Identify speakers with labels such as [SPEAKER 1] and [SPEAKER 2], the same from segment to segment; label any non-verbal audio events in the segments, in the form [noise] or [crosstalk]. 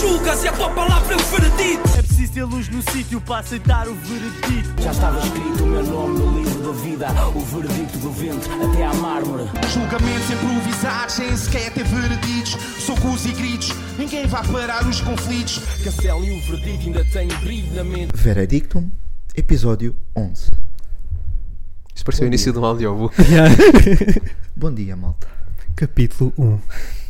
[SPEAKER 1] julgas e a tua palavra é o veredito.
[SPEAKER 2] É preciso ter luz no sítio para aceitar o veredito.
[SPEAKER 3] Já estava escrito o meu nome no livro da vida, o veredito do vento até à mármore.
[SPEAKER 4] Julgamentos improvisados, sem sequer ter vereditos. Socos e gritos, ninguém vai parar os conflitos.
[SPEAKER 5] Castelo e o veredito ainda têm brilho na mente.
[SPEAKER 6] Veredictum, episódio 11.
[SPEAKER 7] Isto pareceu o início de um audiobook.
[SPEAKER 6] Bom dia, malta.
[SPEAKER 2] Capítulo 1.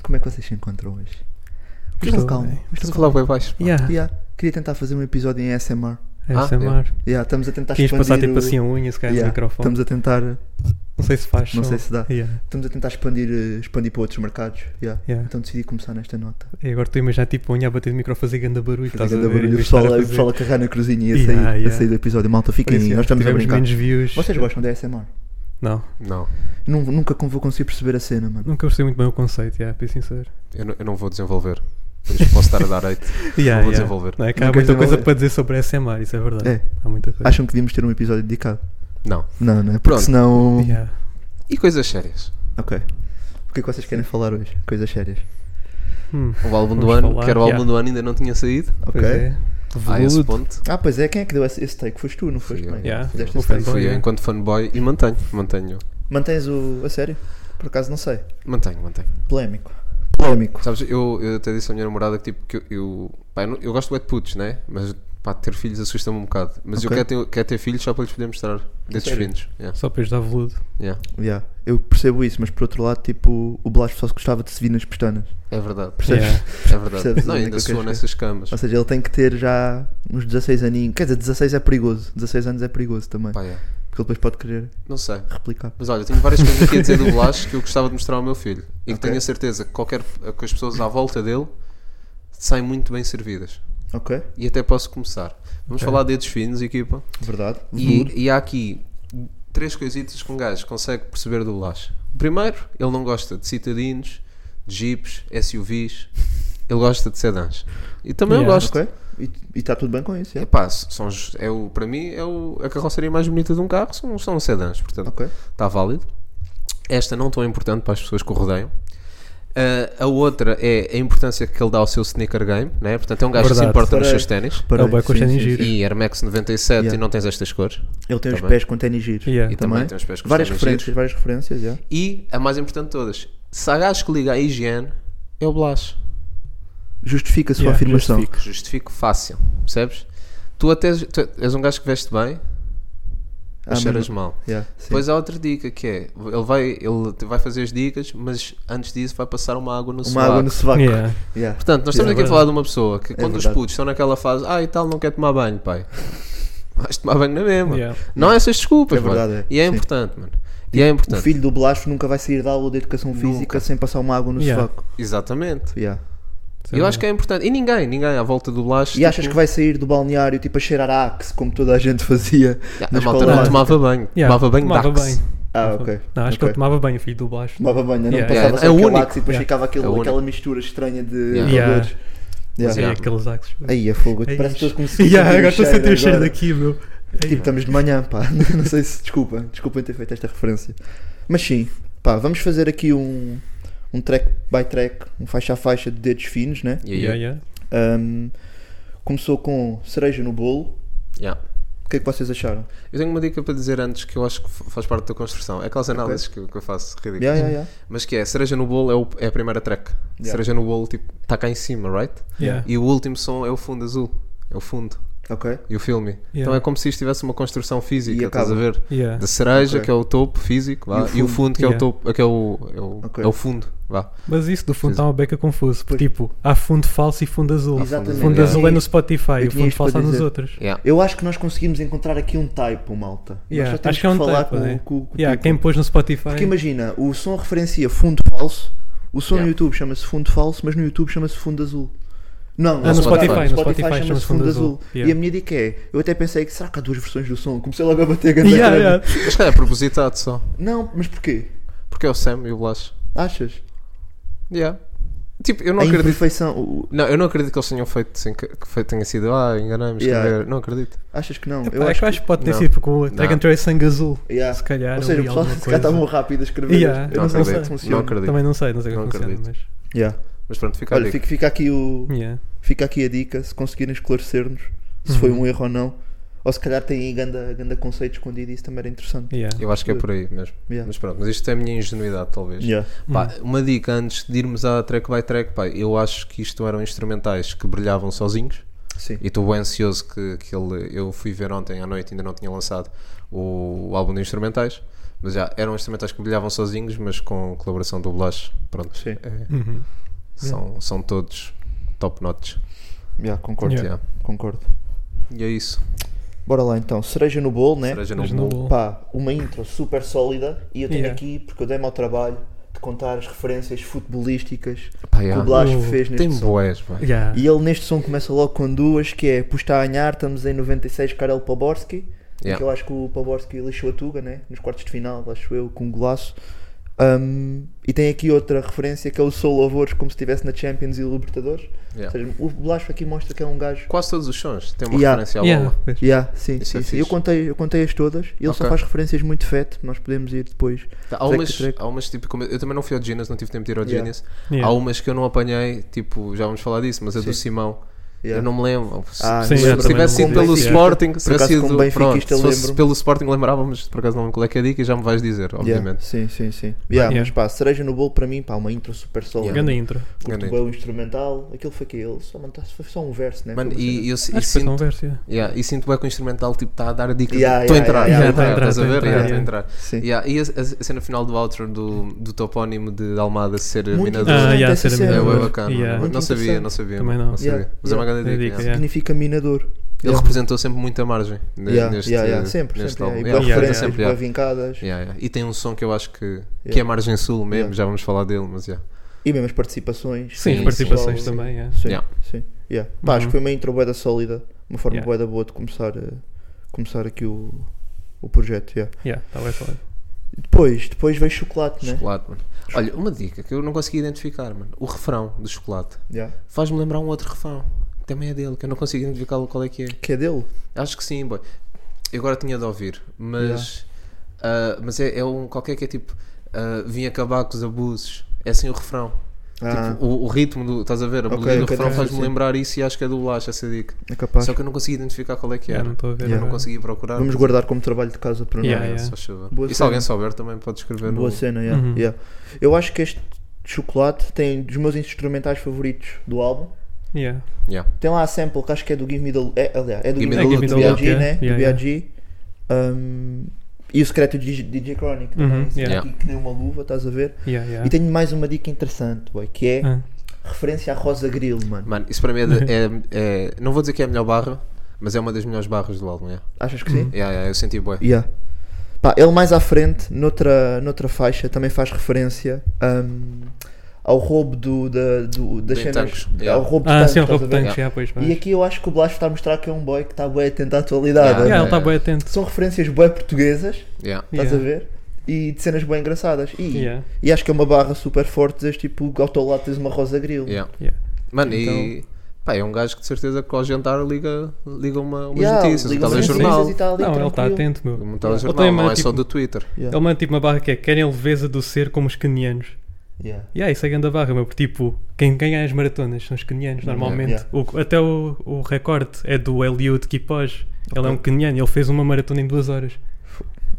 [SPEAKER 6] Como é que vocês se encontram hoje? Hoje
[SPEAKER 2] Estou
[SPEAKER 6] estou calmo.
[SPEAKER 2] bem.
[SPEAKER 6] Hoje
[SPEAKER 7] [laughs] Estás a
[SPEAKER 6] estou
[SPEAKER 7] falar
[SPEAKER 6] calmo.
[SPEAKER 7] bem baixo. pá.
[SPEAKER 2] Yeah.
[SPEAKER 6] Yeah, Queria tentar fazer um episódio em SMR.
[SPEAKER 2] Essa é
[SPEAKER 7] Ah, é.
[SPEAKER 2] mar.
[SPEAKER 6] Yeah, estamos a tentar
[SPEAKER 2] Quis
[SPEAKER 6] expandir
[SPEAKER 2] passar tipo
[SPEAKER 6] o...
[SPEAKER 2] assim a unha, se calhar,
[SPEAKER 6] Yeah,
[SPEAKER 2] no microfone.
[SPEAKER 6] Estamos a tentar,
[SPEAKER 2] Não sei se faz.
[SPEAKER 6] não
[SPEAKER 2] só-
[SPEAKER 6] sei se dá.
[SPEAKER 2] Yeah.
[SPEAKER 6] Estamos a tentar expandir, eh, expandir para outros mercados. Yeah.
[SPEAKER 2] Yeah.
[SPEAKER 6] Então decidi começar nesta nota.
[SPEAKER 2] E agora estou a imaginar tipo a unha a bater no microfone fazer ganda barulho.
[SPEAKER 6] Fazer
[SPEAKER 2] Estás a
[SPEAKER 6] grande
[SPEAKER 2] ver?
[SPEAKER 6] barulho,
[SPEAKER 2] em
[SPEAKER 6] o
[SPEAKER 2] vez de
[SPEAKER 6] pessoal, é
[SPEAKER 2] estar a
[SPEAKER 6] o
[SPEAKER 2] fazer.
[SPEAKER 6] pessoal a carregar na cruzinha e a,
[SPEAKER 2] Yeah,
[SPEAKER 6] sair, a
[SPEAKER 2] yeah.
[SPEAKER 6] sair do episódio. Malta,
[SPEAKER 2] Por
[SPEAKER 6] fiquem,
[SPEAKER 2] isso, é
[SPEAKER 6] nós estamos a
[SPEAKER 2] tivemos
[SPEAKER 6] brincar.
[SPEAKER 2] menos views.
[SPEAKER 6] Vocês gostam da SMR?
[SPEAKER 2] Não,
[SPEAKER 7] Não,
[SPEAKER 6] Nun- Nunca con- vou conseguir perceber a cena, mano.
[SPEAKER 2] nunca gostei muito bem o conceito, yeah, para ser sincero.
[SPEAKER 7] eu não, eu não vou desenvolver. Por isso posso estar a dar hate.
[SPEAKER 2] Yeah,
[SPEAKER 7] vou
[SPEAKER 2] yeah.
[SPEAKER 7] desenvolver.
[SPEAKER 2] Não, é que há
[SPEAKER 6] Não queres
[SPEAKER 2] muita coisa
[SPEAKER 6] desenvolver?
[SPEAKER 2] para dizer sobre a SMR, isso é verdade.
[SPEAKER 6] É.
[SPEAKER 2] Há muita coisa.
[SPEAKER 6] Acham que devíamos ter um episódio dedicado?
[SPEAKER 7] Não.
[SPEAKER 6] Não, não é? Porque
[SPEAKER 7] Pronto.
[SPEAKER 6] senão.
[SPEAKER 2] Yeah.
[SPEAKER 7] E coisas sérias.
[SPEAKER 6] Ok. O que é que vocês querem falar hoje? Coisas sérias.
[SPEAKER 2] Hum,
[SPEAKER 7] Houve o álbum do
[SPEAKER 2] Vamos
[SPEAKER 7] ano,
[SPEAKER 2] falar,
[SPEAKER 7] que era o álbum
[SPEAKER 2] yeah.
[SPEAKER 7] do ano, ainda não tinha saído.
[SPEAKER 6] Ok.
[SPEAKER 2] pois é.
[SPEAKER 7] A esse
[SPEAKER 2] Veludo.
[SPEAKER 7] ponto.
[SPEAKER 6] Ah, pois é, quem é que deu esse, esse take? Foste tu, não
[SPEAKER 7] Fui
[SPEAKER 6] foste?
[SPEAKER 7] eu.
[SPEAKER 6] mãe?
[SPEAKER 2] Yeah.
[SPEAKER 6] Deste
[SPEAKER 2] O
[SPEAKER 6] esse take.
[SPEAKER 2] Foi,
[SPEAKER 7] Fui eu
[SPEAKER 2] é.
[SPEAKER 7] enquanto fanboy e mantenho, mantenho,
[SPEAKER 6] Mantens o. a sério? Por acaso não sei.
[SPEAKER 7] mantenho, mantenho.
[SPEAKER 6] Polémico. Polémico.
[SPEAKER 7] Sabes, eu, eu até disse à minha namorada que tipo, que eu, eu, pá, eu, não- eu gosto bué de putos, né? Mas pá, ter filhos assusta-me um bocado. Mas
[SPEAKER 6] Ok.
[SPEAKER 7] eu quero ter, quero ter filhos só para lhes poder mostrar desses
[SPEAKER 6] sério?
[SPEAKER 7] filhos. Yeah,
[SPEAKER 2] Só para ajudar veludo.
[SPEAKER 7] yeah.
[SPEAKER 6] Yeah. Eu percebo isso, mas por outro lado, tipo, o Blas só se gostava de se vir nas pestanas.
[SPEAKER 7] É verdade,
[SPEAKER 6] Percebes?
[SPEAKER 2] Yeah.
[SPEAKER 7] é verdade.
[SPEAKER 6] Percebes
[SPEAKER 7] Não,
[SPEAKER 6] onde é que
[SPEAKER 7] ainda
[SPEAKER 6] eu
[SPEAKER 7] sou
[SPEAKER 6] quero
[SPEAKER 7] nessas camas.
[SPEAKER 6] Ou seja, ele tem que ter já uns 16 aninhos. Quer dizer, 16 é perigoso. 16 anos é perigoso também.
[SPEAKER 7] Pá, yeah.
[SPEAKER 6] Porque ele depois pode querer
[SPEAKER 7] Não sei.
[SPEAKER 6] replicar.
[SPEAKER 7] Mas olha, tenho várias coisas aqui a
[SPEAKER 6] [laughs]
[SPEAKER 7] dizer do Blas que eu gostava de mostrar ao meu filho. E que
[SPEAKER 6] Ok.
[SPEAKER 7] tenho a certeza que qualquer que as pessoas à volta dele saem muito bem servidas.
[SPEAKER 6] Ok?
[SPEAKER 7] E até posso começar. Vamos falar de dedos finos, equipa.
[SPEAKER 6] Verdade. Veludo.
[SPEAKER 7] E, e há aqui três coisitas que um gajo consegue perceber do Blas. Primeiro, ele não gosta de citadinos, de jeeps, SUVs. Ele gosta de sedãs. E também
[SPEAKER 2] Yeah.
[SPEAKER 7] eu gosto.
[SPEAKER 6] Ok? E está tudo bem com isso, yeah?
[SPEAKER 7] Epá, são, os- é o, para mim, é o, a carroceria mais bonita de um carro são, são os sedãs.
[SPEAKER 2] É.
[SPEAKER 7] Portanto,
[SPEAKER 6] Ok.
[SPEAKER 7] está Tá válido. Esta não tão importante para as pessoas que o rodeiam. Ah, a outra é a importância que ele dá ao seu sneaker game, né? portanto é um gajo que se
[SPEAKER 2] Verdade.
[SPEAKER 7] importa nos
[SPEAKER 6] Parei.
[SPEAKER 7] seus ténis.
[SPEAKER 6] Parei,
[SPEAKER 2] É o bué com os ténis giros.
[SPEAKER 7] E Air Max 97
[SPEAKER 6] Yeah.
[SPEAKER 7] e não tens estas cores.
[SPEAKER 6] Ele tem os
[SPEAKER 7] Tá
[SPEAKER 6] pés com ténis giros.
[SPEAKER 2] Yeah.
[SPEAKER 7] E também tem os pés com os
[SPEAKER 6] várias
[SPEAKER 7] ténis
[SPEAKER 6] referências,
[SPEAKER 7] giros.
[SPEAKER 6] várias referências, yeah.
[SPEAKER 7] E a mais importante de todas, se há gajo que liga a higiene, é o Blas.
[SPEAKER 6] Justifica a sua
[SPEAKER 2] Yeah,
[SPEAKER 6] afirmação.
[SPEAKER 2] justifico.
[SPEAKER 7] Justifico fácil, percebes? Tu até tu és um gajo que veste bem,
[SPEAKER 6] Ah,
[SPEAKER 7] mas cheiras
[SPEAKER 6] mesmo.
[SPEAKER 7] mal.
[SPEAKER 6] Yeah, sim.
[SPEAKER 7] Depois há outra dica que é, ele vai, ele te- vai fazer as dicas, mas antes disso vai passar uma água no
[SPEAKER 6] Uma água no sovaco.
[SPEAKER 2] Yeah.
[SPEAKER 6] Yeah.
[SPEAKER 7] Portanto, nós estamos
[SPEAKER 2] É
[SPEAKER 7] aqui a
[SPEAKER 2] verdade.
[SPEAKER 7] falar de uma pessoa que quando os
[SPEAKER 6] verdade.
[SPEAKER 7] putos estão naquela fase, ah e tal, não quer tomar banho, pai. [laughs] Vais tomar banho na mesma.
[SPEAKER 2] Yeah.
[SPEAKER 7] Não há essas desculpas,
[SPEAKER 6] É verdade,
[SPEAKER 7] mano.
[SPEAKER 6] é.
[SPEAKER 7] E é
[SPEAKER 6] Sim. Tipo,
[SPEAKER 7] importante, mano. E é
[SPEAKER 6] O
[SPEAKER 7] importante.
[SPEAKER 6] filho do Blasfo nunca vai sair da aula de educação física sem passar uma água no
[SPEAKER 2] Yeah.
[SPEAKER 6] sovaco.
[SPEAKER 7] Exatamente.
[SPEAKER 6] Yeah.
[SPEAKER 7] Eu acho que é importante. E ninguém, ninguém à volta do tipo, Blas.
[SPEAKER 6] E achas que vai sair do balneário tipo a cheirar a Axe, como toda a gente fazia na
[SPEAKER 7] "Ah, a malta
[SPEAKER 6] escola
[SPEAKER 7] não
[SPEAKER 6] básica?
[SPEAKER 7] tomava banho.
[SPEAKER 2] Yeah,
[SPEAKER 7] Tomava banho
[SPEAKER 2] tomava
[SPEAKER 7] Dax.
[SPEAKER 2] bem.
[SPEAKER 6] Ah, ok.
[SPEAKER 2] Não, acho que
[SPEAKER 6] Ok.
[SPEAKER 2] ele tomava bem o filho do Blas.
[SPEAKER 6] Tomava banho, não
[SPEAKER 2] Yeah.
[SPEAKER 6] passava
[SPEAKER 7] Yeah,
[SPEAKER 6] só
[SPEAKER 7] é o
[SPEAKER 6] aquele
[SPEAKER 7] único.
[SPEAKER 6] Axe e depois
[SPEAKER 2] Yeah.
[SPEAKER 6] ficava aquele-
[SPEAKER 7] É o único.
[SPEAKER 6] aquela mistura estranha de
[SPEAKER 7] Yeah.
[SPEAKER 6] de
[SPEAKER 2] Yeah.
[SPEAKER 6] odores. Yeah.
[SPEAKER 7] Mas é-
[SPEAKER 2] E aqueles axes.
[SPEAKER 6] Aí é fogo, parece que
[SPEAKER 2] Eish.
[SPEAKER 6] estou a começar a
[SPEAKER 2] Yeah,
[SPEAKER 6] sentir
[SPEAKER 2] agora estou a sentir o cheiro
[SPEAKER 6] agora.
[SPEAKER 2] daqui, meu.
[SPEAKER 6] Tipo, estamos de manhã, pá. [laughs] Não sei se. Desculpa, desculpem ter feito esta referência. Mas sim, pá, vamos fazer aqui um, um track by track, um faixa a faixa de dedos finos, né?
[SPEAKER 7] E aí,
[SPEAKER 2] Yeah, yeah.
[SPEAKER 6] Ahm, começou com cereja no bolo.
[SPEAKER 7] yeah.
[SPEAKER 6] O que é que vocês acharam?
[SPEAKER 7] Eu tenho uma dica para dizer antes que eu acho que fa- faz parte da construção. É aquelas análises que, eu- que eu faço ridículas.
[SPEAKER 6] Yeah, yeah, yeah.
[SPEAKER 7] Mas que é, cereja no bolo é, o- é a primeira track.
[SPEAKER 6] Yeah.
[SPEAKER 7] Cereja no bolo, tipo, está cá em cima, right?
[SPEAKER 2] Yeah.
[SPEAKER 7] E o último som é o fundo azul. É o fundo.
[SPEAKER 6] Ok.
[SPEAKER 7] E o filme. Então é como se isto tivesse uma construção física,
[SPEAKER 6] E
[SPEAKER 7] estás a
[SPEAKER 6] acaba.
[SPEAKER 7] ver?
[SPEAKER 2] Yeah.
[SPEAKER 7] Da cereja,
[SPEAKER 6] Ok.
[SPEAKER 7] que é o topo físico, vá,
[SPEAKER 6] E
[SPEAKER 7] e
[SPEAKER 6] o
[SPEAKER 7] o fundo, que é o
[SPEAKER 2] Yeah.
[SPEAKER 7] topo, que é o, é o,
[SPEAKER 6] Ok.
[SPEAKER 7] é o fundo, vá.
[SPEAKER 2] Mas isso do fundo
[SPEAKER 7] Precisa.
[SPEAKER 2] está uma beca confuso.
[SPEAKER 6] Pois.
[SPEAKER 2] Porque, tipo, há fundo falso e fundo azul.
[SPEAKER 6] Exatamente.
[SPEAKER 2] Fundo
[SPEAKER 7] Yeah.
[SPEAKER 2] azul é no Spotify,
[SPEAKER 6] Eu
[SPEAKER 2] o
[SPEAKER 6] tinha
[SPEAKER 2] fundo
[SPEAKER 6] isto para
[SPEAKER 2] falso está nos
[SPEAKER 6] dizer.
[SPEAKER 2] outros.
[SPEAKER 7] Yeah.
[SPEAKER 6] Eu acho que nós conseguimos encontrar aqui um typo, malta.
[SPEAKER 2] Yeah,
[SPEAKER 6] Nós só temos
[SPEAKER 2] acho que é um
[SPEAKER 6] falar
[SPEAKER 2] typo,
[SPEAKER 6] com,
[SPEAKER 2] né?
[SPEAKER 6] com- com o
[SPEAKER 2] Yeah,
[SPEAKER 6] people.
[SPEAKER 2] Quem pôs no Spotify.
[SPEAKER 6] Porque imagina, o som referencia fundo falso, o som no
[SPEAKER 7] Yeah.
[SPEAKER 6] YouTube chama-se fundo falso, mas no YouTube chama-se fundo azul. Não,
[SPEAKER 2] Ah,
[SPEAKER 7] no Spotify,
[SPEAKER 6] no
[SPEAKER 2] no Spotify
[SPEAKER 6] chama-se fundo, azul.
[SPEAKER 2] Yeah.
[SPEAKER 6] E a minha dica é, eu até pensei que será que há duas versões do som? Comecei logo a bater a ganda
[SPEAKER 2] Yeah,
[SPEAKER 6] trave.
[SPEAKER 2] yeah.
[SPEAKER 7] Mas cara, é propositado só.
[SPEAKER 6] Não, mas porquê?
[SPEAKER 7] Porque é o Sam e o Blas.
[SPEAKER 6] Achas?
[SPEAKER 7] Yeah. Tipo, eu não
[SPEAKER 6] a
[SPEAKER 7] acredito.
[SPEAKER 6] imperfeição, o- o-
[SPEAKER 7] Não, eu não acredito que eles tenham feito sem que que fe- tenha sido, ah, enganamos,
[SPEAKER 6] Yeah.
[SPEAKER 7] não acredito.
[SPEAKER 6] achas que não?
[SPEAKER 2] Epá, é que eu acho que pode ter
[SPEAKER 7] não.
[SPEAKER 2] sido porque o Dragon
[SPEAKER 7] Não.
[SPEAKER 2] Trail é sangue azul.
[SPEAKER 6] Yeah.
[SPEAKER 2] Se calhar.
[SPEAKER 6] Ou seja, o
[SPEAKER 2] ali
[SPEAKER 6] pessoal
[SPEAKER 2] alguma
[SPEAKER 6] se calhar
[SPEAKER 2] coisa.
[SPEAKER 6] estava rápido a escrever.
[SPEAKER 2] Yeah.
[SPEAKER 6] Eu não,
[SPEAKER 7] Não
[SPEAKER 6] sei se
[SPEAKER 7] acredito,
[SPEAKER 6] funciona.
[SPEAKER 7] não acredito.
[SPEAKER 2] Também não sei, não sei como
[SPEAKER 7] Não
[SPEAKER 2] funciona, mas.
[SPEAKER 6] Yeah.
[SPEAKER 7] Mas pronto, fica a
[SPEAKER 6] Olha,
[SPEAKER 7] dica.
[SPEAKER 6] fica, fica aqui o,
[SPEAKER 2] Yeah.
[SPEAKER 6] Fica aqui a dica, se conseguirem esclarecer-nos se foi
[SPEAKER 2] Uhum.
[SPEAKER 6] um erro ou não. Ou se calhar tem aí ganda, ganda conceito escondido e isso também era interessante.
[SPEAKER 2] Yeah.
[SPEAKER 7] Eu acho que é por aí mesmo.
[SPEAKER 6] Yeah.
[SPEAKER 7] Mas pronto, mas isto é a minha ingenuidade, talvez.
[SPEAKER 6] Yeah.
[SPEAKER 7] Pá, uma dica antes de irmos à track by track, pá, eu acho que isto eram instrumentais que brilhavam sozinhos.
[SPEAKER 6] Sim.
[SPEAKER 7] E estou bem ansioso que, que ele. Eu fui ver ontem à noite, ainda não tinha lançado o, álbum de instrumentais. Mas já eram instrumentais que brilhavam sozinhos, mas com colaboração do Blas. Pronto.
[SPEAKER 6] Sim.
[SPEAKER 7] É,
[SPEAKER 2] Uhum.
[SPEAKER 7] são, são todos top notch.
[SPEAKER 6] Yeah, concordo,
[SPEAKER 2] Yeah.
[SPEAKER 7] Yeah.
[SPEAKER 6] concordo.
[SPEAKER 7] E é isso. um
[SPEAKER 6] Bora lá então, cereja no bolo, né?
[SPEAKER 7] Cereja no
[SPEAKER 2] Mas não
[SPEAKER 7] bolo.
[SPEAKER 2] vou.
[SPEAKER 6] Pá, uma intro super sólida e eu tenho
[SPEAKER 2] Yeah.
[SPEAKER 6] aqui, porque eu dei-me ao trabalho de contar as referências futebolísticas
[SPEAKER 7] Pá,
[SPEAKER 6] que o
[SPEAKER 7] yeah.
[SPEAKER 6] Blas
[SPEAKER 2] Uh,
[SPEAKER 6] fez neste
[SPEAKER 7] Tem
[SPEAKER 6] som.
[SPEAKER 7] boés, pá.
[SPEAKER 2] Yeah.
[SPEAKER 6] E ele neste som começa logo com duas, que é Pus está a anhar, estamos em 96, Karel Poborski. em
[SPEAKER 7] Yeah.
[SPEAKER 6] Que eu acho que o Poborski lixou a Tuga, né? Nos quartos de final, acho eu, com um golaço. Um, e tem aqui outra referência que é o Soul Louvores, como se estivesse na Champions e Libertadores.
[SPEAKER 7] Yeah.
[SPEAKER 6] Ou seja, o Blasco aqui mostra que é um gajo.
[SPEAKER 7] Quase todos os sons têm uma
[SPEAKER 6] Yeah.
[SPEAKER 7] referência à
[SPEAKER 2] Yeah.
[SPEAKER 7] bola.
[SPEAKER 2] Vês?
[SPEAKER 6] Yeah, sim,
[SPEAKER 7] Isso
[SPEAKER 6] sim,
[SPEAKER 7] é
[SPEAKER 6] sim.
[SPEAKER 7] fixe.
[SPEAKER 6] Eu contei, eu contei as todas. Ele só
[SPEAKER 7] Ok.
[SPEAKER 6] faz referências muito fete. Nós podemos ir depois.
[SPEAKER 7] Tá, Há umas,
[SPEAKER 6] track.
[SPEAKER 7] há umas tipo, como eu eu também não fui ao Genius, não tive tempo de ir ao
[SPEAKER 6] Yeah.
[SPEAKER 7] Genius.
[SPEAKER 2] Yeah.
[SPEAKER 7] Há umas que eu não apanhei, tipo, já vamos falar disso, mas a do
[SPEAKER 6] Sim.
[SPEAKER 7] Simão,
[SPEAKER 6] Yeah.
[SPEAKER 7] eu não me lembro. Se-
[SPEAKER 6] Ah,
[SPEAKER 2] Sim,
[SPEAKER 7] se
[SPEAKER 2] eu também
[SPEAKER 7] tivesse
[SPEAKER 2] não
[SPEAKER 7] sido
[SPEAKER 2] me
[SPEAKER 7] pelo
[SPEAKER 2] lembro.
[SPEAKER 7] Sporting,
[SPEAKER 6] Por
[SPEAKER 7] teria
[SPEAKER 6] acaso,
[SPEAKER 7] sido.
[SPEAKER 6] como benfiquista,
[SPEAKER 7] pronto, se fosse
[SPEAKER 6] lembro-me.
[SPEAKER 7] pelo Sporting, lembrávamos, por acaso não lembro qual é que é a dica e já me vais dizer,
[SPEAKER 6] Yeah,
[SPEAKER 7] obviamente.
[SPEAKER 6] sim, sim, sim. Yeah,
[SPEAKER 2] Yeah.
[SPEAKER 6] Mas pá, cereja no bolo para mim, pá, uma intro super sólida.
[SPEAKER 2] Grande intro.
[SPEAKER 6] Porque
[SPEAKER 7] Grande
[SPEAKER 6] tu é o instrumental, aquilo foi que ele só montasse, foi só um verso, né?
[SPEAKER 7] Mano,
[SPEAKER 6] Foi uma
[SPEAKER 7] e, e eu, e
[SPEAKER 2] Acho que foi
[SPEAKER 7] sinto,
[SPEAKER 2] conversa. yeah.
[SPEAKER 7] yeah, e sinto bem que o instrumental tipo, está a dar a dica.
[SPEAKER 6] Yeah,
[SPEAKER 7] Estou
[SPEAKER 6] yeah,
[SPEAKER 7] a entrar,
[SPEAKER 6] yeah,
[SPEAKER 7] estou a
[SPEAKER 2] yeah,
[SPEAKER 7] entrar, estás a
[SPEAKER 2] yeah,
[SPEAKER 7] ver?
[SPEAKER 2] yeah,
[SPEAKER 7] Yeah, Estou a
[SPEAKER 2] yeah.
[SPEAKER 7] entrar.
[SPEAKER 6] Sim.
[SPEAKER 7] Yeah, E a, a cena final do outro do, do topónimo de Almada ser
[SPEAKER 6] Muito
[SPEAKER 7] minador
[SPEAKER 2] Ah,
[SPEAKER 6] Durante
[SPEAKER 2] yeah,
[SPEAKER 6] essa
[SPEAKER 2] ser a
[SPEAKER 6] cena.
[SPEAKER 7] é
[SPEAKER 2] minha
[SPEAKER 6] boa
[SPEAKER 7] bem
[SPEAKER 2] dor.
[SPEAKER 7] bacana.
[SPEAKER 2] Yeah.
[SPEAKER 7] Não,
[SPEAKER 6] Muito
[SPEAKER 7] não sabia,
[SPEAKER 6] interessante.
[SPEAKER 7] não sabia.
[SPEAKER 2] Também não.
[SPEAKER 7] sabia.
[SPEAKER 6] Yeah,
[SPEAKER 7] Mas é uma
[SPEAKER 6] yeah.
[SPEAKER 7] grande dica.
[SPEAKER 2] Dica,
[SPEAKER 7] yeah.
[SPEAKER 2] yeah.
[SPEAKER 6] Significa minador.
[SPEAKER 7] Ele
[SPEAKER 6] Yeah.
[SPEAKER 7] representou sempre muita margem ne-
[SPEAKER 6] Yeah,
[SPEAKER 7] neste,
[SPEAKER 6] yeah, yeah, sempre,
[SPEAKER 7] neste
[SPEAKER 6] sempre.
[SPEAKER 7] álbum.
[SPEAKER 6] yeah, E
[SPEAKER 7] Yeah,
[SPEAKER 6] boas
[SPEAKER 2] yeah,
[SPEAKER 6] referências,
[SPEAKER 7] sempre,
[SPEAKER 6] boas
[SPEAKER 7] yeah.
[SPEAKER 6] vincadas.
[SPEAKER 7] Yeah, yeah. E tem um som que eu acho que, que
[SPEAKER 6] Yeah.
[SPEAKER 7] é margem sul mesmo,
[SPEAKER 6] Yeah.
[SPEAKER 7] já vamos falar dele, mas yeah.
[SPEAKER 6] E mesmo as participações.
[SPEAKER 2] Sim,
[SPEAKER 7] Sim,
[SPEAKER 2] as participações
[SPEAKER 6] sim.
[SPEAKER 2] também. yeah.
[SPEAKER 6] Sim,
[SPEAKER 7] Yeah.
[SPEAKER 6] sim. Yeah. Pá,
[SPEAKER 2] Uhum.
[SPEAKER 6] acho que foi uma intro boeda sólida, uma forma
[SPEAKER 2] Yeah.
[SPEAKER 6] boeda boa de começar, eh, começar aqui o, o projeto. yeah.
[SPEAKER 2] Yeah, tá bem falado.
[SPEAKER 6] Depois, depois veio chocolate, né?
[SPEAKER 7] chocolate, mano. Olha, uma dica que eu não consegui identificar, mano. O refrão do chocolate
[SPEAKER 6] Yeah.
[SPEAKER 7] faz-me lembrar um outro refrão. que Também é dele, que eu não consigo identificar qual é que é.
[SPEAKER 6] Que é dele?
[SPEAKER 7] Acho que sim, boy. Eu agora tinha de ouvir, mas, ah, mas é, é um qualquer que é tipo ah, vim acabar com os abusos. É assim o refrão.
[SPEAKER 6] Ah,
[SPEAKER 7] Tipo, o, o ritmo do. Estás a ver? A
[SPEAKER 6] Ok,
[SPEAKER 7] melodia do
[SPEAKER 6] ok,
[SPEAKER 7] refrão
[SPEAKER 6] sim,
[SPEAKER 7] faz-me
[SPEAKER 6] sim.
[SPEAKER 7] lembrar isso e acho que é do Lash essa dica.
[SPEAKER 6] é capaz.
[SPEAKER 7] Só que eu não consegui identificar qual é que
[SPEAKER 2] Yeah,
[SPEAKER 7] era.
[SPEAKER 2] não estou a ver.
[SPEAKER 7] Eu não
[SPEAKER 2] agora.
[SPEAKER 7] consegui procurar.
[SPEAKER 6] Vamos guardar como trabalho de casa para nós.
[SPEAKER 2] Yeah,
[SPEAKER 7] Ah, é,
[SPEAKER 2] yeah.
[SPEAKER 7] se faz favor.
[SPEAKER 6] Boa
[SPEAKER 7] e se
[SPEAKER 6] cena.
[SPEAKER 7] alguém souber também pode escrever
[SPEAKER 6] Boa
[SPEAKER 7] no...
[SPEAKER 6] cena, yeah,
[SPEAKER 2] Uhum.
[SPEAKER 6] yeah. Eu acho que este chocolate tem dos meus instrumentais favoritos do álbum.
[SPEAKER 2] Yeah.
[SPEAKER 7] Yeah.
[SPEAKER 6] Tem lá a sample que acho que é do Give Me the Lu- é, aliás, é do
[SPEAKER 7] Give
[SPEAKER 6] Give
[SPEAKER 7] Me
[SPEAKER 6] Me
[SPEAKER 7] the
[SPEAKER 6] the
[SPEAKER 7] Loot,
[SPEAKER 6] Loot, do
[SPEAKER 7] yeah.
[SPEAKER 6] B.I.G., né?
[SPEAKER 2] Yeah,
[SPEAKER 6] Do
[SPEAKER 2] yeah.
[SPEAKER 6] B.I.G. Um, e o secreto de DJ Chronic também,
[SPEAKER 2] Uhum,
[SPEAKER 6] esse
[SPEAKER 2] yeah.
[SPEAKER 6] aqui que deu uma luva, estás a ver?
[SPEAKER 2] Yeah, yeah.
[SPEAKER 6] E tenho mais uma dica interessante, boy, que é
[SPEAKER 2] Ah.
[SPEAKER 6] referência à Rosa Grilo, mano.
[SPEAKER 7] Mano, isso para mim
[SPEAKER 2] [laughs]
[SPEAKER 7] é, de- é- é- Não vou dizer que é a melhor barra, mas é uma das melhores barras do álbum, é.
[SPEAKER 6] Achas que sim?
[SPEAKER 2] Hum.
[SPEAKER 7] Yeah, yeah, eu senti bué.
[SPEAKER 6] Yeah. Pá, ele mais à frente, noutra, noutra faixa, também faz referência hum, ao roubo do, da, do, das
[SPEAKER 7] Dos
[SPEAKER 6] cenas.
[SPEAKER 7] tanques, yeah.
[SPEAKER 6] Ao roubo de
[SPEAKER 2] Ah,
[SPEAKER 6] tanques,
[SPEAKER 2] sim, o
[SPEAKER 6] estás a
[SPEAKER 2] Robo
[SPEAKER 6] ver?
[SPEAKER 2] Tanks, yeah, pois, mas-
[SPEAKER 6] E aqui eu acho que o Blas está a mostrar que é um boy que está bem atento à atualidade. né?
[SPEAKER 2] Yeah, ele
[SPEAKER 7] Yeah.
[SPEAKER 2] está bem atento.
[SPEAKER 6] São referências bem portuguesas,
[SPEAKER 7] Yeah.
[SPEAKER 6] estás
[SPEAKER 2] Yeah.
[SPEAKER 6] a ver? E de cenas bem engraçadas. E,
[SPEAKER 2] Yeah.
[SPEAKER 6] e acho que é uma barra super forte, deste tipo, ao teu lado tens uma rosa grilo.
[SPEAKER 7] Yeah.
[SPEAKER 2] Yeah. Então-
[SPEAKER 7] Mano, e... Pá, é um gajo que de certeza que ao jantar liga, liga uma, umas
[SPEAKER 6] Yeah,
[SPEAKER 7] notícias, um
[SPEAKER 6] liga umas
[SPEAKER 7] telejornal.
[SPEAKER 6] notícias e tá ali
[SPEAKER 2] Não, ele está
[SPEAKER 6] tranquilo.
[SPEAKER 2] atento, meu.
[SPEAKER 7] Um
[SPEAKER 2] Ele
[SPEAKER 7] telejornal,
[SPEAKER 2] tem
[SPEAKER 7] não
[SPEAKER 2] uma,
[SPEAKER 7] é só
[SPEAKER 2] tipo-
[SPEAKER 7] do Twitter.
[SPEAKER 2] Ele manda tipo uma barra que é querem a leveza do ser como os kenianos.
[SPEAKER 6] Yeah.
[SPEAKER 2] E yeah, isso é grande barra, meu. Porque, tipo, quem ganha as maratonas são os kenianos, normalmente.
[SPEAKER 6] Yeah.
[SPEAKER 2] O- até o, o recorde é do Eliud Kipoj. Ele é um keniano, ele fez uma maratona em duas horas.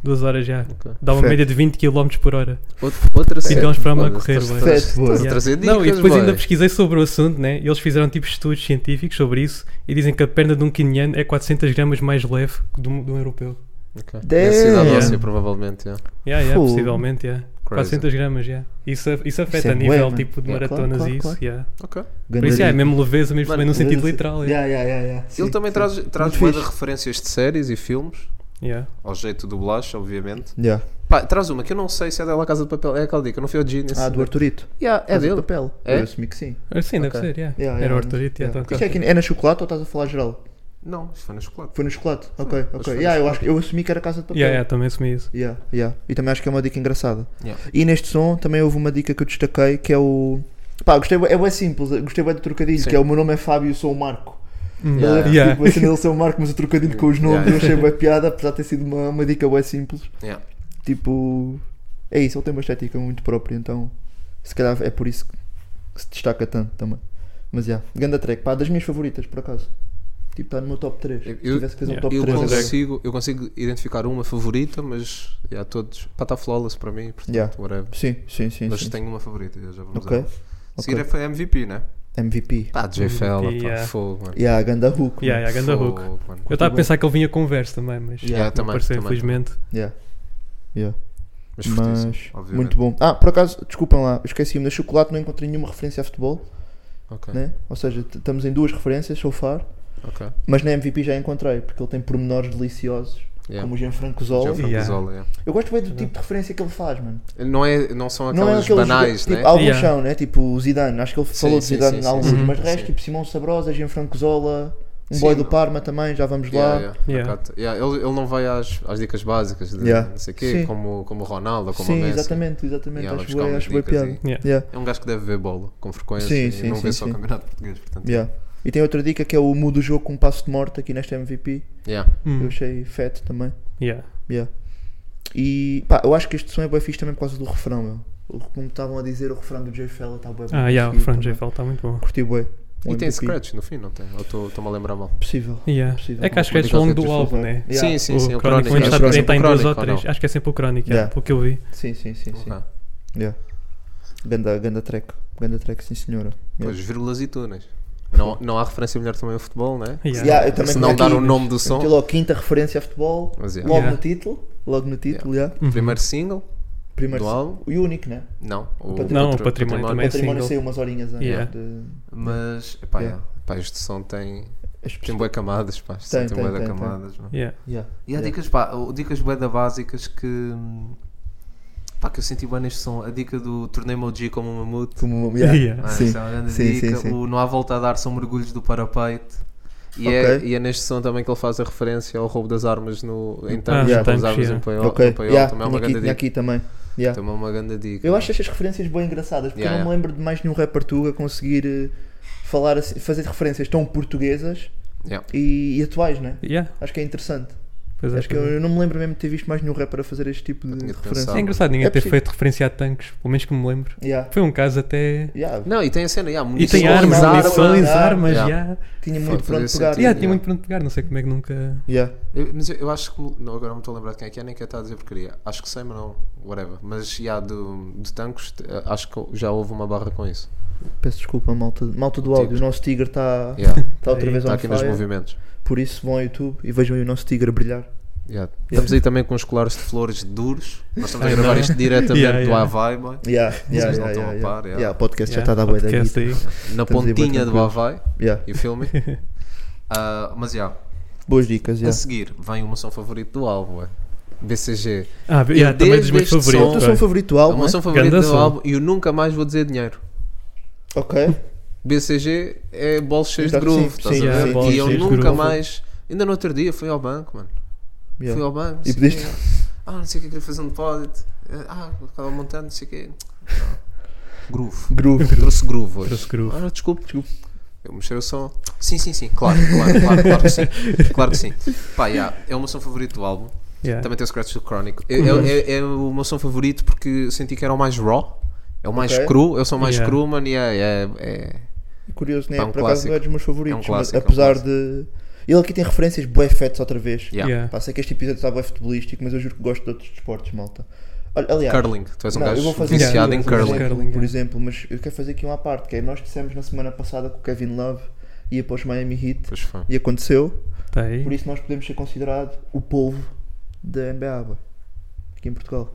[SPEAKER 2] Duas horas já. Dá uma
[SPEAKER 6] Fete.
[SPEAKER 2] média de 20 km por hora.
[SPEAKER 7] Out- Outra cena.
[SPEAKER 2] eles para uma
[SPEAKER 7] Mano,
[SPEAKER 2] correr,
[SPEAKER 7] estás-
[SPEAKER 2] bué.
[SPEAKER 7] estás-
[SPEAKER 6] Fete, bué.
[SPEAKER 7] estás a trazer dicas,
[SPEAKER 2] Não, e depois
[SPEAKER 7] bué.
[SPEAKER 2] ainda pesquisei sobre o assunto, né? Eles fizeram tipo estudos científicos sobre isso e dizem que a perna de um keniano é 400 gramas mais leve que de um, de um europeu.
[SPEAKER 7] Ok.
[SPEAKER 6] Damn.
[SPEAKER 7] Densidade
[SPEAKER 2] Yeah.
[SPEAKER 7] óssea, provavelmente, yeah.
[SPEAKER 2] Yeah, yeah,
[SPEAKER 6] Fogo.
[SPEAKER 2] possivelmente, yeah.
[SPEAKER 7] Crazy.
[SPEAKER 2] 400 gramas, yeah. Isso, isso afeta
[SPEAKER 6] Isso é
[SPEAKER 2] a nível
[SPEAKER 6] bué,
[SPEAKER 2] tipo de
[SPEAKER 7] mano. Yeah,
[SPEAKER 2] maratonas
[SPEAKER 6] claro,
[SPEAKER 2] e isso,
[SPEAKER 6] claro,
[SPEAKER 2] yeah.
[SPEAKER 7] Ok.
[SPEAKER 2] Por isso, yeah, é mesmo leveza, mesmo
[SPEAKER 7] Mano,
[SPEAKER 2] também no sentido literal, é. yeah.
[SPEAKER 6] Yeah, yeah, yeah, yeah. Sim,
[SPEAKER 7] Ele também
[SPEAKER 6] sim.
[SPEAKER 7] traz, traz
[SPEAKER 6] Muito
[SPEAKER 7] bué de
[SPEAKER 6] fixe.
[SPEAKER 7] referências de séries e filmes,
[SPEAKER 2] Yeah.
[SPEAKER 7] ao jeito do Blas, obviamente.
[SPEAKER 6] Yeah.
[SPEAKER 7] Pá, traz uma que eu não sei se é dela a Casa de Papel. É aquela dica, eu não fui ao Genius.
[SPEAKER 6] Ah, do Arturito.
[SPEAKER 7] Yeah, é
[SPEAKER 6] Casa de
[SPEAKER 7] dele.
[SPEAKER 6] papel.
[SPEAKER 7] É?
[SPEAKER 6] Eu assumi que sim.
[SPEAKER 2] Ah, Sim, deve
[SPEAKER 7] Ok.
[SPEAKER 2] ser, yeah.
[SPEAKER 6] Yeah,
[SPEAKER 2] Era
[SPEAKER 6] yeah,
[SPEAKER 2] o Arturito, yeah,
[SPEAKER 6] yeah.
[SPEAKER 2] então,
[SPEAKER 6] Isto é,
[SPEAKER 2] claro.
[SPEAKER 6] que é na chocolate ou estás a falar geral?
[SPEAKER 7] Não, isto foi no chocolate.
[SPEAKER 6] Foi no chocolate? Ok,
[SPEAKER 7] acho que
[SPEAKER 6] ok.
[SPEAKER 7] foi no
[SPEAKER 6] Yeah, eu, acho, eu assumi que era casa de papel.
[SPEAKER 2] Yeah, yeah, também assumi isso.
[SPEAKER 6] Yeah, yeah. E também acho que é uma dica engraçada.
[SPEAKER 7] Yeah.
[SPEAKER 6] E neste som também houve uma dica que eu destaquei que é o. Pá, gostei, bué- é bem simples, gostei bem do trocadilho,
[SPEAKER 7] Sim.
[SPEAKER 6] que é o meu nome é Fábio, eu sou o Marco.
[SPEAKER 7] Yeah,
[SPEAKER 6] Ele é
[SPEAKER 2] yeah.
[SPEAKER 6] tipo, a cena dele ser o Marco, mas o trocadilho com os nomes
[SPEAKER 7] Yeah.
[SPEAKER 6] eu achei bem piada, apesar de ter sido uma, uma dica bem simples.
[SPEAKER 7] Yeah.
[SPEAKER 6] Tipo, é isso, ele tem uma estética muito própria, então se calhar é por isso que se destaca tanto também. Mas já, ganda track, pá, das minhas favoritas, por acaso. Tipo, está no meu top 3.
[SPEAKER 7] Eu-
[SPEAKER 6] Se tivesse que fazer
[SPEAKER 2] yeah.
[SPEAKER 6] um top
[SPEAKER 7] Eu
[SPEAKER 6] 3 agora.
[SPEAKER 7] consigo, eu consigo identificar uma favorita, mas já todos. Pá, está flawless para mim, portanto,
[SPEAKER 6] assim, Yeah.
[SPEAKER 7] whatever.
[SPEAKER 6] Sim, sim, sim.
[SPEAKER 7] Mas
[SPEAKER 6] sim.
[SPEAKER 7] tenho uma favorita, já vamos
[SPEAKER 6] Ok.
[SPEAKER 7] a ela. Seguir foi MVP, né?
[SPEAKER 6] MVP.
[SPEAKER 7] Pá, J Fella, pá,
[SPEAKER 2] yeah.
[SPEAKER 7] fogo, mano.
[SPEAKER 6] Yeah, ganda hook.
[SPEAKER 2] Yeah, yeah, ganda hook.
[SPEAKER 7] Fogo, mano.
[SPEAKER 2] Eu estava a
[SPEAKER 6] bem.
[SPEAKER 2] pensar que ele vinha com verso também, mas
[SPEAKER 6] Yeah,
[SPEAKER 2] não
[SPEAKER 7] também,
[SPEAKER 2] apareceu,
[SPEAKER 7] também,
[SPEAKER 2] infelizmente.
[SPEAKER 6] Yeah.
[SPEAKER 7] Mas,
[SPEAKER 6] Mas,
[SPEAKER 7] fortíssimo, obviamente.
[SPEAKER 6] muito bom. Ah, por acaso, desculpem lá, eu esqueci-me, na Chocolate não encontrei nenhuma referência a futebol,
[SPEAKER 7] Ok,
[SPEAKER 6] né? Ou seja, t- estamos em duas referências, so far,
[SPEAKER 7] ok.
[SPEAKER 6] mas na MVP já encontrei, porque ele tem pormenores deliciosos,
[SPEAKER 7] Yeah.
[SPEAKER 6] como o Gianfranco
[SPEAKER 7] É. Já
[SPEAKER 6] Zola.
[SPEAKER 7] foi
[SPEAKER 2] Yeah.
[SPEAKER 7] Zola, yeah.
[SPEAKER 6] Eu gosto bem do tipo de referência que ele faz, mano.
[SPEAKER 7] Não, é, não são
[SPEAKER 6] Não é
[SPEAKER 7] aquelas
[SPEAKER 6] aqueles
[SPEAKER 7] banais,
[SPEAKER 6] tipo,
[SPEAKER 7] né?
[SPEAKER 6] alguns
[SPEAKER 2] Yeah.
[SPEAKER 6] são, né? Tipo o Zidane, acho que ele
[SPEAKER 7] Sim,
[SPEAKER 6] falou
[SPEAKER 7] sim,
[SPEAKER 6] de Zidane
[SPEAKER 7] sim,
[SPEAKER 6] em
[SPEAKER 7] sim,
[SPEAKER 6] alguns,
[SPEAKER 7] sim.
[SPEAKER 6] mas de resto,
[SPEAKER 7] Sim.
[SPEAKER 6] tipo Simão Sabrosa, Gianfranco Zola, um
[SPEAKER 7] Sim,
[SPEAKER 6] boy do
[SPEAKER 7] não.
[SPEAKER 6] Parma também, já vamos lá.
[SPEAKER 7] Yeah, yeah.
[SPEAKER 2] Yeah.
[SPEAKER 7] Acato. Yeah, Ele, ele não vai às, às dicas básicas de
[SPEAKER 6] Yeah.
[SPEAKER 7] não sei quê,
[SPEAKER 6] Sim.
[SPEAKER 7] como, como o Ronaldo ou como o
[SPEAKER 6] Sim,
[SPEAKER 7] Messi.
[SPEAKER 6] exatamente, exatamente, acho
[SPEAKER 7] Yeah, vai buscar
[SPEAKER 6] bué-
[SPEAKER 7] umas
[SPEAKER 6] acho boa
[SPEAKER 7] dicas
[SPEAKER 6] piada.
[SPEAKER 2] e- Yeah.
[SPEAKER 6] Yeah,
[SPEAKER 7] É um gajo que deve ver bola com frequência
[SPEAKER 6] Sim,
[SPEAKER 7] e
[SPEAKER 6] sim,
[SPEAKER 7] não
[SPEAKER 6] sim,
[SPEAKER 7] vê só
[SPEAKER 6] sim.
[SPEAKER 7] o campeonato português, portanto.
[SPEAKER 6] yeah. E tem outra dica que é o mudo jogo com um passo de morte aqui nesta MVP.
[SPEAKER 7] Yeah.
[SPEAKER 2] Hum,
[SPEAKER 6] Eu achei fat também.
[SPEAKER 2] yeah.
[SPEAKER 6] Yeah. E pá, eu acho que este som é bem fixe também por causa do refrão, meu. O- Como estavam a dizer, o refrão do Jay Fella tá está bem
[SPEAKER 2] Ah, yeah, o Fran J. Fell está muito bom.
[SPEAKER 6] Curti bem.
[SPEAKER 7] E tem scratch no fim, não tem? Ou estou- estou-me a lembrar mal?
[SPEAKER 6] Possível.
[SPEAKER 2] Yeah.
[SPEAKER 6] Possível.
[SPEAKER 2] É que acho que é
[SPEAKER 7] Complicado
[SPEAKER 2] ao longo
[SPEAKER 7] ter
[SPEAKER 2] do
[SPEAKER 7] tudo
[SPEAKER 2] álbum, né?
[SPEAKER 6] Yeah.
[SPEAKER 7] Sim, sim, sim.
[SPEAKER 2] o Crónico
[SPEAKER 7] Crónico,
[SPEAKER 2] ainda está
[SPEAKER 7] acho que é
[SPEAKER 2] está em duas
[SPEAKER 7] Crónico,
[SPEAKER 2] ou três.
[SPEAKER 7] não?
[SPEAKER 2] Acho que é sempre o Crónico,
[SPEAKER 6] Yeah.
[SPEAKER 2] é, o que eu vi.
[SPEAKER 6] Sim, sim, sim. sim.
[SPEAKER 7] Ok.
[SPEAKER 6] Yeah. Ganda, ganda track. Ganda track, sim senhora.
[SPEAKER 7] Pois, vírgulas e túneis. Não, não há referência melhor também ao futebol, né?
[SPEAKER 2] Yeah.
[SPEAKER 6] Yeah, eu também
[SPEAKER 7] Se não
[SPEAKER 6] meti-
[SPEAKER 7] dar o nome do som.
[SPEAKER 6] meti logo quinta referência a futebol,
[SPEAKER 7] Mas yeah.
[SPEAKER 6] logo
[SPEAKER 2] Yeah.
[SPEAKER 6] no título, logo no título, yeah.
[SPEAKER 2] Uhum.
[SPEAKER 7] Primeiro single?
[SPEAKER 6] Primeiro
[SPEAKER 7] Do álbum?
[SPEAKER 6] E único, né?
[SPEAKER 7] Não. O
[SPEAKER 6] Património.
[SPEAKER 2] Não, o
[SPEAKER 7] outro-
[SPEAKER 2] Património
[SPEAKER 6] O
[SPEAKER 2] também é
[SPEAKER 6] património
[SPEAKER 2] single.
[SPEAKER 6] saiu umas horinhas antes
[SPEAKER 2] Yeah.
[SPEAKER 6] de.
[SPEAKER 7] Mas, epá,
[SPEAKER 6] Yeah.
[SPEAKER 7] yeah. Pá, este som tem,
[SPEAKER 6] As
[SPEAKER 7] tem
[SPEAKER 6] pessoas.
[SPEAKER 7] bué camadas, pá. Este som
[SPEAKER 6] Tem,
[SPEAKER 7] tem
[SPEAKER 6] tem,
[SPEAKER 7] bué de
[SPEAKER 6] tem, tem.
[SPEAKER 7] camadas, não?
[SPEAKER 2] Yeah.
[SPEAKER 6] Yeah.
[SPEAKER 8] E há
[SPEAKER 6] Yeah.
[SPEAKER 8] dicas, pá, o- dicas bué da básicas que. hum, Pá, que eu senti bem neste som. A dica do Tornei-me o G como um mamute.
[SPEAKER 6] Como uma-
[SPEAKER 2] [laughs]
[SPEAKER 6] yeah.
[SPEAKER 2] Yeah.
[SPEAKER 8] Ah,
[SPEAKER 6] Sim.
[SPEAKER 8] Essa é uma grande
[SPEAKER 6] Sim,
[SPEAKER 8] dica.
[SPEAKER 6] sim, sim.
[SPEAKER 8] O Não Há Volta a Dar são mergulhos do parapeito.
[SPEAKER 7] E, é,
[SPEAKER 6] Ok.
[SPEAKER 7] e é neste som também que ele faz a referência ao roubo das armas no, em
[SPEAKER 2] Ah,
[SPEAKER 7] tanques,
[SPEAKER 6] yeah.
[SPEAKER 7] roubo das
[SPEAKER 2] tanques,
[SPEAKER 7] armas
[SPEAKER 2] yeah.
[SPEAKER 7] em paiol.
[SPEAKER 6] Ok,
[SPEAKER 7] no paiol,
[SPEAKER 6] yeah,
[SPEAKER 7] também
[SPEAKER 6] tinha
[SPEAKER 7] é uma
[SPEAKER 6] aqui,
[SPEAKER 7] grande
[SPEAKER 6] tinha
[SPEAKER 7] dica.
[SPEAKER 6] aqui também. Yeah.
[SPEAKER 7] Também é uma grande dica.
[SPEAKER 6] Eu acho estas referências bem engraçadas, porque
[SPEAKER 7] Yeah,
[SPEAKER 6] eu não me lembro de mais nenhum rapper tuga conseguir eh, falar assim- fazer referências tão portuguesas
[SPEAKER 7] Yeah.
[SPEAKER 6] e, e atuais, né?
[SPEAKER 2] Yeah,
[SPEAKER 6] Acho que é interessante.
[SPEAKER 2] pois é,
[SPEAKER 6] Acho que
[SPEAKER 2] pois
[SPEAKER 6] eu,
[SPEAKER 2] é.
[SPEAKER 6] eu não me lembro mesmo de ter visto mais nenhum rapper a fazer este tipo
[SPEAKER 7] Eu
[SPEAKER 6] de
[SPEAKER 7] tinha de
[SPEAKER 6] referência.
[SPEAKER 7] pensar.
[SPEAKER 2] É engraçado ninguém
[SPEAKER 6] É
[SPEAKER 2] ter
[SPEAKER 6] possível.
[SPEAKER 2] feito referência a tanques, pelo menos que me lembro.
[SPEAKER 6] Yeah.
[SPEAKER 2] Foi um caso até.
[SPEAKER 6] Yeah.
[SPEAKER 7] Não, e tem a cena, yeah,
[SPEAKER 2] E tem
[SPEAKER 7] munições,
[SPEAKER 2] armas,
[SPEAKER 6] arma,
[SPEAKER 2] munições,
[SPEAKER 6] arma.
[SPEAKER 2] armas, já.
[SPEAKER 7] Yeah.
[SPEAKER 2] Yeah.
[SPEAKER 6] Tinha
[SPEAKER 7] Fa-
[SPEAKER 6] muito
[SPEAKER 7] fazia
[SPEAKER 6] pronto pegar.
[SPEAKER 7] sentido.
[SPEAKER 2] tinha
[SPEAKER 7] Yeah.
[SPEAKER 2] muito pronto de pegar, não sei como é que nunca.
[SPEAKER 6] Yeah.
[SPEAKER 7] Eu- mas eu, eu acho que. Não, agora não me estou a lembrar de quem é que é, nem quer estar a dizer porcaria. Acho que sei, mas não. Whatever. Mas já do, de tanques, te- acho que já houve uma barra com isso.
[SPEAKER 6] Peço desculpa, malta, malta do áudio. O nosso tigre está
[SPEAKER 7] Está
[SPEAKER 6] tá outra
[SPEAKER 2] Aí,
[SPEAKER 6] vez on
[SPEAKER 7] aqui nos
[SPEAKER 6] fire.
[SPEAKER 7] movimentos.
[SPEAKER 6] Por isso vão ao YouTube e vejam aí o nosso tigre a brilhar.
[SPEAKER 7] Yeah. Estamos aí também com os colares de flores duros. Nós estamos a
[SPEAKER 2] Ai,
[SPEAKER 7] gravar
[SPEAKER 2] não.
[SPEAKER 7] isto diretamente
[SPEAKER 2] Yeah,
[SPEAKER 7] do
[SPEAKER 2] yeah.
[SPEAKER 7] Havaí, boy.
[SPEAKER 6] Yeah, yeah,
[SPEAKER 7] não
[SPEAKER 6] yeah,
[SPEAKER 7] estão a
[SPEAKER 6] yeah,
[SPEAKER 7] par, yeah.
[SPEAKER 6] Yeah, o podcast já
[SPEAKER 2] Yeah,
[SPEAKER 6] está a dar boa ideia.
[SPEAKER 2] podcast aí.
[SPEAKER 7] Na
[SPEAKER 6] Estamos aí bem
[SPEAKER 7] pontinha do
[SPEAKER 6] tranquilos.
[SPEAKER 7] Havaí.
[SPEAKER 6] Yeah.
[SPEAKER 7] E o filme.
[SPEAKER 8] Ah, mas já,
[SPEAKER 6] Boas dicas,
[SPEAKER 7] A
[SPEAKER 6] yeah.
[SPEAKER 7] seguir, vem o meu som favorito do álbum, é. BCG.
[SPEAKER 2] Ah, yeah, também dos
[SPEAKER 7] desde
[SPEAKER 2] meus
[SPEAKER 7] este
[SPEAKER 6] O
[SPEAKER 2] favoritos.
[SPEAKER 6] teu
[SPEAKER 7] som-
[SPEAKER 2] vai.
[SPEAKER 6] som favorito do
[SPEAKER 7] É o
[SPEAKER 6] álbum,
[SPEAKER 7] meu
[SPEAKER 6] é?
[SPEAKER 7] som favorito
[SPEAKER 2] Ganda
[SPEAKER 7] do
[SPEAKER 2] som.
[SPEAKER 7] álbum e eu nunca mais vou dizer dinheiro.
[SPEAKER 6] Ok.
[SPEAKER 7] BCG é bolos cheios de
[SPEAKER 6] Sim,
[SPEAKER 7] groove,
[SPEAKER 6] sim,
[SPEAKER 7] estás
[SPEAKER 6] sim,
[SPEAKER 7] a ver?
[SPEAKER 2] sim, bolos
[SPEAKER 7] e eu
[SPEAKER 2] cheios de
[SPEAKER 7] nunca
[SPEAKER 2] groove.
[SPEAKER 7] mais. Ainda no outro dia fui ao banco, mano.
[SPEAKER 6] Yeah.
[SPEAKER 7] Fui ao banco. não
[SPEAKER 6] E
[SPEAKER 7] sei
[SPEAKER 6] pediste-
[SPEAKER 7] quê. Ah, não sei o que, queria fazer um depósito. Ah, estava montando, não sei o que. Groove.
[SPEAKER 6] Groove.
[SPEAKER 7] Trouxe groove hoje.
[SPEAKER 2] Trouxe groove.
[SPEAKER 7] Ah, desculpe, desculpe. Eu mexer o som. Sim, sim, sim, claro, claro, claro, claro que sim. Claro que sim. Pá, yeah, é o meu som favorito do álbum.
[SPEAKER 2] Yeah.
[SPEAKER 7] Também tem o Scratch do Chronic. É, é- é- é o meu som favorito porque eu senti que era o mais raw. É o mais
[SPEAKER 6] Ok.
[SPEAKER 7] cru, eu sou mais
[SPEAKER 2] Yeah.
[SPEAKER 7] cru, mano, e é- é- é,
[SPEAKER 6] Curioso, né?
[SPEAKER 7] É um
[SPEAKER 6] Por acaso
[SPEAKER 7] clássico.
[SPEAKER 6] não é dos meus favoritos,
[SPEAKER 7] É um clássico,
[SPEAKER 6] mas
[SPEAKER 7] é um
[SPEAKER 6] apesar
[SPEAKER 7] clássico.
[SPEAKER 6] de. Ele aqui tem referências bué fetas outra vez.
[SPEAKER 7] Yeah.
[SPEAKER 2] Yeah.
[SPEAKER 6] Pá, sei que este episódio está bem futebolístico, mas eu juro que gosto de outros desportos, malta. Olha, aliás,
[SPEAKER 7] Curling, tu és um
[SPEAKER 6] não, eu
[SPEAKER 7] gajo
[SPEAKER 6] vou fazer
[SPEAKER 7] viciado
[SPEAKER 2] Yeah,
[SPEAKER 7] em
[SPEAKER 2] eu vou fazer
[SPEAKER 7] curling.
[SPEAKER 2] curling. é.
[SPEAKER 6] por
[SPEAKER 2] yeah.
[SPEAKER 6] exemplo, mas eu quero fazer aqui uma parte, que é nós dissemos na semana passada que o Kevin Love ia para os Miami Heat
[SPEAKER 7] Pois foi.
[SPEAKER 6] e aconteceu,
[SPEAKER 2] Tá aí.
[SPEAKER 6] por isso nós podemos ser considerado o polvo da NBA, bué, aqui em Portugal.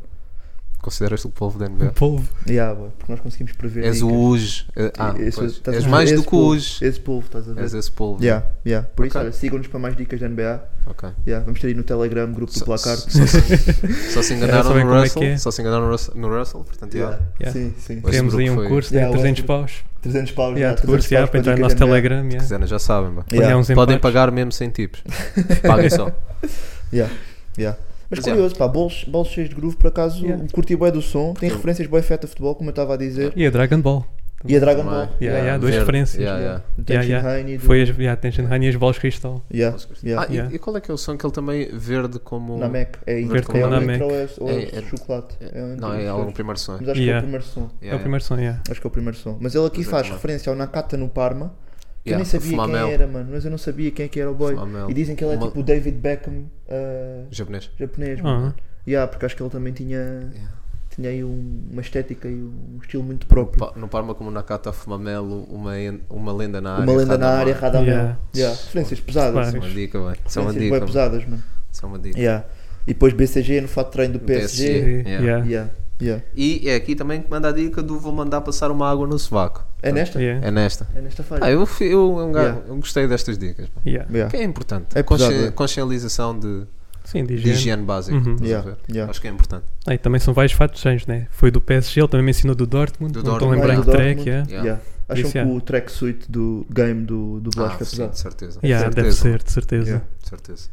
[SPEAKER 7] Consideras-te o povo da NBA?
[SPEAKER 2] Polvo.
[SPEAKER 6] Yeah, bué, porque nós conseguimos prever.
[SPEAKER 7] És o
[SPEAKER 6] dicas.
[SPEAKER 7] Uj. Ah,
[SPEAKER 6] Esse-
[SPEAKER 7] pois.
[SPEAKER 6] estás a
[SPEAKER 7] És
[SPEAKER 6] ver?
[SPEAKER 7] mais do
[SPEAKER 6] Esse
[SPEAKER 7] que o
[SPEAKER 6] polvo,
[SPEAKER 7] Uj.
[SPEAKER 6] Esse polvo, estás a ver?
[SPEAKER 2] É.
[SPEAKER 7] És esse povo.
[SPEAKER 6] Yeah, yeah. Por isso,
[SPEAKER 7] Ok.
[SPEAKER 6] olha, sigam-nos para mais dicas da NBA.
[SPEAKER 7] Ok.
[SPEAKER 6] Yeah, vamos ter aí no Telegram, grupo do
[SPEAKER 7] Só-
[SPEAKER 6] placar.
[SPEAKER 7] Só se- só
[SPEAKER 2] [laughs]
[SPEAKER 7] se
[SPEAKER 2] Yeah,
[SPEAKER 7] enganaram
[SPEAKER 2] sabem
[SPEAKER 7] no
[SPEAKER 2] como é que
[SPEAKER 7] Russell.
[SPEAKER 2] é.
[SPEAKER 7] Só se enganaram no Russell- no Russell, portanto, yeah.
[SPEAKER 2] Yeah.
[SPEAKER 6] Sim, sim.
[SPEAKER 7] Esse
[SPEAKER 2] Temos
[SPEAKER 7] grupo
[SPEAKER 2] aí um
[SPEAKER 7] foi-
[SPEAKER 2] curso,
[SPEAKER 6] Yeah,
[SPEAKER 2] né?
[SPEAKER 6] o
[SPEAKER 2] 300 paus.
[SPEAKER 6] 300 paus.
[SPEAKER 2] Yeah,
[SPEAKER 6] já,
[SPEAKER 2] de curso,
[SPEAKER 6] 300
[SPEAKER 2] yeah,
[SPEAKER 6] paus
[SPEAKER 2] para entrar no
[SPEAKER 6] dica
[SPEAKER 2] nosso
[SPEAKER 6] da NBA.
[SPEAKER 2] Telegram. yeah.
[SPEAKER 7] Quiserem, já sabem. bah.
[SPEAKER 6] Yeah,
[SPEAKER 2] Apanhar uns
[SPEAKER 7] Podem
[SPEAKER 2] empates.
[SPEAKER 7] pagar mesmo sem tipos. Paguem só.
[SPEAKER 6] [laughs] yeah, yeah. Mas
[SPEAKER 7] Mas,
[SPEAKER 6] curioso, pá, bolos, bolos cheios de groove, por acaso,
[SPEAKER 2] Yeah.
[SPEAKER 6] curti bem do som, tem referências bem feta a futebol, como eu estava a dizer.
[SPEAKER 2] E a Dragon Ball.
[SPEAKER 6] E a Dragon
[SPEAKER 7] Também.
[SPEAKER 6] Ball.
[SPEAKER 2] Yeah, yeah, duas
[SPEAKER 7] é? verde.
[SPEAKER 2] referências,
[SPEAKER 7] Yeah,
[SPEAKER 6] Yeah.
[SPEAKER 7] yeah.
[SPEAKER 6] Do
[SPEAKER 2] Yeah,
[SPEAKER 6] Tenshin
[SPEAKER 2] yeah.
[SPEAKER 6] Heine e do-
[SPEAKER 2] Foi as, yeah, Tenshinhan e as bolas de cristal.
[SPEAKER 6] Yeah, yeah.
[SPEAKER 7] Ah, e-
[SPEAKER 2] Yeah.
[SPEAKER 7] E, qual é que é o som que ele também verde como.
[SPEAKER 6] Namek. É
[SPEAKER 7] Verde
[SPEAKER 6] intro,
[SPEAKER 7] como
[SPEAKER 6] é o
[SPEAKER 2] Namek.
[SPEAKER 6] intro ou é- ou é,
[SPEAKER 7] Ah, É- é-
[SPEAKER 6] chocolate. É um
[SPEAKER 7] Não,
[SPEAKER 6] dos
[SPEAKER 7] é
[SPEAKER 6] dois.
[SPEAKER 7] algum primeiro som.
[SPEAKER 6] Mas acho
[SPEAKER 2] Yeah.
[SPEAKER 6] que é o primeiro som.
[SPEAKER 2] É o
[SPEAKER 7] Yeah,
[SPEAKER 2] primeiro som, yeah.
[SPEAKER 6] Acho que é o primeiro som. Mas ele aqui
[SPEAKER 7] Mas é
[SPEAKER 6] faz
[SPEAKER 7] também.
[SPEAKER 6] referência ao Nakata no Parma. Que eu
[SPEAKER 7] Yeah,
[SPEAKER 6] nem
[SPEAKER 7] o
[SPEAKER 6] sabia
[SPEAKER 7] Flamel.
[SPEAKER 6] quem era, mano. Mas eu não sabia quem é que era o boy.
[SPEAKER 7] Flamel.
[SPEAKER 6] E dizem que ele é
[SPEAKER 7] Uma-
[SPEAKER 6] tipo o David Beckham ah,
[SPEAKER 7] Japonês.
[SPEAKER 6] japonês, mano.
[SPEAKER 2] Ah,
[SPEAKER 6] Yeah, porque acho que ele também tinha,
[SPEAKER 7] Yeah.
[SPEAKER 6] tinha aí um- uma estética e um estilo muito próprio.
[SPEAKER 7] Pa- No Parma como Nakata Fumamelo, uma, en- uma lenda na área.
[SPEAKER 6] uma lenda na
[SPEAKER 7] Radamar.
[SPEAKER 6] área, Radamel.
[SPEAKER 2] Yeah.
[SPEAKER 6] Yeah. Referências pesadas.
[SPEAKER 2] Claro.
[SPEAKER 7] Isso é uma dica, bem. Isso é uma
[SPEAKER 6] Referências bem
[SPEAKER 7] dica. mano.
[SPEAKER 6] pesadas, mano.
[SPEAKER 7] Isso é uma dica.
[SPEAKER 6] Yeah. E depois BCG no fato de treino do
[SPEAKER 7] PSG.
[SPEAKER 6] PSG.
[SPEAKER 2] yeah.
[SPEAKER 7] Yeah.
[SPEAKER 2] yeah.
[SPEAKER 6] Yeah. Yeah.
[SPEAKER 7] E é aqui também que manda a dica do vou mandar passar uma água no sovaco.
[SPEAKER 6] É nesta?
[SPEAKER 2] yeah.
[SPEAKER 7] É nesta.
[SPEAKER 6] É nesta fase.
[SPEAKER 7] Ah, eu, fi- eu, eu-
[SPEAKER 6] Yeah.
[SPEAKER 7] eu gostei destas dicas. pá.
[SPEAKER 2] yeah.
[SPEAKER 6] Yeah.
[SPEAKER 7] Que é importante.
[SPEAKER 6] É pesado,
[SPEAKER 7] Consci-
[SPEAKER 6] é.
[SPEAKER 7] Consciencialização de,
[SPEAKER 2] Sim, de
[SPEAKER 7] de
[SPEAKER 2] higiene.
[SPEAKER 7] higiene básica.
[SPEAKER 2] Uhum.
[SPEAKER 7] estás a
[SPEAKER 6] Yeah,
[SPEAKER 7] ver?
[SPEAKER 6] yeah.
[SPEAKER 7] Acho que é importante.
[SPEAKER 2] Ah, e também são vários fatos changes, né? Foi do PSG, ele também me ensinou do Dortmund.
[SPEAKER 7] Do
[SPEAKER 2] não estou a
[SPEAKER 7] Dortmund.
[SPEAKER 2] lembrar
[SPEAKER 6] Ah,
[SPEAKER 2] em
[SPEAKER 6] do
[SPEAKER 2] que track, yeah.
[SPEAKER 6] Dortmund.
[SPEAKER 7] Yeah.
[SPEAKER 6] Yeah. Acham
[SPEAKER 2] Isso,
[SPEAKER 6] que
[SPEAKER 2] yeah.
[SPEAKER 6] o tracksuit do game do, do Blasco
[SPEAKER 7] Ah,
[SPEAKER 6] é
[SPEAKER 7] sim,
[SPEAKER 6] pesado?
[SPEAKER 7] de certeza.
[SPEAKER 2] Yeah,
[SPEAKER 7] de certeza.
[SPEAKER 2] deve ser, de certeza.
[SPEAKER 6] Yeah.
[SPEAKER 7] De certeza.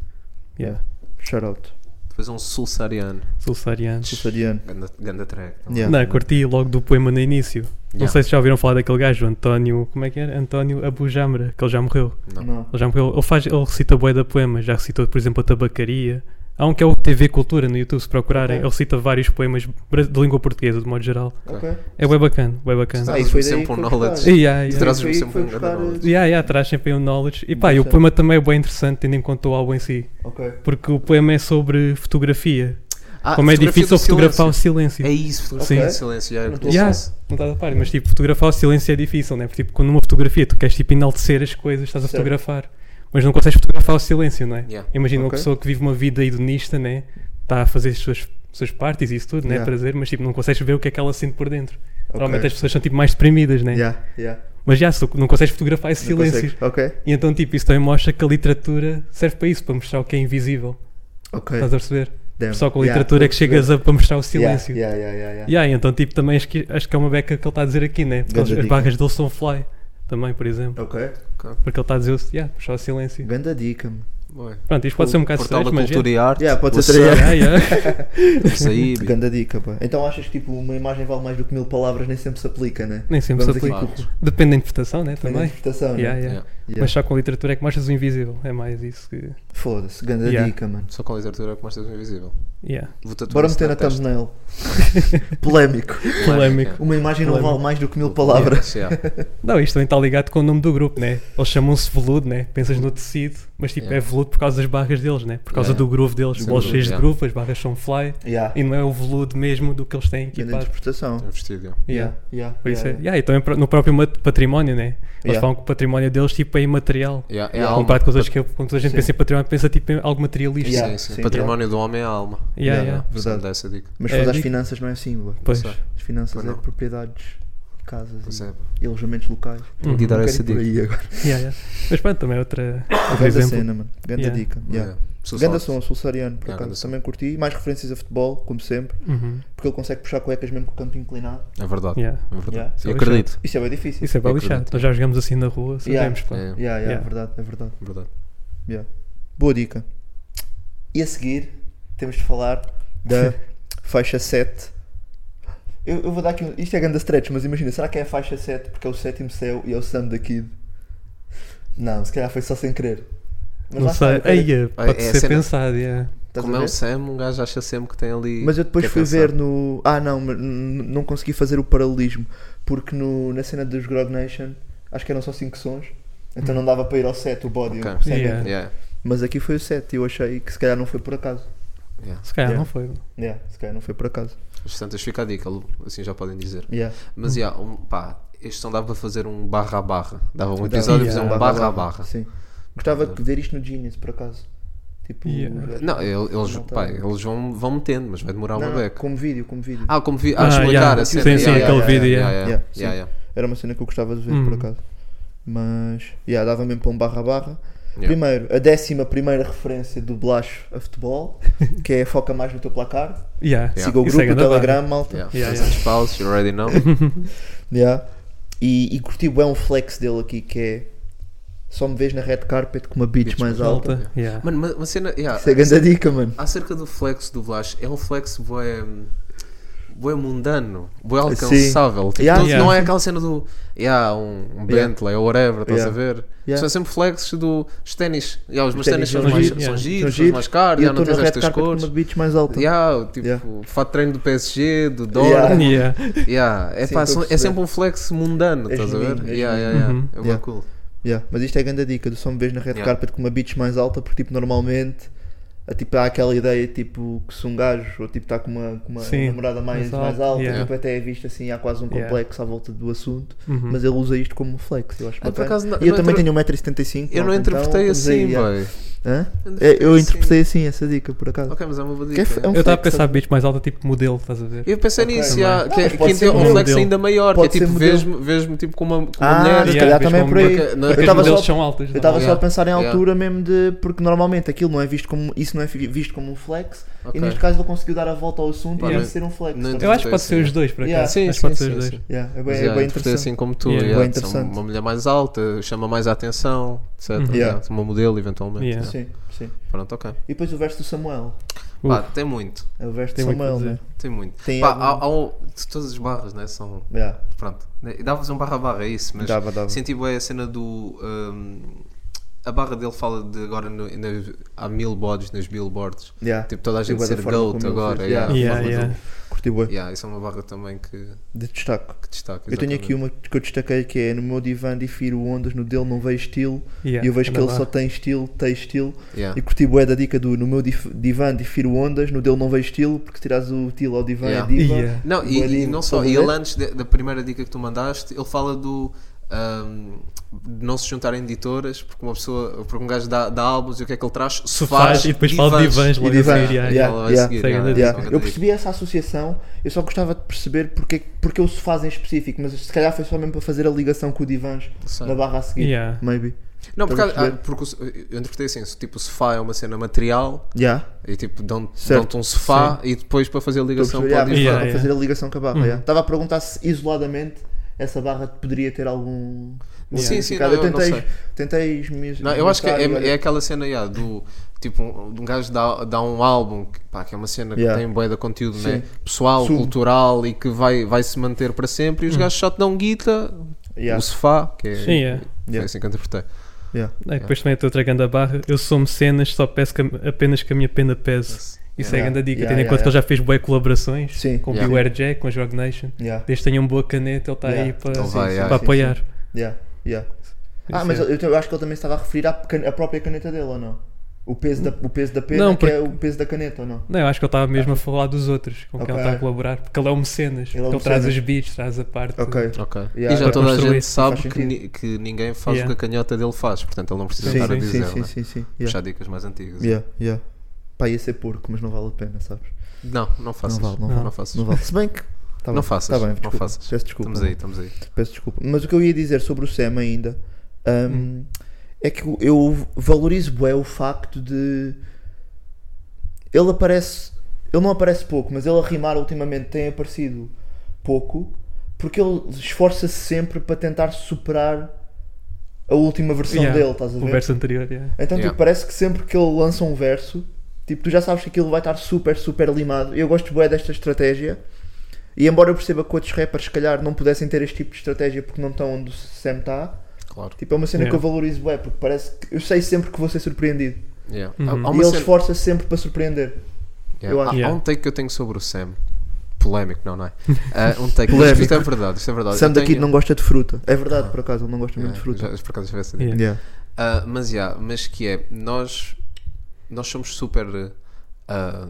[SPEAKER 2] Yeah.
[SPEAKER 6] Shout out.
[SPEAKER 7] Depois é um sulsariano.
[SPEAKER 2] Sulsariano.
[SPEAKER 6] Sulsariano.
[SPEAKER 7] Ganda, ganda track. tá também.
[SPEAKER 6] Yeah.
[SPEAKER 2] Não, é curti logo do poema no início. Não
[SPEAKER 7] Yeah.
[SPEAKER 2] sei se já ouviram falar daquele gajo, António. Como é que era? António Abu Jamra, que ele já morreu.
[SPEAKER 7] Não.
[SPEAKER 6] Não.
[SPEAKER 2] Ele já morreu. Ele, faz, ele recita bué da poema, já recitou, por exemplo, a tabacaria. Há um que é o TV Cultura no YouTube, se procurarem.
[SPEAKER 6] Ok.
[SPEAKER 2] Ele cita vários poemas bra- de língua portuguesa, de modo geral.
[SPEAKER 6] Ok.
[SPEAKER 2] É bué bacana, bué bacana.
[SPEAKER 7] Exato.
[SPEAKER 6] Ah, e foi daí
[SPEAKER 7] Sempre
[SPEAKER 6] que foi
[SPEAKER 7] um
[SPEAKER 6] buscar.
[SPEAKER 7] knowledge.
[SPEAKER 2] Yeah,
[SPEAKER 7] E
[SPEAKER 2] yeah.
[SPEAKER 7] trazes-me
[SPEAKER 6] Foi aí que
[SPEAKER 7] sempre
[SPEAKER 6] foi
[SPEAKER 7] um grande
[SPEAKER 6] buscar,
[SPEAKER 7] knowledge.
[SPEAKER 2] Yeah, yeah, traz sempre um knowledge. E pá, e o
[SPEAKER 6] Interessante.
[SPEAKER 2] poema também é bem interessante, tendo em conta o álbum em si.
[SPEAKER 6] Ok.
[SPEAKER 2] Porque o poema é sobre fotografia.
[SPEAKER 7] Ah,
[SPEAKER 2] Como é
[SPEAKER 7] fotografia
[SPEAKER 2] difícil
[SPEAKER 7] do
[SPEAKER 2] fotografar
[SPEAKER 7] silêncio.
[SPEAKER 2] o silêncio.
[SPEAKER 7] É isso, fotografia
[SPEAKER 6] Ok.
[SPEAKER 7] do silêncio. já, é
[SPEAKER 6] Não
[SPEAKER 7] eu
[SPEAKER 6] tô-
[SPEAKER 7] tô-
[SPEAKER 2] Yeah, não estás a par, mas tipo, fotografar o silêncio é difícil, né? Porque tipo, quando numa fotografia tu queres tipo enaltecer as coisas, estás a
[SPEAKER 6] Certo.
[SPEAKER 2] fotografar, mas não consegues fotografar o silêncio, não é?
[SPEAKER 7] Yeah.
[SPEAKER 2] Imagina uma
[SPEAKER 6] Ok.
[SPEAKER 2] pessoa que vive uma vida hedonista, né? Está a fazer as suas, suas partes e isso tudo, né?
[SPEAKER 6] Yeah.
[SPEAKER 2] Prazer, mas tipo, não consegues ver o que é que ela sente por dentro. Normalmente
[SPEAKER 6] Ok.
[SPEAKER 2] as pessoas são tipo mais deprimidas, né?
[SPEAKER 6] Yeah, yeah.
[SPEAKER 2] Mas já, se tu não consegues fotografar esse
[SPEAKER 6] Não
[SPEAKER 2] silêncio.
[SPEAKER 6] consegues. Ok.
[SPEAKER 2] E então, tipo, isso também mostra que a literatura serve para isso, para mostrar o que é invisível.
[SPEAKER 6] Ok.
[SPEAKER 2] Estás a perceber?
[SPEAKER 6] Damn.
[SPEAKER 2] Só com a
[SPEAKER 6] É. Yeah,
[SPEAKER 2] literatura é que
[SPEAKER 6] estou a
[SPEAKER 2] chegas a, para mostrar o
[SPEAKER 6] perceber. Yeah,
[SPEAKER 2] silêncio.
[SPEAKER 6] Yeah, yeah, yeah, yeah.
[SPEAKER 2] Yeah, então, tipo, também acho que, acho que é uma beca que ele está a dizer aqui, né? Porque
[SPEAKER 6] Ganda
[SPEAKER 2] as
[SPEAKER 6] dica.
[SPEAKER 2] barras dele são fly, também, por exemplo.
[SPEAKER 6] Ok.
[SPEAKER 2] Porque ele está a dizer, yeah, puxar o silêncio.
[SPEAKER 6] Ganda dica, mano.
[SPEAKER 7] Bom, é.
[SPEAKER 2] Pronto, isto pode ser um bocado
[SPEAKER 7] Portal da
[SPEAKER 2] estranho, mas.
[SPEAKER 7] Cultura
[SPEAKER 2] Yeah.
[SPEAKER 7] e Arte.
[SPEAKER 6] Yeah, pode ser
[SPEAKER 7] Bolsa-
[SPEAKER 2] Yeah, yeah. [laughs]
[SPEAKER 6] [laughs]
[SPEAKER 7] Saíbe.
[SPEAKER 6] Ganda dica, pá. Então achas que tipo, uma imagem vale mais do que mil palavras, nem sempre se aplica, né?
[SPEAKER 2] Nem sempre se
[SPEAKER 6] Vamos
[SPEAKER 2] aplica.
[SPEAKER 6] aqui com-
[SPEAKER 2] Depende da interpretação, né?
[SPEAKER 6] Depende da
[SPEAKER 2] Também.
[SPEAKER 6] interpretação,
[SPEAKER 2] Yeah,
[SPEAKER 6] né?
[SPEAKER 2] yeah.
[SPEAKER 6] Yeah.
[SPEAKER 2] Mas só com a literatura é que mostras o invisível. É mais isso que.
[SPEAKER 6] Foda-se, ganda
[SPEAKER 2] Yeah.
[SPEAKER 6] dica, mano.
[SPEAKER 7] Só com a literatura que mostras o invisível.
[SPEAKER 2] Yeah.
[SPEAKER 7] Vou tatuar
[SPEAKER 6] Bora
[SPEAKER 7] isso
[SPEAKER 6] meter na
[SPEAKER 2] [laughs]
[SPEAKER 7] testa.
[SPEAKER 6] thumbnail. Polémico.
[SPEAKER 2] Polémico.
[SPEAKER 6] Uma imagem não
[SPEAKER 2] Polémico.
[SPEAKER 6] vale mais do que mil palavras.
[SPEAKER 7] Yes, yeah.
[SPEAKER 2] Não, isto também está ligado com o nome do grupo, né? Eles chamam-se veludo, né? Pensas no tecido, mas tipo, é
[SPEAKER 7] Yeah.
[SPEAKER 2] veludo por causa das barras deles, né? Por causa
[SPEAKER 7] Yeah.
[SPEAKER 2] do groove deles.
[SPEAKER 7] Sem
[SPEAKER 2] Bolas
[SPEAKER 7] dúvida,
[SPEAKER 2] cheias de
[SPEAKER 7] yeah.
[SPEAKER 2] groove, as barras são fly
[SPEAKER 6] Yeah.
[SPEAKER 2] e não é o veludo mesmo do que eles têm
[SPEAKER 6] Grande
[SPEAKER 2] equipado.
[SPEAKER 6] interpretação.
[SPEAKER 7] Um vestido.
[SPEAKER 2] Yeah.
[SPEAKER 6] Yeah.
[SPEAKER 2] Por isso é-
[SPEAKER 6] yeah,
[SPEAKER 2] yeah, e também pro- no próprio mat- património, né? Eles
[SPEAKER 6] Yeah.
[SPEAKER 2] falam que o património deles tipo, é imaterial.
[SPEAKER 7] Yeah, é
[SPEAKER 6] Yeah.
[SPEAKER 7] a alma.
[SPEAKER 2] Comparado com os outros que quando a gente
[SPEAKER 6] Sim.
[SPEAKER 2] pensa em património, pensa tipo, em algo materialista.
[SPEAKER 6] Yeah.
[SPEAKER 7] Sim, sim.
[SPEAKER 6] Sim,
[SPEAKER 7] Património do homem é a alma.
[SPEAKER 2] Yeah,
[SPEAKER 6] Yeah,
[SPEAKER 2] yeah.
[SPEAKER 7] Se me
[SPEAKER 6] Verdade.
[SPEAKER 7] dá essa dica.
[SPEAKER 6] Mas
[SPEAKER 2] É,
[SPEAKER 6] faz as
[SPEAKER 2] digo-
[SPEAKER 6] finanças não é assim, bué.
[SPEAKER 2] Pois.
[SPEAKER 7] Não sei.
[SPEAKER 6] As finanças
[SPEAKER 7] Pois
[SPEAKER 6] é
[SPEAKER 7] não.
[SPEAKER 6] propriedades, casas
[SPEAKER 7] Pois
[SPEAKER 6] e
[SPEAKER 7] é.
[SPEAKER 6] alojamentos locais.
[SPEAKER 7] Tenho que
[SPEAKER 2] Uhum.
[SPEAKER 7] dar
[SPEAKER 6] Não
[SPEAKER 7] essa
[SPEAKER 6] quero ir
[SPEAKER 7] dica.
[SPEAKER 6] por aí agora.
[SPEAKER 2] Yeah, yeah. Mas pronto, também é outra, outro
[SPEAKER 6] Grande
[SPEAKER 2] exemplo.
[SPEAKER 6] cena, mano. Grande
[SPEAKER 2] Yeah.
[SPEAKER 6] dica. Yeah.
[SPEAKER 7] Yeah. É, Sou
[SPEAKER 6] Ganda
[SPEAKER 7] só-
[SPEAKER 6] som, sulsariano, por
[SPEAKER 7] Yeah, ganda
[SPEAKER 6] acaso.
[SPEAKER 7] som.
[SPEAKER 6] Também curti. Mais referências a futebol, como sempre.
[SPEAKER 2] Uhum.
[SPEAKER 6] Porque ele consegue puxar cuecas mesmo com o campo inclinado.
[SPEAKER 7] É verdade.
[SPEAKER 2] Yeah.
[SPEAKER 7] É verdade.
[SPEAKER 6] Yeah.
[SPEAKER 7] E acredito.
[SPEAKER 6] Isso é bem difícil.
[SPEAKER 2] Isso é para
[SPEAKER 7] É
[SPEAKER 2] lixar.
[SPEAKER 7] correto.
[SPEAKER 2] Nós já jogamos assim na rua,
[SPEAKER 6] Yeah.
[SPEAKER 2] sabemos, pá.
[SPEAKER 7] É,
[SPEAKER 6] Yeah, yeah,
[SPEAKER 2] Yeah.
[SPEAKER 6] É verdade, é verdade.
[SPEAKER 7] verdade.
[SPEAKER 6] Boa dica. E a seguir, temos de falar
[SPEAKER 2] [laughs]
[SPEAKER 6] da faixa 7. Eu, eu vou dar aqui. um- Isto é grande stretch, mas imagina, será que é a faixa 7 porque é o sétimo céu e é o Sam da Kid? Não, se calhar foi só sem querer. Mas
[SPEAKER 2] Não
[SPEAKER 6] lá está,
[SPEAKER 2] sei.
[SPEAKER 6] eu quero-
[SPEAKER 2] Eia, pode
[SPEAKER 7] é a
[SPEAKER 2] ser
[SPEAKER 7] cena.
[SPEAKER 2] pensado, yeah.
[SPEAKER 6] estás a
[SPEAKER 7] Como é
[SPEAKER 6] ver?
[SPEAKER 7] o Sam, um gajo acha sempre que tem ali.
[SPEAKER 6] Mas eu depois
[SPEAKER 7] que é
[SPEAKER 6] fui ver
[SPEAKER 7] pensar.
[SPEAKER 6] no. Ah, não, mas n- não consegui fazer o paralelismo. Porque no, na cena dos Grog Nation, acho que eram só 5 sons. Então não dava para ir ao 7 o body.
[SPEAKER 7] Hum. Ok.
[SPEAKER 6] percebem?
[SPEAKER 2] Yeah.
[SPEAKER 7] Yeah.
[SPEAKER 6] Mas aqui foi o 7 e eu achei que se calhar não foi por acaso.
[SPEAKER 2] Se calhar
[SPEAKER 6] Yeah.
[SPEAKER 2] não foi.
[SPEAKER 6] Yeah, se calhar não foi por acaso.
[SPEAKER 7] Os Santas fica a dica, Lu, assim já podem dizer.
[SPEAKER 6] Yeah.
[SPEAKER 7] Mas yeah, um, pá, este som dava para fazer um barra a barra. Dava um
[SPEAKER 6] Dava.
[SPEAKER 7] episódio e
[SPEAKER 2] Yeah.
[SPEAKER 7] fazer um barra a barra.
[SPEAKER 6] Sim. Gostava de ver isto no Genius, por acaso. Tipo,
[SPEAKER 2] Yeah.
[SPEAKER 7] Não, ele- eles,
[SPEAKER 6] Não tá.
[SPEAKER 7] pá, eles vão, vão metendo, mas vai demorar
[SPEAKER 6] Não,
[SPEAKER 7] uma
[SPEAKER 6] não,
[SPEAKER 7] beca.
[SPEAKER 6] como vídeo, como vídeo.
[SPEAKER 7] Ah, como vi,
[SPEAKER 2] Ah,
[SPEAKER 7] ah, explicar
[SPEAKER 2] yeah.
[SPEAKER 7] a cena.
[SPEAKER 2] Sim, sim,
[SPEAKER 6] aquele
[SPEAKER 7] yeah,
[SPEAKER 2] vídeo,
[SPEAKER 7] yeah,
[SPEAKER 6] yeah.
[SPEAKER 7] yeah, yeah, yeah,
[SPEAKER 6] Era uma cena que eu gostava de ver,
[SPEAKER 2] Hum.
[SPEAKER 6] por acaso. Mas, yeah, dava mesmo para um barra a barra.
[SPEAKER 7] Yeah.
[SPEAKER 6] Primeiro, a décima primeira referência do Blacho
[SPEAKER 2] [laughs]
[SPEAKER 6] a futebol, que é foca mais no teu placar.
[SPEAKER 2] Yeah.
[SPEAKER 7] Yeah.
[SPEAKER 6] Siga o
[SPEAKER 2] Isso
[SPEAKER 6] grupo,
[SPEAKER 2] é
[SPEAKER 6] o
[SPEAKER 2] grande
[SPEAKER 6] Telegram, malta.
[SPEAKER 7] yeah.
[SPEAKER 2] Yeah,
[SPEAKER 7] Fazendo os paus, you already know.
[SPEAKER 6] Yeah. E, e curti bem um flex dele aqui, que é só me vês na red carpet com uma bitch
[SPEAKER 7] Bitch
[SPEAKER 6] mais
[SPEAKER 7] mais
[SPEAKER 6] alta.
[SPEAKER 2] Alta. Yeah.
[SPEAKER 7] Mano, uma, uma
[SPEAKER 6] é
[SPEAKER 7] cena. Yeah,
[SPEAKER 6] Isso é grande dica, mano.
[SPEAKER 7] Acerca do flex do Vlash, é um flex bué,
[SPEAKER 9] bué mundano, bué alcançável. Tipo,
[SPEAKER 6] Yeah.
[SPEAKER 9] não,
[SPEAKER 2] Yeah.
[SPEAKER 9] não é aquela cena do yeah, um, um Bentley ou whatever, estás
[SPEAKER 6] Yeah.
[SPEAKER 9] a ver?
[SPEAKER 6] Yeah.
[SPEAKER 9] São sempre flexes do, dos ténis. Yeah, os meus
[SPEAKER 6] Os
[SPEAKER 9] ténis
[SPEAKER 6] ténis
[SPEAKER 9] são,
[SPEAKER 2] são
[SPEAKER 9] mais-
[SPEAKER 2] giros,
[SPEAKER 9] são
[SPEAKER 2] yeah.
[SPEAKER 9] giros,
[SPEAKER 6] São
[SPEAKER 9] são
[SPEAKER 6] giros.
[SPEAKER 9] mais caros,
[SPEAKER 6] E
[SPEAKER 9] já
[SPEAKER 6] eu
[SPEAKER 9] não
[SPEAKER 6] estou na
[SPEAKER 9] tens
[SPEAKER 6] red
[SPEAKER 9] estas
[SPEAKER 6] carpet com uma
[SPEAKER 9] cores.
[SPEAKER 6] beach mais alta.
[SPEAKER 9] Yeah, o tipo,
[SPEAKER 6] Yeah.
[SPEAKER 9] fato de treino do PSG, do Dortmund.
[SPEAKER 6] [laughs] Yeah.
[SPEAKER 2] [laughs] Yeah.
[SPEAKER 9] Yeah, É,
[SPEAKER 6] Sim,
[SPEAKER 9] pá,
[SPEAKER 6] estou a
[SPEAKER 9] são- é
[SPEAKER 6] perceber.
[SPEAKER 9] sempre um flex mundano,
[SPEAKER 6] É
[SPEAKER 9] estás a ver?
[SPEAKER 6] genuíno, é
[SPEAKER 9] Yeah, yeah,
[SPEAKER 6] genuíno.
[SPEAKER 9] yeah.
[SPEAKER 2] Uhum.
[SPEAKER 9] É bué
[SPEAKER 6] Yeah.
[SPEAKER 9] cool.
[SPEAKER 6] Yeah, Mas isto é a grande dica, tu só me vês na red
[SPEAKER 9] Yeah.
[SPEAKER 6] carpet com uma beach mais alta, porque tipo, normalmente a, tipo, há aquela ideia tipo, que se um gajo ou tipo está com uma, com uma
[SPEAKER 2] Sim,
[SPEAKER 6] namorada mais,
[SPEAKER 2] mais alto,
[SPEAKER 6] mais alta,
[SPEAKER 2] yeah.
[SPEAKER 6] tipo, até é visto assim, há quase um
[SPEAKER 2] Yeah.
[SPEAKER 6] complexo à volta do assunto,
[SPEAKER 2] Uhum.
[SPEAKER 6] mas ele usa isto como um flex, eu acho
[SPEAKER 9] Ah, por
[SPEAKER 6] bacana.
[SPEAKER 9] acaso, não-
[SPEAKER 6] e então eu
[SPEAKER 9] não
[SPEAKER 6] também
[SPEAKER 9] inter-
[SPEAKER 6] tenho 1,75m.
[SPEAKER 9] Eu não interpretei assim, velho.
[SPEAKER 6] Eu interpretei assim essa dica, por acaso.
[SPEAKER 9] Ok, mas é uma boa
[SPEAKER 6] Que é
[SPEAKER 9] dica.
[SPEAKER 6] f- é um
[SPEAKER 2] Eu estava a
[SPEAKER 6] flex,
[SPEAKER 2] pensar bicho mais alta, tipo modelo, estás a ver?
[SPEAKER 9] Eu pensei nisso,
[SPEAKER 6] mano.
[SPEAKER 9] yeah, que,
[SPEAKER 6] Ah,
[SPEAKER 9] é-
[SPEAKER 6] mas
[SPEAKER 9] que
[SPEAKER 6] pode
[SPEAKER 9] em
[SPEAKER 6] ser
[SPEAKER 9] ter um
[SPEAKER 6] modelo.
[SPEAKER 9] flex ainda maior,
[SPEAKER 6] Pode
[SPEAKER 9] que é
[SPEAKER 6] ser
[SPEAKER 9] tipo,
[SPEAKER 6] modelo.
[SPEAKER 9] vês-me vês-me tipo com uma, com uma
[SPEAKER 6] Ah,
[SPEAKER 9] mulher.
[SPEAKER 6] se
[SPEAKER 2] Yeah,
[SPEAKER 6] calhar
[SPEAKER 2] bicho,
[SPEAKER 6] também é
[SPEAKER 2] com
[SPEAKER 6] por aí.
[SPEAKER 9] Porque- não,
[SPEAKER 2] Porque
[SPEAKER 6] Eu
[SPEAKER 2] os
[SPEAKER 6] tava
[SPEAKER 2] modelos
[SPEAKER 6] só-
[SPEAKER 2] são altas.
[SPEAKER 6] Eu estava
[SPEAKER 2] não é?
[SPEAKER 6] só a pensar em
[SPEAKER 9] Yeah.
[SPEAKER 6] altura mesmo de. Porque normalmente aquilo não é visto como. Isso não é fi- visto como um flex.
[SPEAKER 9] Ok.
[SPEAKER 6] E neste caso ele conseguiu dar a volta ao assunto
[SPEAKER 9] Pá,
[SPEAKER 6] e
[SPEAKER 9] não-
[SPEAKER 6] não ser um flex.
[SPEAKER 9] não
[SPEAKER 6] também.
[SPEAKER 2] Eu acho que pode ser os dois, para cá.
[SPEAKER 6] Yeah.
[SPEAKER 2] Acho que
[SPEAKER 9] Sim,
[SPEAKER 2] pode
[SPEAKER 9] sim,
[SPEAKER 2] ser os
[SPEAKER 9] sim, sim.
[SPEAKER 2] dois.
[SPEAKER 6] Yeah, é bem,
[SPEAKER 9] Mas,
[SPEAKER 6] é
[SPEAKER 9] yeah,
[SPEAKER 6] bem
[SPEAKER 9] interpretei
[SPEAKER 6] interessante.
[SPEAKER 9] assim como tu,
[SPEAKER 2] Yeah,
[SPEAKER 9] yeah,
[SPEAKER 6] bem
[SPEAKER 9] são
[SPEAKER 6] interessante.
[SPEAKER 9] uma mulher mais alta, chama mais a atenção, etc.
[SPEAKER 2] Uhum.
[SPEAKER 9] yeah,
[SPEAKER 6] Yeah.
[SPEAKER 9] Uma modelo, eventualmente.
[SPEAKER 2] Yeah.
[SPEAKER 9] yeah.
[SPEAKER 6] Sim, sim.
[SPEAKER 9] Pronto, ok.
[SPEAKER 6] E depois o verso do Samuel.
[SPEAKER 9] Pá,
[SPEAKER 2] Uf.
[SPEAKER 9] tem muito,
[SPEAKER 6] É o verso do
[SPEAKER 2] Tem muito
[SPEAKER 6] Samuel,
[SPEAKER 2] a dizer.
[SPEAKER 6] né?
[SPEAKER 9] tem muito.
[SPEAKER 6] Tem
[SPEAKER 7] Pá,
[SPEAKER 6] algum-
[SPEAKER 7] há- há um- de todas as barras, né? São.
[SPEAKER 6] Yeah.
[SPEAKER 7] Pronto.
[SPEAKER 9] Né,
[SPEAKER 7] Dava-vos um barra a barra, é isso, mas.
[SPEAKER 6] Dava, dava.
[SPEAKER 7] Senti bem a cena do. hum, a barra dele fala de agora no- na- há mil bodes nas billboards.
[SPEAKER 6] Yeah.
[SPEAKER 7] Tipo, toda a gente
[SPEAKER 6] bué da
[SPEAKER 7] ser
[SPEAKER 6] forma
[SPEAKER 7] goat
[SPEAKER 6] como ele
[SPEAKER 7] agora.
[SPEAKER 6] fez.
[SPEAKER 7] Yeah,
[SPEAKER 6] Yeah.
[SPEAKER 2] Yeah,
[SPEAKER 7] forma do-
[SPEAKER 2] yeah.
[SPEAKER 6] Curti bué.
[SPEAKER 7] Yeah, isso é uma barra também que,
[SPEAKER 6] De destaque.
[SPEAKER 7] que destaca.
[SPEAKER 6] Eu tenho aqui um uma que eu destaquei que é no meu divã difiro ondas, no dele não vejo estilo.
[SPEAKER 2] Yeah, é
[SPEAKER 6] E eu vejo que
[SPEAKER 2] anda
[SPEAKER 6] ele
[SPEAKER 2] lá.
[SPEAKER 6] só tem estilo, tem estilo.
[SPEAKER 7] Yeah.
[SPEAKER 6] E curti bué da dica do no meu dif- divã difiro ondas, no dele não vejo estilo, porque se tirares o til ao divã
[SPEAKER 7] Yeah.
[SPEAKER 6] é diva.
[SPEAKER 2] Yeah.
[SPEAKER 7] Não, e,
[SPEAKER 6] Boa
[SPEAKER 7] e
[SPEAKER 6] dica,
[SPEAKER 7] não só,
[SPEAKER 6] estás
[SPEAKER 7] e
[SPEAKER 6] a
[SPEAKER 7] ele
[SPEAKER 6] ver?
[SPEAKER 7] antes de- da primeira dica que tu mandaste, ele fala do ahm, de não se juntarem editoras, porque uma pessoa, porque um gajo dá, dá álbuns e o que é que ele traz?
[SPEAKER 2] Sofás e depois fala de divãs
[SPEAKER 6] E
[SPEAKER 2] logo a
[SPEAKER 6] divã.
[SPEAKER 2] seguir. yeah,
[SPEAKER 6] Yeah.
[SPEAKER 2] yeah.
[SPEAKER 7] Ela vai
[SPEAKER 6] yeah,
[SPEAKER 7] seguir, é?
[SPEAKER 2] yeah,
[SPEAKER 7] yeah,
[SPEAKER 2] yeah.
[SPEAKER 7] ela vai
[SPEAKER 6] Eu
[SPEAKER 7] seguir.
[SPEAKER 6] percebi essa associação, eu só gostava de perceber porque, é porque o se faz em específico, mas se calhar foi só mesmo para fazer a ligação com o divãs
[SPEAKER 7] Sei.
[SPEAKER 6] na barra a seguir.
[SPEAKER 2] Yeah.
[SPEAKER 6] Maybe.
[SPEAKER 7] Não, porque,
[SPEAKER 6] Estás a
[SPEAKER 7] há-
[SPEAKER 6] perceber?
[SPEAKER 7] porque o- eu interpretei assim, se, tipo, o sofá é uma cena material
[SPEAKER 6] Yeah.
[SPEAKER 7] e tipo, dão-
[SPEAKER 6] Certo.
[SPEAKER 7] dão-te um sofá e depois para fazer a ligação
[SPEAKER 6] Estou a
[SPEAKER 7] para o
[SPEAKER 6] perceber,
[SPEAKER 7] divã.
[SPEAKER 6] yeah,
[SPEAKER 2] divã.
[SPEAKER 6] para
[SPEAKER 2] Yeah, Uhum.
[SPEAKER 6] fazer a ligação com a barra. yeah. Estava a perguntar se isoladamente essa barra poderia ter algum. algum
[SPEAKER 7] Sim, sim,
[SPEAKER 6] significado.
[SPEAKER 7] não,
[SPEAKER 6] eu
[SPEAKER 7] eu não
[SPEAKER 6] tentei,
[SPEAKER 7] sei.
[SPEAKER 6] tentei esmi-
[SPEAKER 7] Não, eu acho que é,
[SPEAKER 6] esmiuçar e
[SPEAKER 7] é
[SPEAKER 6] olha-
[SPEAKER 7] aquela cena yeah, do tipo um, de um gajo dá, dá um álbum que, pá, que é uma cena
[SPEAKER 6] Yeah.
[SPEAKER 7] que tem bué de conteúdo
[SPEAKER 6] Sim.
[SPEAKER 7] né? pessoal,
[SPEAKER 6] Sub.
[SPEAKER 7] cultural e que vai, vai se manter para sempre e os gajos só te dão guita,
[SPEAKER 6] Yeah.
[SPEAKER 7] o sofá, que é,
[SPEAKER 2] Hum. Sim, yeah.
[SPEAKER 7] foi
[SPEAKER 6] Yeah.
[SPEAKER 7] assim que eu interpretei.
[SPEAKER 6] Yeah.
[SPEAKER 2] Ah, e Depois também estou tragando a barra. Eu sou cenas, só peço que a- apenas que a minha pena pese. Isso é
[SPEAKER 6] Yeah.
[SPEAKER 2] a grande dica,
[SPEAKER 6] Yeah,
[SPEAKER 2] tendo em
[SPEAKER 6] yeah,
[SPEAKER 2] conta que ele
[SPEAKER 6] yeah.
[SPEAKER 2] já fez boas colaborações
[SPEAKER 6] Sim.
[SPEAKER 2] com o
[SPEAKER 7] Yeah.
[SPEAKER 2] Beware Jack, com a Jog Nation.
[SPEAKER 6] Yeah.
[SPEAKER 2] Desde que tenham boa caneta, ele está aí
[SPEAKER 6] Yeah.
[SPEAKER 2] para,
[SPEAKER 7] vai,
[SPEAKER 6] Sim, sim,
[SPEAKER 7] yeah.
[SPEAKER 2] para
[SPEAKER 6] sim,
[SPEAKER 2] apoiar.
[SPEAKER 6] sim. Yeah, yeah. Ah,
[SPEAKER 2] Isso
[SPEAKER 6] mas
[SPEAKER 2] é.
[SPEAKER 6] eu, eu acho que ele também estava a referir à, can- à própria caneta dele, ou não? O peso da, o peso da pena,
[SPEAKER 2] Não,
[SPEAKER 6] que é
[SPEAKER 2] porque-
[SPEAKER 6] o peso da caneta, ou não?
[SPEAKER 2] Não, eu acho que ele estava mesmo a falar dos outros com quem ele
[SPEAKER 6] Ok.
[SPEAKER 2] está a colaborar, porque ele é o mecenas,
[SPEAKER 6] Ele
[SPEAKER 2] ele,
[SPEAKER 6] é o
[SPEAKER 2] traz
[SPEAKER 6] mecenas.
[SPEAKER 2] os beats, traz a parte.
[SPEAKER 6] Ok.
[SPEAKER 7] Ok.
[SPEAKER 6] Yeah.
[SPEAKER 7] e já
[SPEAKER 2] Para
[SPEAKER 7] toda a
[SPEAKER 2] construir.
[SPEAKER 7] gente sabe
[SPEAKER 6] Faz
[SPEAKER 7] que, ni- que ninguém faz
[SPEAKER 2] Yeah.
[SPEAKER 7] o que a canhota dele faz, portanto ele não precisa
[SPEAKER 6] Sim,
[SPEAKER 7] estar a
[SPEAKER 6] sim, sim,
[SPEAKER 7] dizer.
[SPEAKER 6] sim,
[SPEAKER 7] né?
[SPEAKER 6] sim, sim.
[SPEAKER 7] Já
[SPEAKER 6] Yeah.
[SPEAKER 7] dicas mais antigas.
[SPEAKER 6] Yeah, yeah. Pá, ia ser porco, mas não vale a pena, sabes?
[SPEAKER 7] Não, não faças.
[SPEAKER 6] vale, não
[SPEAKER 2] vale.
[SPEAKER 7] faças.
[SPEAKER 6] Não vale. Se bem que. Tá
[SPEAKER 7] Não
[SPEAKER 6] bem,
[SPEAKER 7] faças,
[SPEAKER 6] tá bem,
[SPEAKER 7] não
[SPEAKER 6] desculpa,
[SPEAKER 7] faças.
[SPEAKER 6] Peço desculpa.
[SPEAKER 7] Estamos aí, estamos aí.
[SPEAKER 6] Peço desculpa. Mas o que eu ia dizer sobre o Sam ainda hum, é que eu valorizo bué o facto de ele aparece. Ele não aparece pouco, mas ele a rimar ultimamente tem aparecido pouco porque ele esforça-se sempre para tentar superar a última versão
[SPEAKER 2] Yeah.
[SPEAKER 6] dele, estás a
[SPEAKER 2] O
[SPEAKER 6] ver?
[SPEAKER 2] verso anterior, yeah.
[SPEAKER 6] Então,
[SPEAKER 7] Yeah.
[SPEAKER 6] tipo, parece que sempre que ele lança um verso, tipo, tu já sabes que aquilo vai estar super, super limado. Eu gosto bué desta estratégia. E embora eu perceba que outros rappers, se calhar, não pudessem ter este tipo de estratégia porque não estão onde o Sam está,
[SPEAKER 7] Claro.
[SPEAKER 6] tipo, é uma cena
[SPEAKER 2] Yeah.
[SPEAKER 6] que eu valorizo bué, porque parece que eu sei sempre que vou ser surpreendido.
[SPEAKER 7] Yeah.
[SPEAKER 2] Uhum.
[SPEAKER 7] Há, há
[SPEAKER 6] e
[SPEAKER 7] uma
[SPEAKER 6] ele
[SPEAKER 7] cena,
[SPEAKER 6] esforça-se sempre para surpreender.
[SPEAKER 7] Yeah.
[SPEAKER 6] eu acho.
[SPEAKER 7] Há- há,
[SPEAKER 2] Yeah.
[SPEAKER 7] um take que eu tenho sobre o Sam. Polémico, não,
[SPEAKER 6] [laughs]
[SPEAKER 7] não é? Ah, um take,
[SPEAKER 6] Polémico.
[SPEAKER 7] mas isto é verdade, isto é verdade.
[SPEAKER 6] Sam
[SPEAKER 7] Eu
[SPEAKER 6] daqui
[SPEAKER 7] tenho- Ah. É,
[SPEAKER 6] não gosta de fruta. É verdade, por acaso, ele não gosta muito de
[SPEAKER 7] Yeah,
[SPEAKER 6] fruta.
[SPEAKER 7] já- por acaso tivesse
[SPEAKER 2] Yeah.
[SPEAKER 6] Yeah.
[SPEAKER 7] Ah, mas, yeah, mas que é, nós, nós somos super. ah,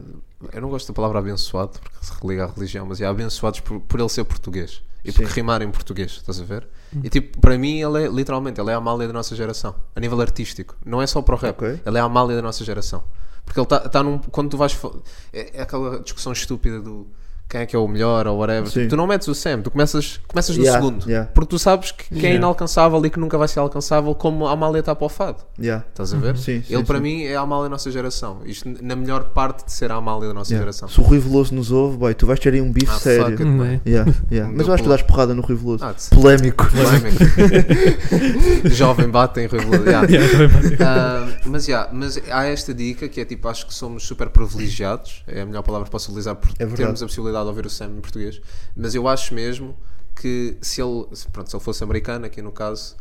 [SPEAKER 7] eu não gosto da palavra abençoado, porque se religa à religião, mas yeah, abençoados por, por ele ser português e por
[SPEAKER 6] Sim. Uhum.
[SPEAKER 7] rimar em português, estás a ver? E tipo, para mim, ele é literalmente, ele é a malha da nossa geração, a nível artístico, não é só para o rap,
[SPEAKER 6] Ok.
[SPEAKER 7] ele é a malha da nossa geração. Porque ele está tá num. Quando tu vais. fa- É, é aquela discussão estúpida do quem é que é o melhor ou whatever.
[SPEAKER 6] Sim.
[SPEAKER 7] Tu não metes o Sam, tu começas, começas no
[SPEAKER 6] Yeah,
[SPEAKER 7] segundo.
[SPEAKER 6] yeah.
[SPEAKER 7] Porque tu sabes que, que é
[SPEAKER 2] Yeah.
[SPEAKER 7] inalcançável e que nunca vai ser alcançável, como a malha está para o fado.
[SPEAKER 6] Yeah.
[SPEAKER 7] Estás a ver?
[SPEAKER 6] Uhum. Sim, sim,
[SPEAKER 7] Ele para
[SPEAKER 6] sim.
[SPEAKER 7] mim é a Amália da nossa geração. Isto n- na melhor parte de ser a Amália da nossa
[SPEAKER 6] Yeah.
[SPEAKER 7] geração.
[SPEAKER 6] Se o Rui Veloso nos ouve, boy, tu vais ter aí um bife
[SPEAKER 7] Ah,
[SPEAKER 6] sério.
[SPEAKER 7] fuck it,
[SPEAKER 2] Não
[SPEAKER 7] man.
[SPEAKER 2] é?
[SPEAKER 6] Yeah, yeah.
[SPEAKER 7] [laughs] Me
[SPEAKER 6] Mas
[SPEAKER 7] deu
[SPEAKER 6] eu acho que
[SPEAKER 7] pela-
[SPEAKER 6] dás porrada no Rui Veloso.
[SPEAKER 7] Ah, de ser
[SPEAKER 6] Polémico.
[SPEAKER 7] polémico.
[SPEAKER 6] [laughs]
[SPEAKER 7] [laughs] Jovem bate em revelado.
[SPEAKER 2] é. Yeah, também vai-
[SPEAKER 7] Ah, mas, yeah, mas há esta dica que é tipo, acho que somos super privilegiados, é a melhor palavra que posso utilizar por
[SPEAKER 6] verdade.
[SPEAKER 7] termos a possibilidade facilidade ao ver o Sam em português, mas eu acho mesmo que se ele, se- pronto, se ele fosse americano, aqui no caso,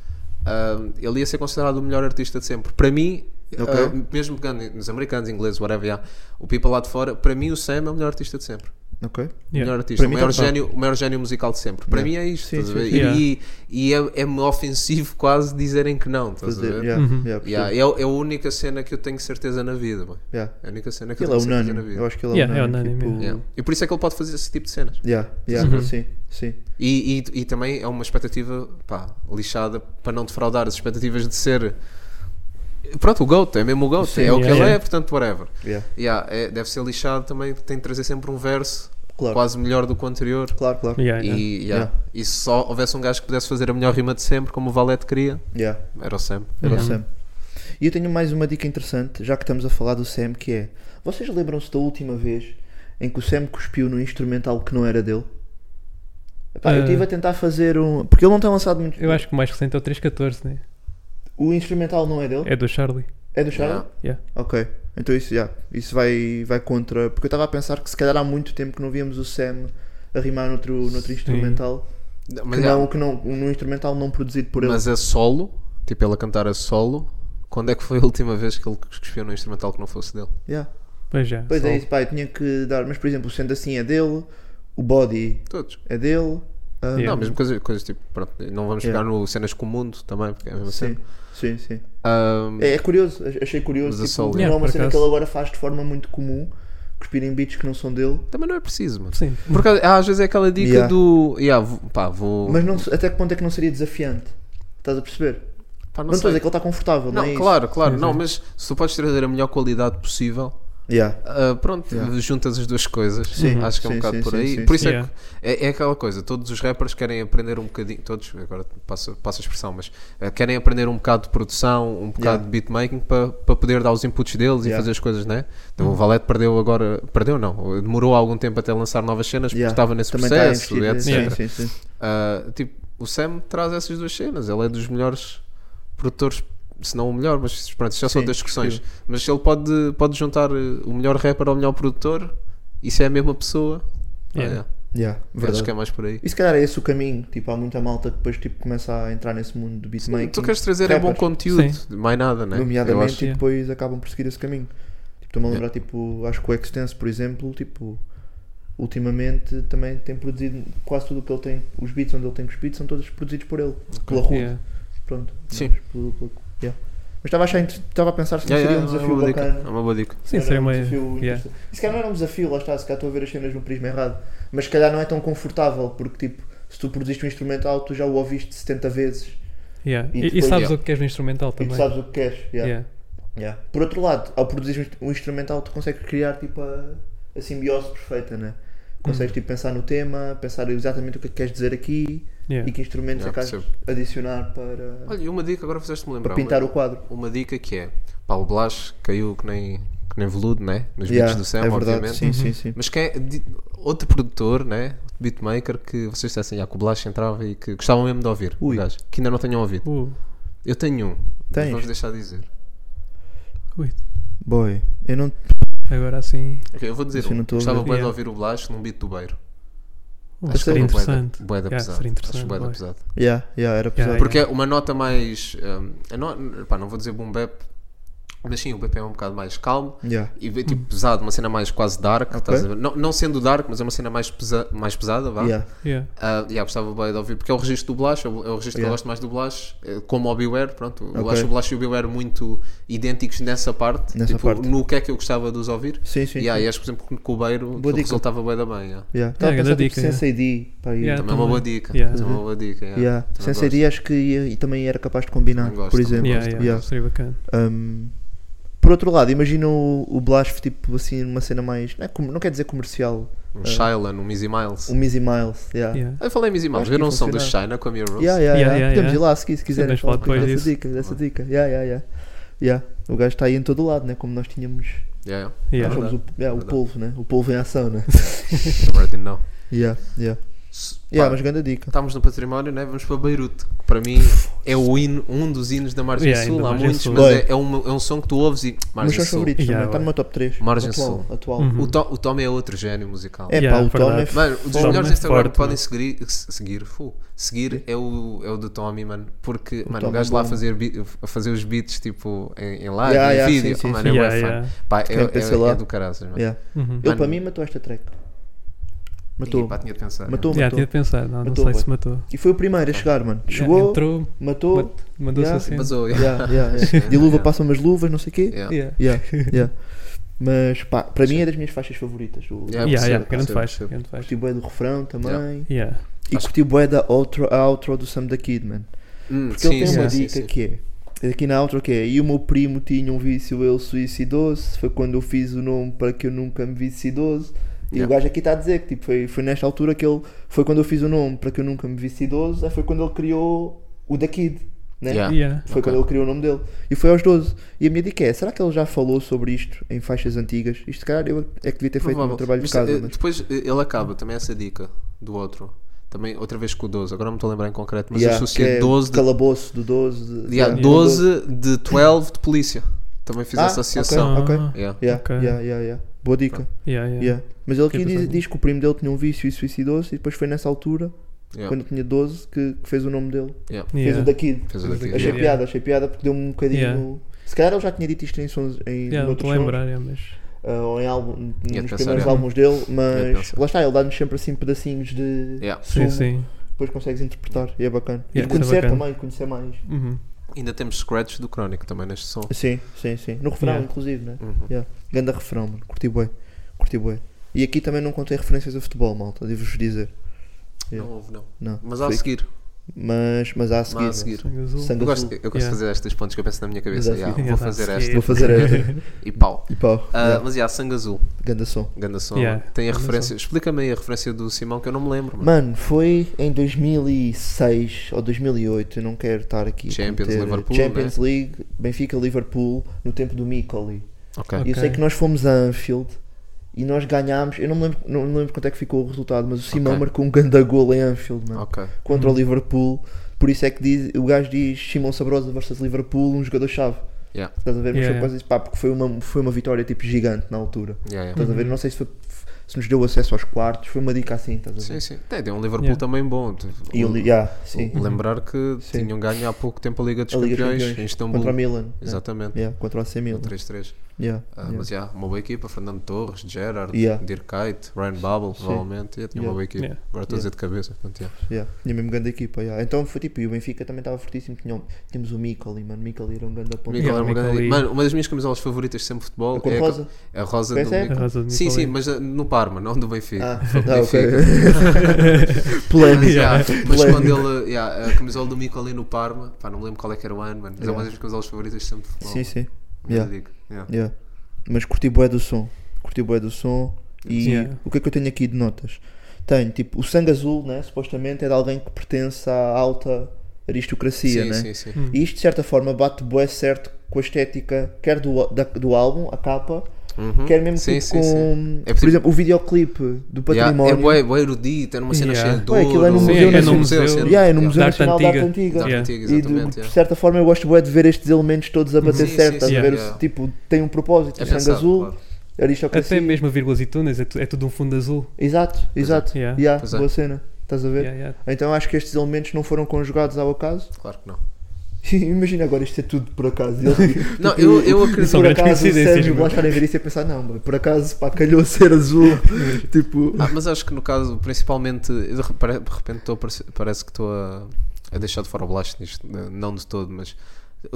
[SPEAKER 7] ahm, ele ia ser considerado o melhor artista de sempre. Para mim, ah, mesmo pegando nos americanos, ingleses, whatever, yeah, o people lá de fora, para mim o Sam é o melhor artista de sempre.
[SPEAKER 6] Ok?
[SPEAKER 7] O melhor
[SPEAKER 2] Yeah.
[SPEAKER 7] artista,
[SPEAKER 6] Para
[SPEAKER 7] o
[SPEAKER 6] mim tá
[SPEAKER 7] maior,
[SPEAKER 6] também.
[SPEAKER 7] gênio, o maior gênio musical de sempre. Para mim é isto,
[SPEAKER 6] Sim,
[SPEAKER 7] estás a
[SPEAKER 6] sim,
[SPEAKER 7] ver?
[SPEAKER 2] sim.
[SPEAKER 7] E, e é, é-me ofensivo quase dizerem que não, estás a
[SPEAKER 6] Fazer,
[SPEAKER 7] ver?
[SPEAKER 6] yeah,
[SPEAKER 2] Uhum.
[SPEAKER 6] yeah,
[SPEAKER 7] Yeah,
[SPEAKER 6] percebo.
[SPEAKER 7] é, é a única cena que eu tenho certeza na vida, mano.
[SPEAKER 6] Yeah.
[SPEAKER 7] É a única cena que eu
[SPEAKER 6] Ele é
[SPEAKER 7] tenho certeza na
[SPEAKER 6] unânime.
[SPEAKER 7] vida.
[SPEAKER 6] Eu acho que ele é
[SPEAKER 2] Yeah, é
[SPEAKER 6] unânime.
[SPEAKER 2] unânime,
[SPEAKER 6] tipo-
[SPEAKER 7] Yeah. E por isso é que ele pode fazer esse tipo de cenas.
[SPEAKER 6] Yeah, yeah,
[SPEAKER 2] Uhum.
[SPEAKER 6] sim, sim.
[SPEAKER 7] E, e, e também é uma expectativa pá, lixada para não defraudar as expectativas de ser. Pronto, o GOAT, é mesmo o GOAT,
[SPEAKER 6] Sim,
[SPEAKER 7] é o que
[SPEAKER 2] yeah,
[SPEAKER 7] ele
[SPEAKER 2] yeah.
[SPEAKER 7] é, portanto, whatever.
[SPEAKER 6] Yeah.
[SPEAKER 7] Yeah, é- deve ser lixado também, tem de trazer sempre um verso
[SPEAKER 6] Claro,
[SPEAKER 7] quase melhor do que o anterior.
[SPEAKER 6] claro, claro.
[SPEAKER 2] Yeah, yeah.
[SPEAKER 7] E, yeah.
[SPEAKER 6] Yeah.
[SPEAKER 7] e se só houvesse um gajo que pudesse fazer a melhor rima de sempre, como o Valete queria,
[SPEAKER 6] Yeah,
[SPEAKER 7] era o Sam.
[SPEAKER 6] era o
[SPEAKER 2] Yeah.
[SPEAKER 6] Sam. E eu tenho mais uma dica interessante, já que estamos a falar do Sam, que é: vocês lembram-se da última vez em que o Sam cuspiu num instrumental que não era dele? Epá, eu
[SPEAKER 2] Ah.
[SPEAKER 6] estive a tentar fazer um. Porque ele não tem lançado muito.
[SPEAKER 2] Eu acho que o mais recente é o 314, né?
[SPEAKER 6] O instrumental não é dele?
[SPEAKER 2] É do Charlie.
[SPEAKER 6] É, do Charlie?
[SPEAKER 7] Yeah.
[SPEAKER 2] Yeah.
[SPEAKER 6] Ok, então isso já, isso vai, vai contra. Porque eu estava a pensar que se calhar há muito tempo que não víamos o Sam a rimar noutro, noutro instrumental. Que
[SPEAKER 7] Mas,
[SPEAKER 6] não,
[SPEAKER 7] yeah,
[SPEAKER 6] que não, num instrumental não produzido por ele.
[SPEAKER 7] mas a solo, tipo ele a cantar a solo, quando é que foi a última vez que ele cuspiu num instrumental que não fosse dele?
[SPEAKER 6] Yeah.
[SPEAKER 2] Pois já.
[SPEAKER 6] Pois é
[SPEAKER 7] Só-
[SPEAKER 6] isso, pá, eu tinha que dar. Mas por exemplo, o sendo assim é dele, o body
[SPEAKER 7] Todos.
[SPEAKER 6] é dele. ah,
[SPEAKER 2] Yeah.
[SPEAKER 7] Não, mesmo coisas, coisas tipo, pronto, não vamos pegar no cenas com o mundo também, porque é a mesma
[SPEAKER 6] Sim,
[SPEAKER 7] cena.
[SPEAKER 6] sim, sim.
[SPEAKER 7] Ahm,
[SPEAKER 6] É, é curioso, ach- achei curioso.
[SPEAKER 7] Mas a
[SPEAKER 6] Tipo,
[SPEAKER 7] solo.
[SPEAKER 6] não é
[SPEAKER 2] Yeah,
[SPEAKER 6] uma
[SPEAKER 2] por
[SPEAKER 6] cena que
[SPEAKER 2] acaso.
[SPEAKER 6] ele agora faz de forma muito comum, cuspir em beats que não são dele.
[SPEAKER 7] Também não é preciso, mano.
[SPEAKER 2] Sim.
[SPEAKER 7] Por causa- às vezes é aquela dica
[SPEAKER 6] Yeah.
[SPEAKER 7] do. Yeah, vou- pá, vou.
[SPEAKER 6] Mas não, se- até que ponto é que não seria desafiante? Estás a perceber?
[SPEAKER 7] pá,
[SPEAKER 6] Não, estou a
[SPEAKER 7] sei.
[SPEAKER 6] dizer que ele está confortável, não,
[SPEAKER 7] Não,
[SPEAKER 6] é isso?
[SPEAKER 7] claro, claro.
[SPEAKER 2] Sim,
[SPEAKER 7] Não,
[SPEAKER 2] sim.
[SPEAKER 7] mas se tu podes trazer a melhor qualidade possível,
[SPEAKER 6] Yeah.
[SPEAKER 7] ah, pronto,
[SPEAKER 6] Yeah.
[SPEAKER 7] juntas as duas coisas.
[SPEAKER 6] Sim,
[SPEAKER 7] Acho que é um
[SPEAKER 6] sim,
[SPEAKER 7] bocado
[SPEAKER 6] sim,
[SPEAKER 7] por
[SPEAKER 6] sim,
[SPEAKER 7] aí.
[SPEAKER 6] sim,
[SPEAKER 7] por isso é
[SPEAKER 2] Yeah.
[SPEAKER 7] que- é, é aquela coisa, todos os rappers querem aprender um bocadinho, todos, agora passo, passo a expressão, mas eh, querem aprender um bocado de produção, um bocado
[SPEAKER 6] Yeah.
[SPEAKER 7] de beatmaking para para poder dar os inputs deles e
[SPEAKER 6] Yeah. Uhum.
[SPEAKER 7] fazer as coisas, né? Então, O Valete perdeu agora, perdeu não, demorou algum tempo até lançar novas cenas
[SPEAKER 6] Yeah.
[SPEAKER 7] porque tipo, estava nesse
[SPEAKER 6] Também tá está a
[SPEAKER 7] processo,
[SPEAKER 6] investir,
[SPEAKER 7] etc.
[SPEAKER 2] Yeah.
[SPEAKER 6] Sim, sim, sim.
[SPEAKER 7] Ah, tipo, o Sam traz essas duas cenas, ele é dos melhores produtores. Se não o melhor, mas pronto, isso já
[SPEAKER 6] Sim,
[SPEAKER 7] são outras discussões. Mas ele pode, pode juntar eh, o melhor rapper ao melhor produtor, e se é a mesma pessoa, pá,
[SPEAKER 2] Yeah.
[SPEAKER 7] yeah.
[SPEAKER 6] Yeah,
[SPEAKER 7] Acho
[SPEAKER 6] verdade.
[SPEAKER 7] que é mais por aí.
[SPEAKER 6] E se calhar é esse o caminho, tipo, há muita malta que depois tipo, começa a entrar nesse mundo do beatmaking,
[SPEAKER 7] tu queres trazer é bom
[SPEAKER 6] rappers.
[SPEAKER 7] conteúdo,
[SPEAKER 2] Sim.
[SPEAKER 7] mais nada, né? Eu acho.
[SPEAKER 6] nomeadamente, e
[SPEAKER 2] yeah.
[SPEAKER 6] depois acabam por seguir esse caminho. Tipo, Estou-me a lembrar, tipo, acho que o Extense, por exemplo, tipo, ultimamente também tem produzido quase tudo o que ele tem, os beats onde ele tem cuspido são todos produzidos por ele, pela rua,
[SPEAKER 2] Yeah.
[SPEAKER 6] pronto.
[SPEAKER 7] Sim.
[SPEAKER 6] Mas, pelo- pelo- yeah. Mas estava a achar, inter- estava a pensar se não
[SPEAKER 7] Yeah,
[SPEAKER 6] seria
[SPEAKER 7] yeah,
[SPEAKER 6] um
[SPEAKER 7] é
[SPEAKER 6] desafio
[SPEAKER 7] uma boa dica,
[SPEAKER 6] bacana.
[SPEAKER 7] É uma boa dica.
[SPEAKER 2] Sim,
[SPEAKER 6] Era
[SPEAKER 2] seria uma.
[SPEAKER 6] um desafio
[SPEAKER 2] Yeah.
[SPEAKER 6] interessante. E se calhar não era um desafio, lá está, se calhar estou a ver as cenas num prisma errado, mas se calhar não é tão confortável, porque tipo, se tu produziste um instrumental, tu já o ouviste 70 vezes
[SPEAKER 2] Yeah.
[SPEAKER 6] E
[SPEAKER 2] E, e
[SPEAKER 6] depois-
[SPEAKER 2] sabes
[SPEAKER 7] Yeah.
[SPEAKER 2] o que queres no instrumental também.
[SPEAKER 6] e tu sabes o que queres. yeah.
[SPEAKER 2] Yeah.
[SPEAKER 6] Yeah. Por outro lado, ao produzir um inst- um instrumental, tu consegues criar tipo a, a simbiose perfeita, né? Consegues
[SPEAKER 2] Uhum.
[SPEAKER 6] tipo, pensar no tema, pensar exatamente o que é que queres dizer aqui
[SPEAKER 2] Yeah.
[SPEAKER 6] e que instrumentos
[SPEAKER 7] Yeah,
[SPEAKER 6] é que has de adicionar para,
[SPEAKER 7] Olha, é. e uma dica, agora fizeste-me lembrar.
[SPEAKER 6] para pintar
[SPEAKER 7] uma,
[SPEAKER 6] o quadro.
[SPEAKER 7] uma dica que é: pá, o Blas caiu que nem, que nem veludo, né? Nos
[SPEAKER 6] Yeah,
[SPEAKER 7] beats do Sam,
[SPEAKER 6] é verdade,
[SPEAKER 7] obviamente.
[SPEAKER 6] sim, sim, sim.
[SPEAKER 7] Mas quem é di- outro produtor, né? Beatmaker que vocês dissessem já que o Blas entrava e que gostavam mesmo de ouvir. o
[SPEAKER 6] Ui.
[SPEAKER 7] gajo, que ainda não tenham ouvido.
[SPEAKER 2] Uh,
[SPEAKER 7] Eu tenho um.
[SPEAKER 6] Tens?
[SPEAKER 7] Mas vamos deixar de dizer.
[SPEAKER 6] Boy, eu não.
[SPEAKER 2] agora assim.
[SPEAKER 7] Ok, eu vou dizer
[SPEAKER 6] Esse eu
[SPEAKER 7] um.
[SPEAKER 6] não tô a
[SPEAKER 7] Gostava
[SPEAKER 6] ver.
[SPEAKER 7] bué de
[SPEAKER 2] Yeah.
[SPEAKER 7] ouvir o Blas num beat do Beiro.
[SPEAKER 2] Uh,
[SPEAKER 6] Acho que
[SPEAKER 2] seria
[SPEAKER 6] é uma
[SPEAKER 7] bué da-
[SPEAKER 2] interessante.
[SPEAKER 7] bué da
[SPEAKER 2] Yeah,
[SPEAKER 7] pesado.
[SPEAKER 2] seria interessante,
[SPEAKER 7] Acho bué da
[SPEAKER 2] bué.
[SPEAKER 7] pesado.
[SPEAKER 6] Yeah, yeah, era pesado.
[SPEAKER 2] Yeah,
[SPEAKER 7] Porque é uma nota mais. hum, a no- pá, não vou dizer boom bap, mas sim, o bap é um bocado mais calmo
[SPEAKER 6] Yeah.
[SPEAKER 7] e bem, tipo pesado, uma cena mais quase dark.
[SPEAKER 6] Hum. Ok.
[SPEAKER 7] estás a ver? não, não sendo dark, mas é uma cena mais, pesa mais pesada, vá.
[SPEAKER 6] Yeah.
[SPEAKER 2] Yeah.
[SPEAKER 7] Ah, yeah, gostava bem de ouvir, porque é o registro do Blash, é o é o registro que eu
[SPEAKER 6] Yeah.
[SPEAKER 7] gosto mais do Blash, eh, como o Beware, pronto, eu
[SPEAKER 6] Ok.
[SPEAKER 7] acho o Blash e o Beware muito idênticos nessa parte,
[SPEAKER 6] Nessa
[SPEAKER 7] tipo,
[SPEAKER 6] parte.
[SPEAKER 7] no que é que eu gostava de os ouvir,
[SPEAKER 6] Sim, sim.
[SPEAKER 7] yeah, e acho, por exemplo, que no Cubeiro
[SPEAKER 6] Boa
[SPEAKER 7] aquilo
[SPEAKER 6] dica.
[SPEAKER 7] resultava bem da bem, yeah.
[SPEAKER 6] Yeah. Estava
[SPEAKER 2] Yeah,
[SPEAKER 6] a pensar
[SPEAKER 2] É, grande
[SPEAKER 6] tipo
[SPEAKER 2] dica, yeah.
[SPEAKER 6] Sense ID. Pá, aí.
[SPEAKER 2] Yeah.
[SPEAKER 7] também é uma boa
[SPEAKER 2] também.
[SPEAKER 7] dica,
[SPEAKER 2] Yeah.
[SPEAKER 7] também é uma boa dica, yeah.
[SPEAKER 6] Uhum. Yeah.
[SPEAKER 7] Também
[SPEAKER 6] Sense
[SPEAKER 7] gosto.
[SPEAKER 6] ID acho que ia- também era capaz de combinar,
[SPEAKER 7] Também gosto,
[SPEAKER 6] por
[SPEAKER 7] também
[SPEAKER 6] exemplo.
[SPEAKER 2] Yeah, yeah,
[SPEAKER 6] Yeah.
[SPEAKER 2] Seria bacana.
[SPEAKER 6] Um, por outro lado, imagina o, o Blasf, tipo assim, numa cena mais. Não, é, com- não quer dizer comercial.
[SPEAKER 7] Um Shyla, um Mizzy Miles.
[SPEAKER 6] O Mizzy Miles. Yeah.
[SPEAKER 2] Yeah.
[SPEAKER 7] Eu falei em Mizzy Miles,
[SPEAKER 6] Acho que
[SPEAKER 7] viram um som da
[SPEAKER 6] funciona.
[SPEAKER 7] China com a Mia Rose?
[SPEAKER 6] Yeah, yeah,
[SPEAKER 2] Yeah,
[SPEAKER 6] yeah.
[SPEAKER 2] yeah,
[SPEAKER 6] Podemos
[SPEAKER 2] yeah.
[SPEAKER 6] ir lá se, se quiserem
[SPEAKER 2] Podemos falar depois
[SPEAKER 6] dessa
[SPEAKER 2] disso.
[SPEAKER 6] dica, dessa dica. Yeah, yeah, yeah. Yeah. O gajo está aí em todo lado, né? como nós tínhamos.
[SPEAKER 7] Yeah, yeah.
[SPEAKER 2] Yeah.
[SPEAKER 6] nós somos o, yeah, o
[SPEAKER 7] Verdade. [laughs]
[SPEAKER 6] polvo, né? o polvo em ação. Né?
[SPEAKER 7] Already know.
[SPEAKER 6] yeah, yeah.
[SPEAKER 7] Se-
[SPEAKER 6] Yeah,
[SPEAKER 7] pá,
[SPEAKER 6] mas grande dica.
[SPEAKER 7] Estamos no património, né? vamos para Beirute, que para mim é o hino, um dos hinos da Margem
[SPEAKER 2] Yeah,
[SPEAKER 7] Sul.
[SPEAKER 2] da
[SPEAKER 7] Há
[SPEAKER 2] Margem
[SPEAKER 7] muitos,
[SPEAKER 2] Sul.
[SPEAKER 7] mas
[SPEAKER 6] Bem.
[SPEAKER 7] é, é um, é um som que tu ouves e.
[SPEAKER 6] Mas
[SPEAKER 7] Margem
[SPEAKER 6] são
[SPEAKER 7] Sul.
[SPEAKER 6] favoritos
[SPEAKER 2] Yeah,
[SPEAKER 6] também, está
[SPEAKER 2] ué.
[SPEAKER 6] numa top 3.
[SPEAKER 7] Margem
[SPEAKER 6] atual,
[SPEAKER 7] Sul.
[SPEAKER 6] atual.
[SPEAKER 2] Uhum.
[SPEAKER 7] O, Tom, o Tom é outro gênio musical.
[SPEAKER 6] É
[SPEAKER 2] Yeah,
[SPEAKER 6] pá, o Tom é
[SPEAKER 2] verdade.
[SPEAKER 6] f-
[SPEAKER 7] Mano, um dos
[SPEAKER 2] Tom
[SPEAKER 7] melhores
[SPEAKER 2] é
[SPEAKER 7] Instagram que
[SPEAKER 2] forte,
[SPEAKER 7] podem
[SPEAKER 2] mano.
[SPEAKER 7] seguir, seguir, fu, seguir é o, é o do Tommy, mano. Porque, mano, o
[SPEAKER 6] Tommy
[SPEAKER 7] gajo lá a
[SPEAKER 6] Bono.
[SPEAKER 7] fazer, bi- a fazer os beats tipo em, em live,
[SPEAKER 6] Yeah,
[SPEAKER 7] em
[SPEAKER 6] yeah,
[SPEAKER 7] vídeo,
[SPEAKER 6] sim, sim,
[SPEAKER 7] Oh, mano,
[SPEAKER 6] sim.
[SPEAKER 7] é
[SPEAKER 2] Yeah,
[SPEAKER 7] bué fã.
[SPEAKER 2] yeah.
[SPEAKER 7] Pá, é,
[SPEAKER 6] Quem pensa
[SPEAKER 7] é,
[SPEAKER 6] lá.
[SPEAKER 7] é do caraças, mano.
[SPEAKER 6] Yeah.
[SPEAKER 2] Uhum.
[SPEAKER 6] Ele
[SPEAKER 7] Mano. tá
[SPEAKER 6] para mim matou esta track.
[SPEAKER 7] Matou.
[SPEAKER 6] Matou.
[SPEAKER 7] Pá, tinha de pensar.
[SPEAKER 6] Matou,
[SPEAKER 2] Yeah,
[SPEAKER 6] matou.
[SPEAKER 2] tinha de pensar, não, não
[SPEAKER 6] Matou,
[SPEAKER 2] sei
[SPEAKER 6] boy.
[SPEAKER 2] se matou.
[SPEAKER 6] E foi o primeiro a chegar, mano.
[SPEAKER 2] Yeah,
[SPEAKER 6] Chegou,
[SPEAKER 2] entrou,
[SPEAKER 6] matou.
[SPEAKER 2] mat- mandou-se
[SPEAKER 6] Yeah.
[SPEAKER 2] assim.
[SPEAKER 7] Mas oh, yeah.
[SPEAKER 6] Yeah,
[SPEAKER 7] [laughs]
[SPEAKER 6] yeah, yeah.
[SPEAKER 7] Yeah,
[SPEAKER 6] De luva
[SPEAKER 7] yeah.
[SPEAKER 6] passam umas luvas, não sei o quê.
[SPEAKER 7] Yeah.
[SPEAKER 2] Yeah.
[SPEAKER 6] Yeah,
[SPEAKER 7] [laughs]
[SPEAKER 6] yeah. Mas pá, para mim é das minhas faixas favoritas. O
[SPEAKER 2] Yeah,
[SPEAKER 7] Yeah, percebo,
[SPEAKER 2] yeah, grande
[SPEAKER 7] percebo,
[SPEAKER 2] faixa,
[SPEAKER 7] percebo.
[SPEAKER 2] grande faixa.
[SPEAKER 6] curti bué do refrão também.
[SPEAKER 2] Yeah.
[SPEAKER 6] E curti bué da outro, a outro do Sam da Kid, man.
[SPEAKER 7] Hum,
[SPEAKER 6] Porque ele tem uma dica que é. é Aqui na outro que é. E o meu primo tinha um vício, ele suicidou-se. Foi quando eu fiz o nome para que eu nunca me vicidoso. E
[SPEAKER 7] Yeah.
[SPEAKER 6] o gajo aqui está a dizer que tipo, foi, foi nesta altura que ele. Foi quando eu fiz o nome para que eu nunca me visse idoso. Aí foi quando ele criou o da Kid. Né?
[SPEAKER 7] Yeah.
[SPEAKER 2] Yeah.
[SPEAKER 6] Foi
[SPEAKER 7] Ok.
[SPEAKER 6] quando ele criou o nome dele. E foi aos 12. E a minha dica é: será que ele já falou sobre isto em faixas antigas? Isto, se calhar, eu é que devia ter feito o meu
[SPEAKER 7] Provável.
[SPEAKER 6] trabalho de
[SPEAKER 7] Mas,
[SPEAKER 6] casa.
[SPEAKER 7] eh,
[SPEAKER 6] Mas... Hum.
[SPEAKER 7] Depois eh, ele acaba também essa dica do outro. Também outra vez com o 12, agora não me estou a lembrar em concreto, mas
[SPEAKER 6] Yeah,
[SPEAKER 7] eu
[SPEAKER 6] que
[SPEAKER 7] associei
[SPEAKER 6] é
[SPEAKER 7] 12 de,
[SPEAKER 6] Calabouço do 12. De,
[SPEAKER 7] yeah,
[SPEAKER 6] yeah,
[SPEAKER 7] 12 de 12 de polícia. Também fiz
[SPEAKER 6] Ah,
[SPEAKER 7] essa associação.
[SPEAKER 6] ok.
[SPEAKER 7] Yeah.
[SPEAKER 6] Yeah,
[SPEAKER 2] Ok.
[SPEAKER 6] yeah, yeah, yeah. Boa dica.
[SPEAKER 2] Uh-huh. Yeah, yeah. é
[SPEAKER 6] Yeah. Mas ele aqui
[SPEAKER 2] Fiquei
[SPEAKER 6] diz,
[SPEAKER 2] pensando.
[SPEAKER 6] diz que o primo dele tinha um vício e suicidou-se. E depois foi nessa altura,
[SPEAKER 7] Yeah.
[SPEAKER 6] quando ele tinha 12, que, que fez o nome dele.
[SPEAKER 7] Yeah.
[SPEAKER 6] Fez
[SPEAKER 2] Yeah.
[SPEAKER 6] o da Kid.
[SPEAKER 7] Fez o daqui.
[SPEAKER 2] Achei
[SPEAKER 6] Achei
[SPEAKER 7] Yeah.
[SPEAKER 6] piada, achei piada porque deu-me um bocadinho.
[SPEAKER 2] Yeah.
[SPEAKER 6] Se calhar ele já tinha dito isto em sons. Em
[SPEAKER 2] Yeah, não
[SPEAKER 6] noutros
[SPEAKER 2] estou a
[SPEAKER 6] sons.
[SPEAKER 2] lembrar, é, mas.
[SPEAKER 6] Ah, ou em álbum,
[SPEAKER 7] Ia
[SPEAKER 6] nos
[SPEAKER 7] pensar,
[SPEAKER 6] primeiros
[SPEAKER 7] é.
[SPEAKER 6] álbuns dele,
[SPEAKER 7] Ia
[SPEAKER 6] mas
[SPEAKER 7] pensar.
[SPEAKER 6] lá está, ele dá-nos sempre assim pedacinhos de
[SPEAKER 7] Yeah.
[SPEAKER 2] Sim,
[SPEAKER 6] sumo,
[SPEAKER 2] sim.
[SPEAKER 6] depois consegues interpretar e é bacana.
[SPEAKER 2] Yeah,
[SPEAKER 6] e
[SPEAKER 2] isso é
[SPEAKER 6] conhecer
[SPEAKER 2] bacana.
[SPEAKER 6] também, conhecer mais.
[SPEAKER 2] Uhum.
[SPEAKER 7] Ainda temos scratch do Crónico também neste som.
[SPEAKER 6] Sim, sim, sim. No refrão,
[SPEAKER 2] Yeah.
[SPEAKER 6] inclusive, né?
[SPEAKER 7] Uhum.
[SPEAKER 6] Yeah. Ganda refrão, mano. Curti bué. Curti bué. E aqui também não contei referências a futebol, malta, devo-vos dizer. Yeah.
[SPEAKER 7] Não houve, não.
[SPEAKER 6] Não.
[SPEAKER 7] Mas há
[SPEAKER 6] Foi-
[SPEAKER 7] a seguir.
[SPEAKER 6] Mas, mas há a
[SPEAKER 7] Mas há
[SPEAKER 6] seguir.
[SPEAKER 7] a seguir.
[SPEAKER 2] Sangue azul.
[SPEAKER 6] né? Sangue
[SPEAKER 7] Eu gosto,
[SPEAKER 6] azul.
[SPEAKER 7] eu gosto
[SPEAKER 2] Yeah.
[SPEAKER 7] de fazer estas pontes que eu penso na minha cabeça.
[SPEAKER 6] Mas há
[SPEAKER 7] Yeah,
[SPEAKER 2] seguir.
[SPEAKER 7] vou
[SPEAKER 2] Yeah,
[SPEAKER 7] fazer
[SPEAKER 2] dá a
[SPEAKER 7] esta
[SPEAKER 6] Vou fazer esta.
[SPEAKER 7] e pau.
[SPEAKER 6] E pau.
[SPEAKER 7] Ah,
[SPEAKER 6] yeah.
[SPEAKER 7] Mas há sangue azul.
[SPEAKER 6] Ganda som.
[SPEAKER 7] Ganda som.
[SPEAKER 2] Yeah,
[SPEAKER 7] Tem a
[SPEAKER 2] ganda
[SPEAKER 7] referência. Explica-me aí a referência do Simão que eu não me lembro. Mano.
[SPEAKER 6] Mano, foi em 2006 ou 2008, eu não quero estar aqui. a
[SPEAKER 7] Champions,
[SPEAKER 6] cometer-
[SPEAKER 7] Liverpool, né?
[SPEAKER 6] Champions League, Benfica-Liverpool, no tempo do Micoli.
[SPEAKER 7] Ok.
[SPEAKER 6] E eu
[SPEAKER 2] Ok.
[SPEAKER 6] sei que nós fomos a Anfield e nós ganhámos. Eu não me lembro, não me lembro quanto é que ficou o resultado, mas o Simão
[SPEAKER 7] Ok.
[SPEAKER 6] marcou um ganda gol em Anfield, mano,
[SPEAKER 7] Ok.
[SPEAKER 2] Uhum.
[SPEAKER 6] contra o Liverpool. Por isso é que diz, o gajo diz Simão Sabrosa versus Liverpool, um jogador-chave.
[SPEAKER 7] Yeah.
[SPEAKER 6] Estás a ver? Mas
[SPEAKER 2] Yeah,
[SPEAKER 6] foi
[SPEAKER 2] yeah.
[SPEAKER 6] quase isso, pá, porque foi uma, foi uma vitória tipo gigante na altura.
[SPEAKER 7] Yeah, yeah.
[SPEAKER 6] Estás a ver? Não sei se, foi- se nos deu acesso aos quartos, foi uma dica assim, estás a ver?
[SPEAKER 7] Sim, sim. Tem, tem um Liverpool
[SPEAKER 2] Uhum. Yeah.
[SPEAKER 7] também bom. Tu-
[SPEAKER 6] E o,
[SPEAKER 7] o-
[SPEAKER 6] Li- yeah, sim.
[SPEAKER 7] Lembrar que
[SPEAKER 6] Sim.
[SPEAKER 7] tinham ganho há pouco tempo a Liga dos
[SPEAKER 6] A Liga dos
[SPEAKER 7] Campeões
[SPEAKER 6] Campeões,
[SPEAKER 7] em Istambul.
[SPEAKER 6] Contra o Milan. né?
[SPEAKER 7] Exatamente.
[SPEAKER 6] Yeah, contra o AC Milan.
[SPEAKER 7] 3-3.
[SPEAKER 6] Yeah,
[SPEAKER 7] Ah,
[SPEAKER 6] yeah.
[SPEAKER 7] Mas já, uma boa equipa. Fernando Torres, Gerard,
[SPEAKER 6] Yeah.
[SPEAKER 7] Dirk Kuyt, Ryan Bubble, provavelmente. Yeah, tinha
[SPEAKER 6] Yeah.
[SPEAKER 7] uma boa equipa.
[SPEAKER 2] Yeah.
[SPEAKER 7] Agora estou a dizer de cabeça. Portanto, yeah.
[SPEAKER 6] Yeah. Tinha mesmo grande equipa, yeah. Então foi tipo, e o Benfica também estava fortíssimo. Tinha, um- tínhamos o Micoli, mano. Micoli era um grande aponto.
[SPEAKER 7] Miguel
[SPEAKER 2] Yeah,
[SPEAKER 7] é uma grande-
[SPEAKER 2] Micali.
[SPEAKER 7] Mano, uma das minhas camisolas favoritas de sempre de futebol
[SPEAKER 6] A cor
[SPEAKER 7] é a-
[SPEAKER 6] rosa?
[SPEAKER 7] é a rosa do
[SPEAKER 6] Essa é?
[SPEAKER 7] Micali.
[SPEAKER 2] A rosa do
[SPEAKER 7] Sim,
[SPEAKER 2] Micali.
[SPEAKER 7] sim, mas ah, no Parma, não do [laughs] Benfica.
[SPEAKER 6] Ah,
[SPEAKER 7] Foi
[SPEAKER 6] [laughs]
[SPEAKER 7] do
[SPEAKER 6] ah, ok. né?
[SPEAKER 7] Benfica.
[SPEAKER 2] [laughs]
[SPEAKER 6] [laughs] Polémico.
[SPEAKER 7] [laughs] Mas, é, [laughs] yeah, mas
[SPEAKER 6] Polémico.
[SPEAKER 7] quando ele, yeah, a camisola do Mico ali no Parma, pá, não me lembro qual é que era o ano, mano, mas é uma
[SPEAKER 6] Yeah.
[SPEAKER 7] das minhas camisolas favoritas sempre de futebol.
[SPEAKER 6] Sim, sim.
[SPEAKER 7] Não
[SPEAKER 6] Yeah,
[SPEAKER 7] é digo, yeah.
[SPEAKER 6] yeah. Mas curti bué do som. Curti bué do som. E
[SPEAKER 2] Yeah.
[SPEAKER 6] o que é que eu tenho aqui de notas? Tenho, tipo, o sangue azul, né? Supostamente é de alguém que pertence à alta aristocracia,
[SPEAKER 7] Sim,
[SPEAKER 6] né?
[SPEAKER 7] sim, sim.
[SPEAKER 2] Hum.
[SPEAKER 6] E isto, de certa forma, bate bué certo com a estética, quer do, da- do álbum, a capa,
[SPEAKER 2] Hum.
[SPEAKER 7] Uhum.
[SPEAKER 6] quer mesmo
[SPEAKER 7] Sim,
[SPEAKER 6] tipo
[SPEAKER 7] sim,
[SPEAKER 6] com...
[SPEAKER 7] sim.
[SPEAKER 6] por
[SPEAKER 7] É tipo-
[SPEAKER 6] exemplo, o videoclipe do
[SPEAKER 7] Yeah, é
[SPEAKER 6] Património.
[SPEAKER 7] bué, bué erudito, é numa cena
[SPEAKER 2] Yeah.
[SPEAKER 7] cheia de
[SPEAKER 6] Ué, aquilo
[SPEAKER 7] ouro.
[SPEAKER 6] é no
[SPEAKER 7] Sim,
[SPEAKER 6] museu,
[SPEAKER 7] é
[SPEAKER 6] né?
[SPEAKER 7] no museu. sim,
[SPEAKER 6] Yeah, é no Museu
[SPEAKER 2] Arte
[SPEAKER 6] Nacional da Arte
[SPEAKER 2] Antiga.
[SPEAKER 6] Antiga.
[SPEAKER 7] Da
[SPEAKER 2] Yeah.
[SPEAKER 7] Antiga,
[SPEAKER 6] E de,
[SPEAKER 7] exatamente.
[SPEAKER 6] de
[SPEAKER 7] yeah.
[SPEAKER 6] certa forma eu gosto bué de ver estes elementos todos a bater
[SPEAKER 7] Sim,
[SPEAKER 6] certo,
[SPEAKER 7] sim,
[SPEAKER 6] estás a
[SPEAKER 7] sim,
[SPEAKER 6] ver?
[SPEAKER 7] yeah.
[SPEAKER 6] Tipo, tem um propósito,
[SPEAKER 7] É
[SPEAKER 6] sangue
[SPEAKER 7] pensado,
[SPEAKER 6] azul,
[SPEAKER 7] claro.
[SPEAKER 6] aristocracia.
[SPEAKER 2] Até É mesmo vírgulas e túneis, é, tu- é tudo um fundo azul.
[SPEAKER 6] Exato, exato.
[SPEAKER 2] Yeah.
[SPEAKER 6] Yeah,
[SPEAKER 7] Pois é.
[SPEAKER 6] boa cena, estás a ver?
[SPEAKER 2] Yeah, yeah.
[SPEAKER 6] Então acho que estes elementos não foram conjugados ao acaso. [laughs]
[SPEAKER 7] Claro que não.
[SPEAKER 6] Tipo Imagina agora isto é tudo por
[SPEAKER 7] [laughs]
[SPEAKER 6] acaso. Ele-
[SPEAKER 7] Não, eu, eu acredito.
[SPEAKER 2] São
[SPEAKER 6] por
[SPEAKER 2] grandes
[SPEAKER 6] acaso o
[SPEAKER 2] coincidências,
[SPEAKER 6] Sérgio
[SPEAKER 2] meu.
[SPEAKER 6] lá estar a ver isso e a pensar, não, mano, por acaso pá, calhou
[SPEAKER 2] [laughs]
[SPEAKER 6] ser azul. tipo.
[SPEAKER 7] Ah, mas acho que no caso, principalmente, eu de repare- de repente estou a parece, parece que estou a, a deixar de fora o Blast nisto, né? não de todo, mas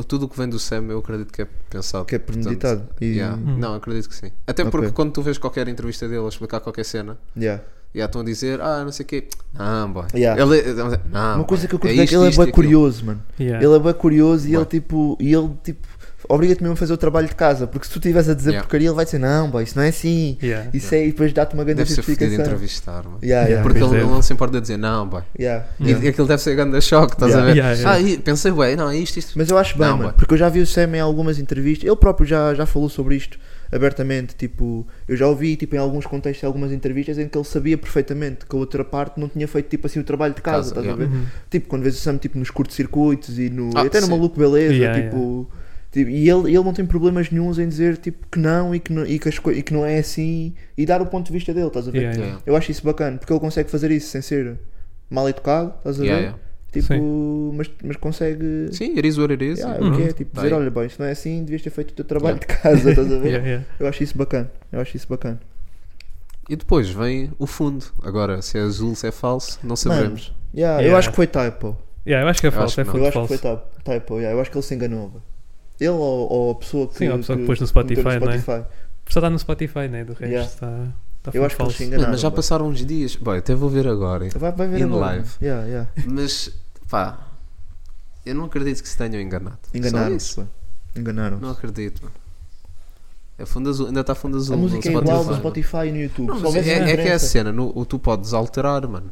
[SPEAKER 7] tudo o que vem do Sam eu acredito que é pensado.
[SPEAKER 6] Que é
[SPEAKER 7] portanto,
[SPEAKER 6] premeditado. E-
[SPEAKER 7] yeah. Não, acredito que sim. Até
[SPEAKER 6] Ok.
[SPEAKER 7] porque quando tu vês qualquer entrevista dele a explicar qualquer cena,
[SPEAKER 6] Yeah.
[SPEAKER 7] yeah, estão a dizer, ah, não sei o quê. Não, boy.
[SPEAKER 6] Yeah.
[SPEAKER 7] Ele, é- não,
[SPEAKER 6] Uma
[SPEAKER 7] boy,
[SPEAKER 6] coisa que eu curto
[SPEAKER 7] é
[SPEAKER 6] é, que
[SPEAKER 7] isto,
[SPEAKER 6] ele é
[SPEAKER 7] isto e
[SPEAKER 6] bem
[SPEAKER 7] aquilo.
[SPEAKER 6] curioso, mano.
[SPEAKER 2] Yeah.
[SPEAKER 6] Ele é bem curioso e
[SPEAKER 7] Bué.
[SPEAKER 6] ele tipo, e ele tipo, obriga-te mesmo a fazer o trabalho de casa, porque se tu estiveres a dizer
[SPEAKER 7] Yeah.
[SPEAKER 6] porcaria, ele vai dizer, não, boy, isso não é assim.
[SPEAKER 2] Yeah.
[SPEAKER 6] Isso é, e depois dá-te uma grande
[SPEAKER 7] Deve ser fodido
[SPEAKER 6] justificação.
[SPEAKER 7] entrevistar, mano.
[SPEAKER 6] Yeah, yeah,
[SPEAKER 7] Porque
[SPEAKER 2] pois é.
[SPEAKER 7] ele,
[SPEAKER 2] deve.
[SPEAKER 7] ele não se importa de dizer, não, boy.
[SPEAKER 6] yeah.
[SPEAKER 7] E- E aquilo deve ser grande choque, estás
[SPEAKER 6] Yeah.
[SPEAKER 7] a ver?
[SPEAKER 2] Yeah, yeah.
[SPEAKER 7] Ah, e, pensei, ué, não, é isto, isto.
[SPEAKER 6] Mas eu acho bem,
[SPEAKER 7] Não,
[SPEAKER 6] mano,
[SPEAKER 7] bué.
[SPEAKER 6] porque eu já vi o Sam em algumas entrevistas, ele próprio já, já falou sobre isto, abertamente, tipo, eu já ouvi tipo, em alguns contextos, em algumas entrevistas, em que ele sabia perfeitamente que a outra parte não tinha feito tipo assim o trabalho de casa,
[SPEAKER 7] Casa,
[SPEAKER 6] estás
[SPEAKER 7] yeah.
[SPEAKER 6] a
[SPEAKER 2] Uhum.
[SPEAKER 6] ver? Tipo, quando vês o Sam tipo, nos curtos-circuitos e no.
[SPEAKER 7] Ah,
[SPEAKER 6] até no
[SPEAKER 7] sim.
[SPEAKER 6] maluco beleza,
[SPEAKER 2] Yeah,
[SPEAKER 6] tipo. tipo, e ele, ele não tem problemas nenhuns em dizer tipo, que não e que não, e que, as coi- e que não é assim e dar o ponto de vista dele, estás a ver?
[SPEAKER 2] Yeah, yeah.
[SPEAKER 7] Yeah.
[SPEAKER 6] Eu acho isso bacana, porque ele consegue fazer isso sem ser mal educado, estás a ver?
[SPEAKER 7] Yeah, yeah.
[SPEAKER 6] Tipo, mas, mas consegue.
[SPEAKER 7] Sim, it is what it is.
[SPEAKER 6] Yeah, é
[SPEAKER 7] e
[SPEAKER 6] o que é,
[SPEAKER 2] Uhum.
[SPEAKER 7] pronto,
[SPEAKER 6] tipo,
[SPEAKER 7] tá
[SPEAKER 6] dizer,
[SPEAKER 7] aí.
[SPEAKER 6] olha, bem, isto não é assim, devias ter feito o teu trabalho de casa, estás a ver?
[SPEAKER 2] [laughs] Yeah, yeah.
[SPEAKER 6] Eu acho isso bacana, eu acho isso bacana.
[SPEAKER 7] E depois vem o fundo. Agora, se é azul, se é falso, não saberemos.
[SPEAKER 6] Yeah, Eu
[SPEAKER 2] Yeah.
[SPEAKER 6] acho que foi typo.
[SPEAKER 2] Yeah, eu acho que é
[SPEAKER 7] acho
[SPEAKER 2] falso,
[SPEAKER 7] que
[SPEAKER 2] é
[SPEAKER 7] não.
[SPEAKER 2] fundo
[SPEAKER 6] eu acho
[SPEAKER 2] falso.
[SPEAKER 6] que foi ty- typo, yeah, eu acho que ele se enganou. bro. Ele ou, ou a pessoa que.
[SPEAKER 2] Sim, a pessoa que pôs no
[SPEAKER 6] meteu
[SPEAKER 2] Spotify, não é?
[SPEAKER 6] Spotify.
[SPEAKER 2] Só está no Spotify, né? Do resto
[SPEAKER 6] Yeah.
[SPEAKER 2] está, está
[SPEAKER 6] Eu
[SPEAKER 2] fundo
[SPEAKER 6] acho que eles
[SPEAKER 2] falso.
[SPEAKER 6] se
[SPEAKER 7] Mano,
[SPEAKER 6] enganaram.
[SPEAKER 7] mas já
[SPEAKER 6] bro.
[SPEAKER 7] passaram uns dias. Bom, até vou
[SPEAKER 6] [laughs]
[SPEAKER 7] ver agora.
[SPEAKER 6] Vai, vai ver
[SPEAKER 7] in
[SPEAKER 6] agora.
[SPEAKER 7] live.
[SPEAKER 6] Yeah, yeah.
[SPEAKER 7] Mas, pá, eu não acredito que se tenham enganado. Só isso.
[SPEAKER 6] Enganaram-se. bro.
[SPEAKER 7] Não
[SPEAKER 6] Enganaram-se.
[SPEAKER 7] acredito, mano. É fundo azul, ainda está fundo azul.
[SPEAKER 6] A
[SPEAKER 7] no
[SPEAKER 6] música é igual no
[SPEAKER 7] mano.
[SPEAKER 6] Spotify e no YouTube.
[SPEAKER 7] Não,
[SPEAKER 6] Só
[SPEAKER 7] mas
[SPEAKER 6] vês a
[SPEAKER 7] é, é que é a
[SPEAKER 6] diferença.
[SPEAKER 7] cena, no- o, tu podes alterar, mano.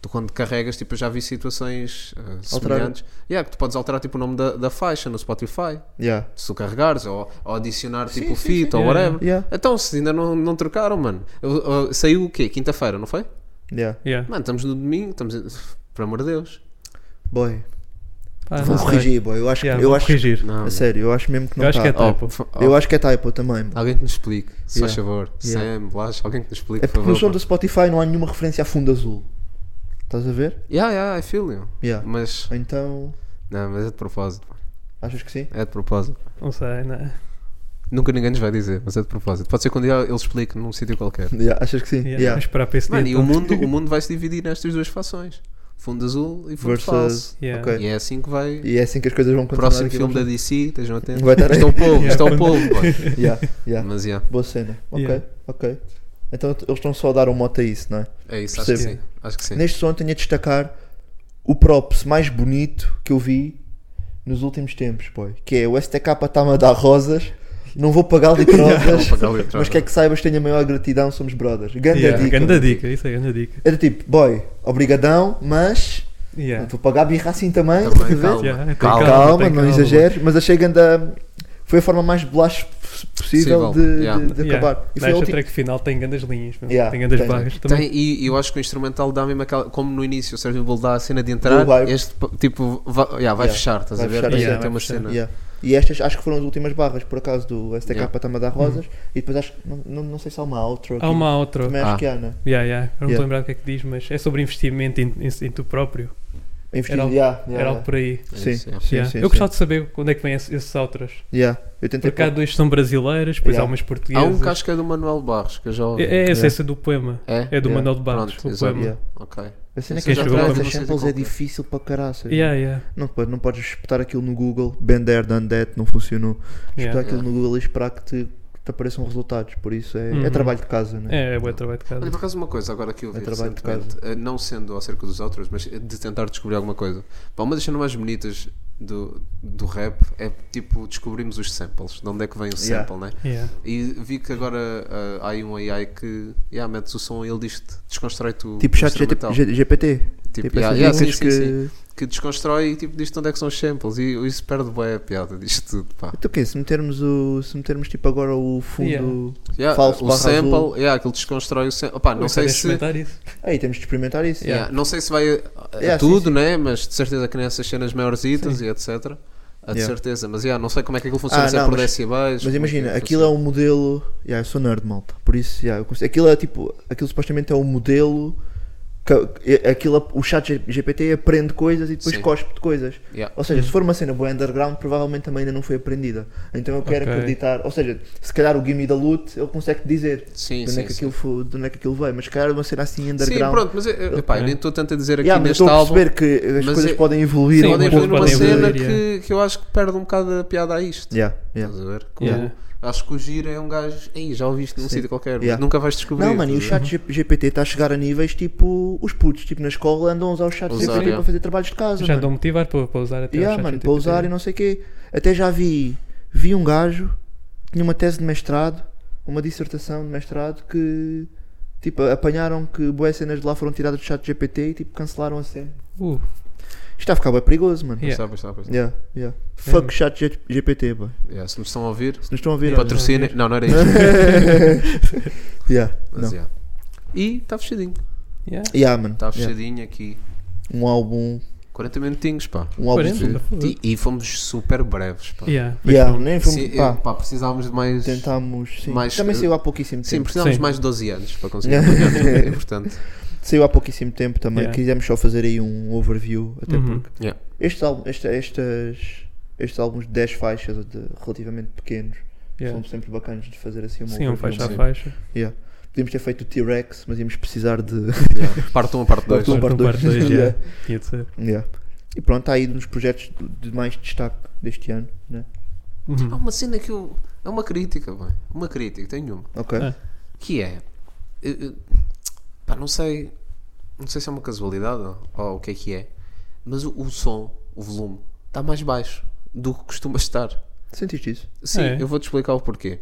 [SPEAKER 7] Tu quando carregas, tipo, eu já vi situações eh,
[SPEAKER 6] Alterar.
[SPEAKER 7] semelhantes. Yeah, que tu podes alterar tipo, o nome da, da faixa no Spotify,
[SPEAKER 6] Yeah.
[SPEAKER 7] se tu carregares, ou, ou adicionar tipo
[SPEAKER 6] Sim,
[SPEAKER 7] o
[SPEAKER 6] sim,
[SPEAKER 7] feat
[SPEAKER 2] sim.
[SPEAKER 7] ou
[SPEAKER 2] Yeah,
[SPEAKER 7] whatever.
[SPEAKER 6] yeah.
[SPEAKER 7] Então, se ainda não, não trocaram, mano. Eu- eu- saiu o quê? Quinta-feira, não foi?
[SPEAKER 6] Yeah.
[SPEAKER 2] Yeah.
[SPEAKER 7] Mano, estamos no domingo, estamos. em- [laughs] Por amor de Deus.
[SPEAKER 6] Boy.
[SPEAKER 2] Pá, Ah, não
[SPEAKER 6] Vou
[SPEAKER 2] sei.
[SPEAKER 6] corrigir, boy. Eu acho que.
[SPEAKER 2] Tá Yeah,
[SPEAKER 6] eu
[SPEAKER 2] vou
[SPEAKER 6] acho,
[SPEAKER 2] corrigir.
[SPEAKER 7] Não.
[SPEAKER 6] A sério, eu acho mesmo que não
[SPEAKER 2] Eu acho que é
[SPEAKER 6] tá.
[SPEAKER 7] Oh,
[SPEAKER 2] typo.
[SPEAKER 7] f-
[SPEAKER 6] Eu
[SPEAKER 7] oh,
[SPEAKER 6] acho que é typo também. bro.
[SPEAKER 7] Alguém que nos explique, se faz
[SPEAKER 6] Yeah.
[SPEAKER 7] favor.
[SPEAKER 6] Yeah.
[SPEAKER 7] Sam, Blas, alguém que nos explique,
[SPEAKER 6] É
[SPEAKER 7] por
[SPEAKER 6] porque no
[SPEAKER 7] favor.
[SPEAKER 6] som do Spotify não há nenhuma referência a fundo azul. Estás a ver?
[SPEAKER 7] Yeah, yeah, I feel you.
[SPEAKER 6] Yeah.
[SPEAKER 7] Mas,
[SPEAKER 6] Então,
[SPEAKER 7] não, mas é de propósito, mano.
[SPEAKER 6] achas que sim? [laughs]
[SPEAKER 7] é de propósito.
[SPEAKER 2] Não sei, né. não.
[SPEAKER 7] Nunca ninguém nos vai dizer, mas é de propósito. Pode ser que um dia ele explique num sítio
[SPEAKER 6] [laughs]
[SPEAKER 7] qualquer.
[SPEAKER 6] Yeah, achas que sim?
[SPEAKER 2] Yeah,
[SPEAKER 6] Yeah.
[SPEAKER 2] vamos esperar para esse
[SPEAKER 7] Mano,
[SPEAKER 2] dia,
[SPEAKER 7] e o
[SPEAKER 2] então.
[SPEAKER 7] mundo, o mundo vai se dividir nestas duas fações: fundo azul e fundo
[SPEAKER 6] Versus-
[SPEAKER 7] falso.
[SPEAKER 2] Yeah.
[SPEAKER 6] Ok.
[SPEAKER 7] E é assim que vai.
[SPEAKER 6] E é assim que as coisas vão continuar.
[SPEAKER 7] Próximo
[SPEAKER 6] aqui,
[SPEAKER 7] filme da
[SPEAKER 6] vamos-
[SPEAKER 7] DC, estejam atentos.
[SPEAKER 6] Vai estar aí.
[SPEAKER 7] Isto é o povo, isto é
[SPEAKER 6] [laughs]
[SPEAKER 7] o
[SPEAKER 2] Yeah.
[SPEAKER 7] povo. pá.
[SPEAKER 6] Yeah,
[SPEAKER 7] [laughs]
[SPEAKER 6] yeah.
[SPEAKER 7] Mas yeah,
[SPEAKER 6] Boa cena. Ok,
[SPEAKER 2] Yeah.
[SPEAKER 6] ok. Então t- eles estão só a dar uma moto a isso, não é?
[SPEAKER 7] é isso, acho que
[SPEAKER 6] Percebo.
[SPEAKER 7] sim. Acho que sim.
[SPEAKER 6] Neste som tenho a destacar o props mais bonito que eu vi nos últimos tempos, boy. Que é o STK está-me a dar rosas, não vou pagar lhe rosas,
[SPEAKER 7] Vou pagar ali atrás,
[SPEAKER 6] mas quer que saibas tenho a maior gratidão, somos brothers. Ganda
[SPEAKER 2] Yeah,
[SPEAKER 6] dica.
[SPEAKER 2] Ganda
[SPEAKER 6] mano.
[SPEAKER 2] dica, isso é grande dica.
[SPEAKER 6] Era tipo, boy, obrigadão, mas
[SPEAKER 2] Yeah.
[SPEAKER 6] não vou pagar birra assim também.
[SPEAKER 7] Também,
[SPEAKER 6] estás a ver?
[SPEAKER 7] calma.
[SPEAKER 2] Yeah, tem
[SPEAKER 7] Calma,
[SPEAKER 6] calma,
[SPEAKER 2] tem
[SPEAKER 6] não
[SPEAKER 2] calma.
[SPEAKER 6] exageres, mas achei que anda. Foi a forma mais blush possível
[SPEAKER 7] Possível,
[SPEAKER 6] de, de-
[SPEAKER 7] yeah.
[SPEAKER 6] de
[SPEAKER 2] Yeah.
[SPEAKER 6] acabar. E
[SPEAKER 2] Não,
[SPEAKER 6] foi a
[SPEAKER 2] esta
[SPEAKER 6] última.
[SPEAKER 2] track final tem grandes linhas, meu.
[SPEAKER 6] Yeah,
[SPEAKER 2] tem grandes
[SPEAKER 6] tem.
[SPEAKER 2] barras
[SPEAKER 7] Tem,
[SPEAKER 2] também.
[SPEAKER 7] e e eu acho que o instrumental dá mesmo aquela. Como no início o Sérgio Bull dá a cena de entrar,
[SPEAKER 6] Do vibe.
[SPEAKER 7] este tipo vai, yeah, vai
[SPEAKER 6] Yeah.
[SPEAKER 7] fechar, estás
[SPEAKER 6] Vai
[SPEAKER 7] a ver?
[SPEAKER 6] fechar,
[SPEAKER 7] Tem
[SPEAKER 2] yeah,
[SPEAKER 7] até
[SPEAKER 2] vai
[SPEAKER 7] uma
[SPEAKER 2] fechar.
[SPEAKER 7] cena.
[SPEAKER 6] Yeah. E estas acho que foram as últimas barras, por acaso, do STK
[SPEAKER 7] Yeah.
[SPEAKER 6] para Tama dar Rosas. E depois acho que. Não, não, não sei se há uma outro
[SPEAKER 2] Há Uhum. É uma outra.
[SPEAKER 6] Também acho
[SPEAKER 7] Ah.
[SPEAKER 6] que há, né?
[SPEAKER 2] Yeah, yeah. Eu não
[SPEAKER 6] Yeah.
[SPEAKER 2] estou a lembrar do que é que diz, mas é sobre investimento em, em- em tu próprio.
[SPEAKER 6] Investido.
[SPEAKER 2] Era o-
[SPEAKER 6] yeah, yeah,
[SPEAKER 2] Era
[SPEAKER 6] yeah.
[SPEAKER 2] algo por aí.
[SPEAKER 7] É
[SPEAKER 6] Sim,
[SPEAKER 7] isso,
[SPEAKER 6] sim,
[SPEAKER 7] yeah.
[SPEAKER 6] sim,
[SPEAKER 2] Yeah.
[SPEAKER 6] sim.
[SPEAKER 2] Eu gostava de saber quando é que vêm esses, esses outros.
[SPEAKER 6] Yeah. Eu tentei.
[SPEAKER 2] Porque há dois que são brasileiras, depois há
[SPEAKER 6] Yeah.
[SPEAKER 2] umas
[SPEAKER 7] Há
[SPEAKER 2] portuguesas.
[SPEAKER 7] um que acho que é do Manuel Barros, que eu já
[SPEAKER 2] É,
[SPEAKER 7] ouvi.
[SPEAKER 2] é essa,
[SPEAKER 6] Yeah.
[SPEAKER 2] essa do poema.
[SPEAKER 7] É?
[SPEAKER 2] É do
[SPEAKER 6] Yeah.
[SPEAKER 2] Manuel de Barros,
[SPEAKER 7] Pronto,
[SPEAKER 2] o
[SPEAKER 7] exato.
[SPEAKER 2] poema.
[SPEAKER 6] Yeah.
[SPEAKER 7] Ok.
[SPEAKER 6] A cena é
[SPEAKER 7] Esse
[SPEAKER 6] que
[SPEAKER 7] eu
[SPEAKER 6] as
[SPEAKER 7] já
[SPEAKER 6] barras
[SPEAKER 7] vi,
[SPEAKER 6] das
[SPEAKER 7] não sei de
[SPEAKER 6] samples
[SPEAKER 7] qual
[SPEAKER 6] é
[SPEAKER 7] que é.
[SPEAKER 6] difícil para caraças.
[SPEAKER 2] Yeah, yeah.
[SPEAKER 6] Não, pode- não podes espetar aquilo no Google, been there, done that, não funcionou. Espetar
[SPEAKER 2] Yeah.
[SPEAKER 6] aquilo
[SPEAKER 7] Yeah.
[SPEAKER 6] no Google e esperar que te, que te apareçam resultados. Por isso é, é
[SPEAKER 2] Uhum.
[SPEAKER 6] trabalho de casa, né?
[SPEAKER 2] É, é bom trabalho de
[SPEAKER 7] Olha,
[SPEAKER 2] casa.
[SPEAKER 7] por acaso uma coisa agora que eu vi
[SPEAKER 6] É trabalho de
[SPEAKER 7] recentemente, eh, não sendo acerca dos outros, mas de tentar descobrir alguma coisa. Pá, uma das cenas mais bonitas do, do rap é tipo descobrimos os samples, de onde é que vem o
[SPEAKER 6] Yeah.
[SPEAKER 7] sample, né?
[SPEAKER 2] Yeah.
[SPEAKER 7] E vi que agora eh, há aí um AI que yeah, metes o som e ele diz-te, desconstrói-te
[SPEAKER 2] É.
[SPEAKER 7] o
[SPEAKER 6] Tipo
[SPEAKER 7] o
[SPEAKER 6] chat
[SPEAKER 7] instrumental.
[SPEAKER 6] GT GPT. Tipo,
[SPEAKER 7] Tipo, yeah,
[SPEAKER 6] essas
[SPEAKER 7] yeah, sim,
[SPEAKER 6] dicas
[SPEAKER 7] sim, sim.
[SPEAKER 6] que.
[SPEAKER 7] Que desconstrói e tipo, diz-te onde é que são os samples. E isso perde bem a piada disto tudo. Pá.
[SPEAKER 6] Então o quê? Se metermos, o, se metermos tipo agora o fundo.
[SPEAKER 2] Yeah.
[SPEAKER 7] Yeah,
[SPEAKER 6] Falso
[SPEAKER 7] o
[SPEAKER 6] barra azul.
[SPEAKER 7] sample, yeah, aquilo desconstrói o sample. Opá, não
[SPEAKER 2] Eu
[SPEAKER 7] sei
[SPEAKER 2] quero
[SPEAKER 7] se.
[SPEAKER 2] experimentar isso.
[SPEAKER 6] Aí temos de experimentar isso.
[SPEAKER 7] Yeah, Não sei se vai a, a
[SPEAKER 6] Yeah, sim,
[SPEAKER 7] tudo,
[SPEAKER 6] sim.
[SPEAKER 7] né? Mas de certeza que nessas cenas maiorzitas e etc. A de
[SPEAKER 6] Yeah.
[SPEAKER 7] certece, mas yeah, não sei como é que aquilo funciona,
[SPEAKER 6] Ah,
[SPEAKER 7] se é
[SPEAKER 6] não,
[SPEAKER 7] por
[SPEAKER 6] mas-
[SPEAKER 7] decibéis.
[SPEAKER 6] Mas imagina, aquilo é um modelo. Yeah, eu sou nerd, malta. Por isso, yeah, eu consigo- aquilo é tipo. Aquilo supostamente é um modelo. Que, é- aquilo, o chat G- GPT aprende coisas e depois
[SPEAKER 7] Sim.
[SPEAKER 6] cospe de coisas.
[SPEAKER 7] Yeah.
[SPEAKER 6] Ou seja, se for uma cena boa underground, provavelmente também ainda não foi aprendida. Então eu quero
[SPEAKER 2] Ok.
[SPEAKER 6] acreditar. Ou seja, se calhar o Gimme da Loot ele consegue te dizer
[SPEAKER 7] Sim,
[SPEAKER 6] de onde, é
[SPEAKER 7] sim.
[SPEAKER 6] que
[SPEAKER 7] Sim.
[SPEAKER 6] aquilo foi, de onde é que aquilo veio. Mas se calhar uma cena assim
[SPEAKER 7] Sim,
[SPEAKER 6] underground.
[SPEAKER 7] pronto, mas eu, eu- epá, eu nem estou tanto a dizer aqui
[SPEAKER 6] Yeah, mas eu
[SPEAKER 7] neste
[SPEAKER 6] estou a
[SPEAKER 7] álbum.
[SPEAKER 6] perceber que as
[SPEAKER 7] mas
[SPEAKER 6] coisas
[SPEAKER 7] é-
[SPEAKER 6] podem evoluir.
[SPEAKER 2] Sim,
[SPEAKER 6] a um
[SPEAKER 7] podem
[SPEAKER 2] mas
[SPEAKER 7] fazer
[SPEAKER 6] ponto
[SPEAKER 2] podem
[SPEAKER 7] uma
[SPEAKER 6] de-
[SPEAKER 7] cena
[SPEAKER 2] evoluir,
[SPEAKER 7] que, que eu acho que perde um bocado a piada a isto.
[SPEAKER 6] Yeah, yeah.
[SPEAKER 7] Estás a ver? Que
[SPEAKER 2] Yeah.
[SPEAKER 7] o- Acho que o giro é um gajo. Ei, já ouviste num
[SPEAKER 6] Sim.
[SPEAKER 7] sítio qualquer, mas
[SPEAKER 6] Yeah.
[SPEAKER 7] nunca vais descobrir.
[SPEAKER 6] Não, mano, e o
[SPEAKER 7] estás a ver?
[SPEAKER 6] chat G- GPT está a chegar a níveis tipo os putos, tipo na escola andam a usar o chat
[SPEAKER 7] Usar,
[SPEAKER 6] GPT
[SPEAKER 7] yeah.
[SPEAKER 6] para fazer trabalhos de
[SPEAKER 7] um
[SPEAKER 6] casa.
[SPEAKER 2] Já
[SPEAKER 6] mano.
[SPEAKER 2] dou motivar para, para usar até o
[SPEAKER 6] Yeah,
[SPEAKER 2] chat
[SPEAKER 6] mano,
[SPEAKER 2] GPT.
[SPEAKER 6] para usar e não sei o quê. Até já vi, vi um gajo que tinha uma tese de mestrado, uma dissertação de mestrado que tipo apanharam que boas cenas de lá foram tiradas do chat GPT e tipo cancelaram a cena.
[SPEAKER 2] Uh,
[SPEAKER 6] Isto está a ficar bem perigoso, mano.
[SPEAKER 2] Yeah.
[SPEAKER 7] Pois está, pois está, pois está.
[SPEAKER 6] Yeah, yeah. Fuck chat G- GPT, boy.
[SPEAKER 7] Yeah, se nos estão a ouvir,
[SPEAKER 6] Se nos estão a ouvir.
[SPEAKER 2] Yeah.
[SPEAKER 7] patrocinem. Não, não era isso.
[SPEAKER 6] [laughs] yeah,
[SPEAKER 7] Mas,
[SPEAKER 6] não.
[SPEAKER 7] yeah. Tá E está fechadinho.
[SPEAKER 2] Yeah.
[SPEAKER 6] Yeah, mano.
[SPEAKER 7] Está
[SPEAKER 6] Yeah.
[SPEAKER 7] fechadinho aqui.
[SPEAKER 6] Um álbum.
[SPEAKER 7] 40 minutinhos, pá.
[SPEAKER 6] Um álbum.
[SPEAKER 2] 40?
[SPEAKER 6] de-
[SPEAKER 7] E, e fomos super breves, pá.
[SPEAKER 2] Yeah. Mas
[SPEAKER 6] Yeah,
[SPEAKER 2] pronto.
[SPEAKER 6] nem fomos.
[SPEAKER 7] Sim,
[SPEAKER 6] pá,
[SPEAKER 7] eh, pá, precisávamos de mais.
[SPEAKER 6] tentámos. Sim.
[SPEAKER 7] mais-
[SPEAKER 6] Também saiu há pouquíssimo
[SPEAKER 7] Sim,
[SPEAKER 6] tempo.
[SPEAKER 2] eh,
[SPEAKER 7] precisávamos
[SPEAKER 2] Sim.
[SPEAKER 7] de mais de 12 anos para conseguir
[SPEAKER 6] Yeah.
[SPEAKER 7] apanhar tudo. É importante.
[SPEAKER 6] Saiu há pouquíssimo tempo também.
[SPEAKER 2] Yeah.
[SPEAKER 6] Quisemos só fazer aí um overview. Até
[SPEAKER 2] Uhum.
[SPEAKER 6] porque
[SPEAKER 7] Yeah.
[SPEAKER 6] estes, álbum, esta- estas, estes álbuns de 10 faixas ou de relativamente pequenos
[SPEAKER 2] Yeah.
[SPEAKER 6] são sempre bacanas de fazer assim uma
[SPEAKER 2] Sim, um
[SPEAKER 6] overview.
[SPEAKER 2] faixa a
[SPEAKER 7] Sim.
[SPEAKER 2] faixa.
[SPEAKER 6] Yeah. Podíamos ter feito o T-Rex, mas íamos precisar de. [laughs]
[SPEAKER 7] Yeah. Parte 1 a parte 2.
[SPEAKER 6] Parte um,
[SPEAKER 2] Parte um,
[SPEAKER 6] dois.
[SPEAKER 2] parte dois,
[SPEAKER 6] Yeah. [laughs]
[SPEAKER 2] yeah. Tinha de ser.
[SPEAKER 6] Yeah. E pronto, está aí nos projetos de de mais destaque deste ano. Né?
[SPEAKER 7] Há
[SPEAKER 2] Uhum.
[SPEAKER 7] uma cena que eu. É uma crítica, bem. Uma crítica, tenho uma.
[SPEAKER 6] Ok.
[SPEAKER 2] Ah.
[SPEAKER 7] Que é. eu- eu- pá, não sei. Não sei se é uma casualidade ou- ou o que é que é. Mas o, o som, o volume, está mais baixo do que costuma estar.
[SPEAKER 6] Sentiste isso?
[SPEAKER 7] Sim,
[SPEAKER 2] É.
[SPEAKER 7] eu vou te explicar o porquê.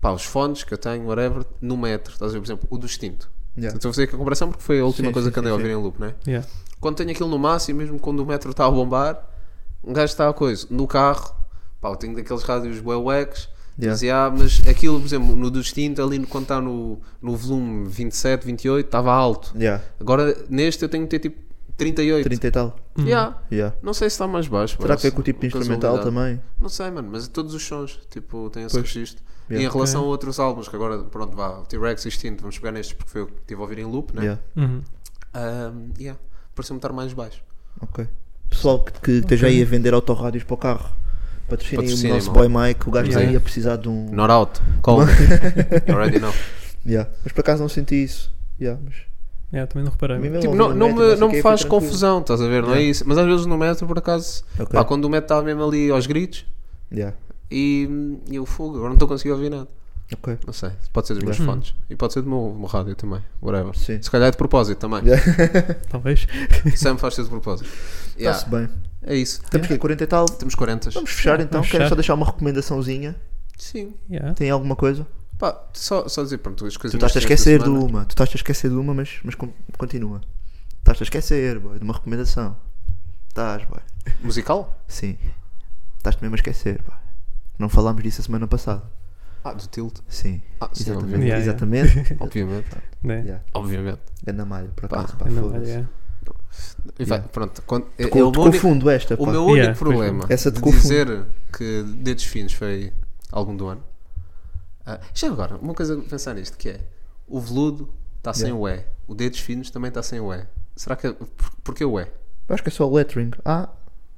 [SPEAKER 7] Pá, os fones que eu tenho, whatever, no metro, estás a ver, por exemplo, o do extinto.
[SPEAKER 6] Yeah.
[SPEAKER 7] Estou a fazer aqui a comparação porque foi a última
[SPEAKER 6] Sim,
[SPEAKER 7] coisa
[SPEAKER 6] sim,
[SPEAKER 7] que andei a
[SPEAKER 6] sim,
[SPEAKER 7] ouvir
[SPEAKER 6] sim.
[SPEAKER 7] em loop, né?
[SPEAKER 2] Yeah.
[SPEAKER 7] Quando tenho aquilo no máximo, mesmo quando o metro está a bombar, um gajo está a coisa. No carro, pá, eu tenho daqueles rádios buewecs,
[SPEAKER 6] Yeah.
[SPEAKER 7] mas, yeah, "Ah, mas aquilo, por exemplo, no do extinto, ali no- quando está no, no volume 27, 28, estava alto.
[SPEAKER 6] Yeah.
[SPEAKER 7] Agora, neste, eu tenho que ter tipo 38.
[SPEAKER 6] 30 e tal.
[SPEAKER 7] Yeah.
[SPEAKER 6] Yeah.
[SPEAKER 7] Não sei se está mais baixo.
[SPEAKER 6] Será que
[SPEAKER 7] parece
[SPEAKER 6] é com o tipo de instrumental
[SPEAKER 7] casualidade.
[SPEAKER 6] também?
[SPEAKER 7] Não sei, mano, mas todos os sons, tipo, tem esse registro. E
[SPEAKER 6] Yeah.
[SPEAKER 7] em relação a outros álbuns, que agora, pronto, vá, o T-Rex e Extinto, vamos pegar nestes porque foi eu que estive a ouvir em loop, né?
[SPEAKER 6] Yeah.
[SPEAKER 2] Uhum.
[SPEAKER 7] Ahm, yeah. Pareceu-me estar mais baixo.
[SPEAKER 6] Ok. Pessoal que, que esteja aí a vender autorrádios para o carro, patrocinem o
[SPEAKER 7] Patrocinem, é.
[SPEAKER 6] nosso
[SPEAKER 7] mano.
[SPEAKER 6] boy Mike, o gajo está
[SPEAKER 2] Yeah.
[SPEAKER 6] aí a precisar de um.
[SPEAKER 7] Not out, call me. already know.
[SPEAKER 6] [laughs] Yeah. Mas por acaso não senti isso. Yeah, mas...
[SPEAKER 2] Yeah, também não reparei.
[SPEAKER 6] a mim mesmo
[SPEAKER 7] Tipo,
[SPEAKER 6] ouvir
[SPEAKER 7] não,
[SPEAKER 6] no
[SPEAKER 7] não
[SPEAKER 6] metro,
[SPEAKER 7] me,
[SPEAKER 6] sei
[SPEAKER 7] não
[SPEAKER 6] o quê,
[SPEAKER 7] me
[SPEAKER 6] foi
[SPEAKER 7] faz
[SPEAKER 6] tranquilo.
[SPEAKER 7] confusão, estás a ver? Não é
[SPEAKER 6] Yeah.
[SPEAKER 7] isso. Mas às vezes no metro, por acaso,
[SPEAKER 6] Ok.
[SPEAKER 7] pá, quando o metro estava mesmo ali aos gritos
[SPEAKER 6] Yeah.
[SPEAKER 7] e, e eu fogo, agora não estou conseguindo ouvir nada.
[SPEAKER 6] Ok.
[SPEAKER 7] Não sei, pode ser dos meus
[SPEAKER 2] Yeah.
[SPEAKER 7] fones e pode ser do meu, meu rádio também, whatever.
[SPEAKER 6] Sim.
[SPEAKER 7] Se calhar é de propósito também.
[SPEAKER 6] [laughs] Yeah.
[SPEAKER 2] Talvez.
[SPEAKER 7] Sam faz ser
[SPEAKER 6] [laughs]
[SPEAKER 7] de propósito. Yeah,
[SPEAKER 6] Está-se bem.
[SPEAKER 7] É isso.
[SPEAKER 6] Temos que 40 e tal.
[SPEAKER 7] Temos 40.
[SPEAKER 6] Vamos fechar então.
[SPEAKER 2] Vamos
[SPEAKER 6] Quero
[SPEAKER 2] fechar.
[SPEAKER 6] só deixar uma recomendaçãozinha.
[SPEAKER 7] Sim.
[SPEAKER 2] Yeah.
[SPEAKER 6] Tem alguma coisa?
[SPEAKER 7] Pá, só, só dizer, pronto, as
[SPEAKER 6] Tu
[SPEAKER 7] coisas.
[SPEAKER 6] estás a esquecer de uma, tu estás a esquecer de uma, mas, mas con- continua. Estás a esquecer, boy, de uma recomendação. Estás, boy.
[SPEAKER 7] Musical?
[SPEAKER 6] Sim. Estás mesmo a esquecer, boy. Não falámos disso a semana passada.
[SPEAKER 7] Ah, do Tilt.
[SPEAKER 6] Sim.
[SPEAKER 7] Ah, sim,
[SPEAKER 6] exatamente.
[SPEAKER 2] Yeah,
[SPEAKER 6] exatamente. [laughs]
[SPEAKER 7] Obviamente.
[SPEAKER 2] Né?
[SPEAKER 6] Yeah.
[SPEAKER 7] Obviamente.
[SPEAKER 6] Ganda malha, por
[SPEAKER 7] Pá,
[SPEAKER 6] acaso, pá,
[SPEAKER 2] Não,
[SPEAKER 6] foda-se.
[SPEAKER 2] yeah.
[SPEAKER 7] E vai, Pronto, quando, é,
[SPEAKER 6] Te
[SPEAKER 7] é
[SPEAKER 6] co-
[SPEAKER 7] o,
[SPEAKER 6] te
[SPEAKER 7] meu único-
[SPEAKER 6] confundo esta, pá.
[SPEAKER 7] o meu único
[SPEAKER 2] Yeah, pois
[SPEAKER 7] problema
[SPEAKER 6] não. Essa te
[SPEAKER 7] de
[SPEAKER 6] confunde.
[SPEAKER 7] dizer que Dedos Finos foi algum do ano. Ah, já agora, uma coisa a pensar nisto que é o veludo está sem o E, o Dedos Finos também está sem o E. Será que. é- Por, porquê o E?
[SPEAKER 6] Eu Acho que é só o lettering. Ah,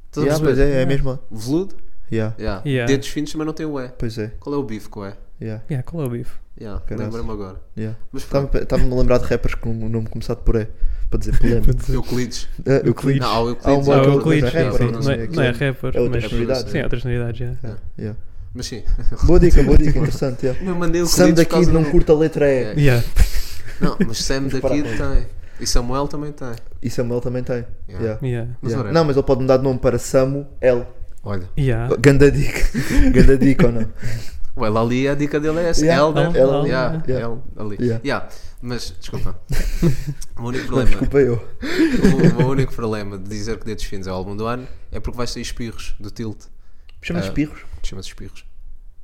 [SPEAKER 7] Estás a
[SPEAKER 6] yeah,
[SPEAKER 7] perceber?
[SPEAKER 6] pois é, é a mesma.
[SPEAKER 7] Veludo?
[SPEAKER 6] Yeah,
[SPEAKER 7] Yeah.
[SPEAKER 2] Yeah.
[SPEAKER 7] Dedos Finos também não tem o E.
[SPEAKER 6] pois é.
[SPEAKER 7] Qual é o bife com o E?
[SPEAKER 6] Yeah,
[SPEAKER 2] Yeah, qual é o bife?
[SPEAKER 7] Yeah,
[SPEAKER 6] Caraças.
[SPEAKER 7] Lembra-me agora.
[SPEAKER 6] yeah.
[SPEAKER 7] Mas pronto,
[SPEAKER 6] Estava- Estava-me a lembrar de rappers com o nome começado por E, para dizer
[SPEAKER 7] [laughs]
[SPEAKER 6] polêmico. É,
[SPEAKER 7] Euclides.
[SPEAKER 6] Ah, Euclides.
[SPEAKER 7] Não, há
[SPEAKER 6] Há
[SPEAKER 7] o
[SPEAKER 6] um
[SPEAKER 7] Euclides.
[SPEAKER 6] bom
[SPEAKER 7] há
[SPEAKER 2] Ah,
[SPEAKER 7] o
[SPEAKER 2] o
[SPEAKER 7] Euclides,
[SPEAKER 2] Euclides,
[SPEAKER 6] Euclides,
[SPEAKER 7] é,
[SPEAKER 2] sim,
[SPEAKER 6] rapper,
[SPEAKER 7] pronto,
[SPEAKER 2] não,
[SPEAKER 7] não sei.
[SPEAKER 2] é,
[SPEAKER 6] sei.
[SPEAKER 2] não é rapper,
[SPEAKER 6] É outra
[SPEAKER 2] mas
[SPEAKER 7] personalidade.
[SPEAKER 2] sim, é outra personalidade já.
[SPEAKER 6] Ah, yeah.
[SPEAKER 7] Mas sim.
[SPEAKER 6] Boa dica, boa dica, interessante. Yeah.
[SPEAKER 7] Eu mandei [laughs] o um-
[SPEAKER 6] Sam
[SPEAKER 7] Euclides por
[SPEAKER 6] daqui
[SPEAKER 7] causa
[SPEAKER 6] não
[SPEAKER 7] do-
[SPEAKER 6] curta a letra E.
[SPEAKER 7] É.
[SPEAKER 2] Yeah.
[SPEAKER 7] Não, mas [laughs] Sam
[SPEAKER 6] Vamos parar
[SPEAKER 7] daqui
[SPEAKER 6] com
[SPEAKER 7] tem. E Samuel também tem.
[SPEAKER 6] E Samuel também tem.
[SPEAKER 7] Yeah.
[SPEAKER 6] Yeah.
[SPEAKER 2] Yeah.
[SPEAKER 7] Mas
[SPEAKER 6] Yeah.
[SPEAKER 7] whatever.
[SPEAKER 6] Não, mas ele pode mudar de nome para Samu L.
[SPEAKER 7] Olha.
[SPEAKER 2] Yeah.
[SPEAKER 6] Ganda dica. [laughs] Ganda dica ou não?
[SPEAKER 7] O L ali, a dica dele é essa.
[SPEAKER 6] Yeah,
[SPEAKER 7] L, né?
[SPEAKER 2] L, L,
[SPEAKER 7] Yeah,
[SPEAKER 6] yeah.
[SPEAKER 7] L ali.
[SPEAKER 6] Yeah.
[SPEAKER 7] Yeah. Mas,
[SPEAKER 6] [laughs]
[SPEAKER 7] desculpa. o único
[SPEAKER 6] Não,
[SPEAKER 7] problema,
[SPEAKER 6] desculpa eu.
[SPEAKER 7] o, o único problema de dizer que Dedos Finos é o álbum do ano é porque vais sair espirros do tilt.
[SPEAKER 6] Chama-se
[SPEAKER 7] Ah.
[SPEAKER 6] espirros.
[SPEAKER 7] Chama-se espirros.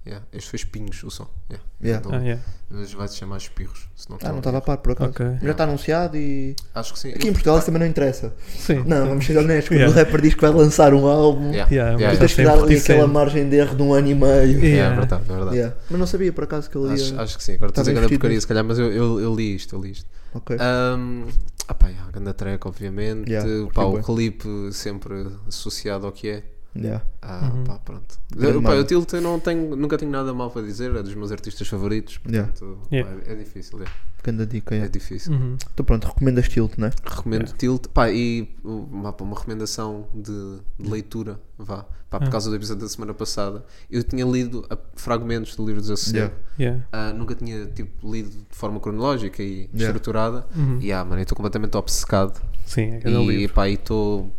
[SPEAKER 7] Yeah. Este foi espinhos, o som. Yeah.
[SPEAKER 6] Yeah. é.
[SPEAKER 7] Então,
[SPEAKER 2] Ah, yeah.
[SPEAKER 7] Mas vai-se chamar espirros. Se não
[SPEAKER 6] Ah, não
[SPEAKER 7] estou
[SPEAKER 6] estava a par por acaso.
[SPEAKER 2] Ok.
[SPEAKER 6] Mas Já está anunciado e.
[SPEAKER 7] Acho que sim.
[SPEAKER 6] Aqui em
[SPEAKER 7] Eu-
[SPEAKER 6] Portugal isso também não interessa.
[SPEAKER 2] Sim.
[SPEAKER 6] Não, vamos ser honestos. Quando
[SPEAKER 2] Yeah.
[SPEAKER 6] o rapper diz que vai lançar um álbum,
[SPEAKER 7] Yeah.
[SPEAKER 2] Yeah, é
[SPEAKER 7] Yeah,
[SPEAKER 2] mas-
[SPEAKER 6] tu
[SPEAKER 7] yeah.
[SPEAKER 6] tens que dar ali
[SPEAKER 2] reticente.
[SPEAKER 6] aquela margem de erro de um ano e meio.
[SPEAKER 2] Yeah.
[SPEAKER 7] Yeah, É verdade, é verdade.
[SPEAKER 6] Yeah. Mas não sabia por acaso que ele
[SPEAKER 7] Acho,
[SPEAKER 6] ia.
[SPEAKER 7] acho que sim, agora
[SPEAKER 6] Tá
[SPEAKER 7] estás a
[SPEAKER 6] bem
[SPEAKER 7] grande
[SPEAKER 6] vestido
[SPEAKER 7] porcaria,
[SPEAKER 6] nisso.
[SPEAKER 7] se calhar, mas eu, eu, eu li isto, eu li isto.
[SPEAKER 6] Ok.
[SPEAKER 7] Ahm, ah pá, yeah, grande track, obviamente.
[SPEAKER 6] Yeah,
[SPEAKER 7] pá,
[SPEAKER 6] curti
[SPEAKER 7] o clipe sempre associado ao que é.
[SPEAKER 6] Yeah.
[SPEAKER 7] Ah,
[SPEAKER 6] Uhum.
[SPEAKER 7] pá, pronto.
[SPEAKER 6] Grande
[SPEAKER 7] Eu, pá,
[SPEAKER 6] mano.
[SPEAKER 7] eu Tilt eu não tenho, nunca tenho nada mal para dizer, é dos meus artistas favoritos.
[SPEAKER 6] Yeah.
[SPEAKER 7] Portanto, pá,
[SPEAKER 2] Yeah.
[SPEAKER 7] é, é difícil, é,
[SPEAKER 6] Ganda dica.
[SPEAKER 7] é
[SPEAKER 6] Yeah.
[SPEAKER 7] difícil.
[SPEAKER 2] Uhum.
[SPEAKER 6] Então pronto, recomendas tilt, né?
[SPEAKER 7] Recomendo
[SPEAKER 2] Yeah.
[SPEAKER 7] Tilt. Pá, e uma, pá, uma recomendação de, de leitura, vá. Pá, por
[SPEAKER 2] Ah.
[SPEAKER 7] causa do episódio da semana passada, eu tinha lido a- fragmentos do livro do Sossego.
[SPEAKER 6] Yeah.
[SPEAKER 2] Yeah.
[SPEAKER 7] Ah, nunca tinha tipo, lido de forma cronológica e
[SPEAKER 6] Yeah.
[SPEAKER 7] estruturada.
[SPEAKER 2] Uhum.
[SPEAKER 7] E ah, mano, eu estou completamente obcecado.
[SPEAKER 2] Sim, é cada
[SPEAKER 7] E
[SPEAKER 2] livro.
[SPEAKER 7] pá, estou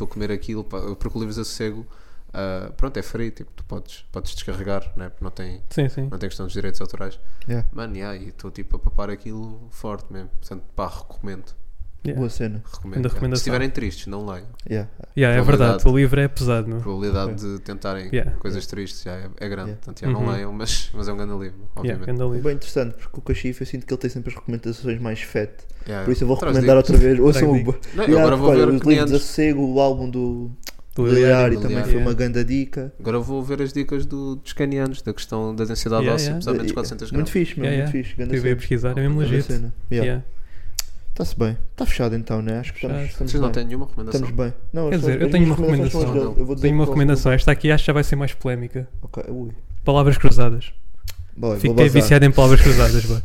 [SPEAKER 7] a comer aquilo, pá, porque o livros a sossego, ah, pronto, é free, tipo, tu podes, podes descarregar, né? porque não tem,
[SPEAKER 2] Sim, sim.
[SPEAKER 7] não tem questão dos direitos autorais.
[SPEAKER 6] Yeah.
[SPEAKER 7] Mano, yeah, e estou tipo a papar aquilo forte mesmo. Portanto, pá, recomendo.
[SPEAKER 2] Yeah.
[SPEAKER 6] Boa cena.
[SPEAKER 7] Recomendo.
[SPEAKER 2] Ainda
[SPEAKER 7] cara. Se
[SPEAKER 2] recomendação.
[SPEAKER 7] estiverem tristes, não leiam.
[SPEAKER 6] Yeah.
[SPEAKER 2] Yeah, é
[SPEAKER 7] Probabilidade.
[SPEAKER 2] verdade, o livro é pesado,
[SPEAKER 7] A
[SPEAKER 2] meu.
[SPEAKER 7] probabilidade de tentarem
[SPEAKER 2] Yeah.
[SPEAKER 7] coisas tristes já é, é grande.
[SPEAKER 6] Yeah.
[SPEAKER 7] Portanto, já não
[SPEAKER 2] Uhum.
[SPEAKER 7] leiam, mas, mas é um grande livro,
[SPEAKER 2] Yeah,
[SPEAKER 7] obviamente.
[SPEAKER 2] ganda livro.
[SPEAKER 6] Bem interessante, porque o Cachif eu sinto que ele tem sempre as recomendações mais fat.
[SPEAKER 7] Yeah,
[SPEAKER 6] Por isso eu vou
[SPEAKER 7] É. traz
[SPEAKER 6] recomendar
[SPEAKER 7] dicas.
[SPEAKER 6] outra vez. Ouçam o.
[SPEAKER 2] dicas.
[SPEAKER 7] Não, eu
[SPEAKER 6] Yeah,
[SPEAKER 7] agora vou
[SPEAKER 6] olha,
[SPEAKER 7] ver
[SPEAKER 6] os livros da
[SPEAKER 7] clientes.
[SPEAKER 6] Sossego, o álbum do
[SPEAKER 2] Do
[SPEAKER 6] Liliari
[SPEAKER 2] Liliário.
[SPEAKER 6] também
[SPEAKER 7] Liliário.
[SPEAKER 6] foi uma grande dica.
[SPEAKER 7] Agora vou ver as dicas do, dos canianos, da questão da densidade
[SPEAKER 2] Yeah,
[SPEAKER 7] óssea,
[SPEAKER 2] yeah.
[SPEAKER 7] apesar menos 400
[SPEAKER 6] é, Muito
[SPEAKER 7] gramas.
[SPEAKER 6] fixe, meu,
[SPEAKER 2] Yeah,
[SPEAKER 6] muito
[SPEAKER 2] yeah.
[SPEAKER 6] fixe. Grande
[SPEAKER 2] Estive a
[SPEAKER 6] cena.
[SPEAKER 2] pesquisar, é mesmo
[SPEAKER 6] Grande
[SPEAKER 2] legítimo.
[SPEAKER 6] cena. Yeah.
[SPEAKER 2] Yeah.
[SPEAKER 6] Está-se bem. Está fechado então, né? Acho que estamos,
[SPEAKER 2] Fechado.
[SPEAKER 6] estamos
[SPEAKER 7] Vocês não
[SPEAKER 6] bem.
[SPEAKER 7] têm nenhuma recomendação?
[SPEAKER 6] Estamos bem. Não,
[SPEAKER 2] Quer
[SPEAKER 6] as-
[SPEAKER 2] dizer,
[SPEAKER 6] as
[SPEAKER 2] eu tenho
[SPEAKER 6] minhas
[SPEAKER 2] uma
[SPEAKER 6] recomendações são as
[SPEAKER 2] recomendação.
[SPEAKER 6] dele. Eu vou dizer é
[SPEAKER 2] Tenho uma
[SPEAKER 6] qual-
[SPEAKER 2] recomendação, esta aqui acho que já vai ser mais polémica.
[SPEAKER 6] Ok, ui.
[SPEAKER 2] Palavras cruzadas.
[SPEAKER 6] Boy, vou
[SPEAKER 2] Fiquei
[SPEAKER 6] bazar. Ah,
[SPEAKER 2] viciado em palavras cruzadas, boy.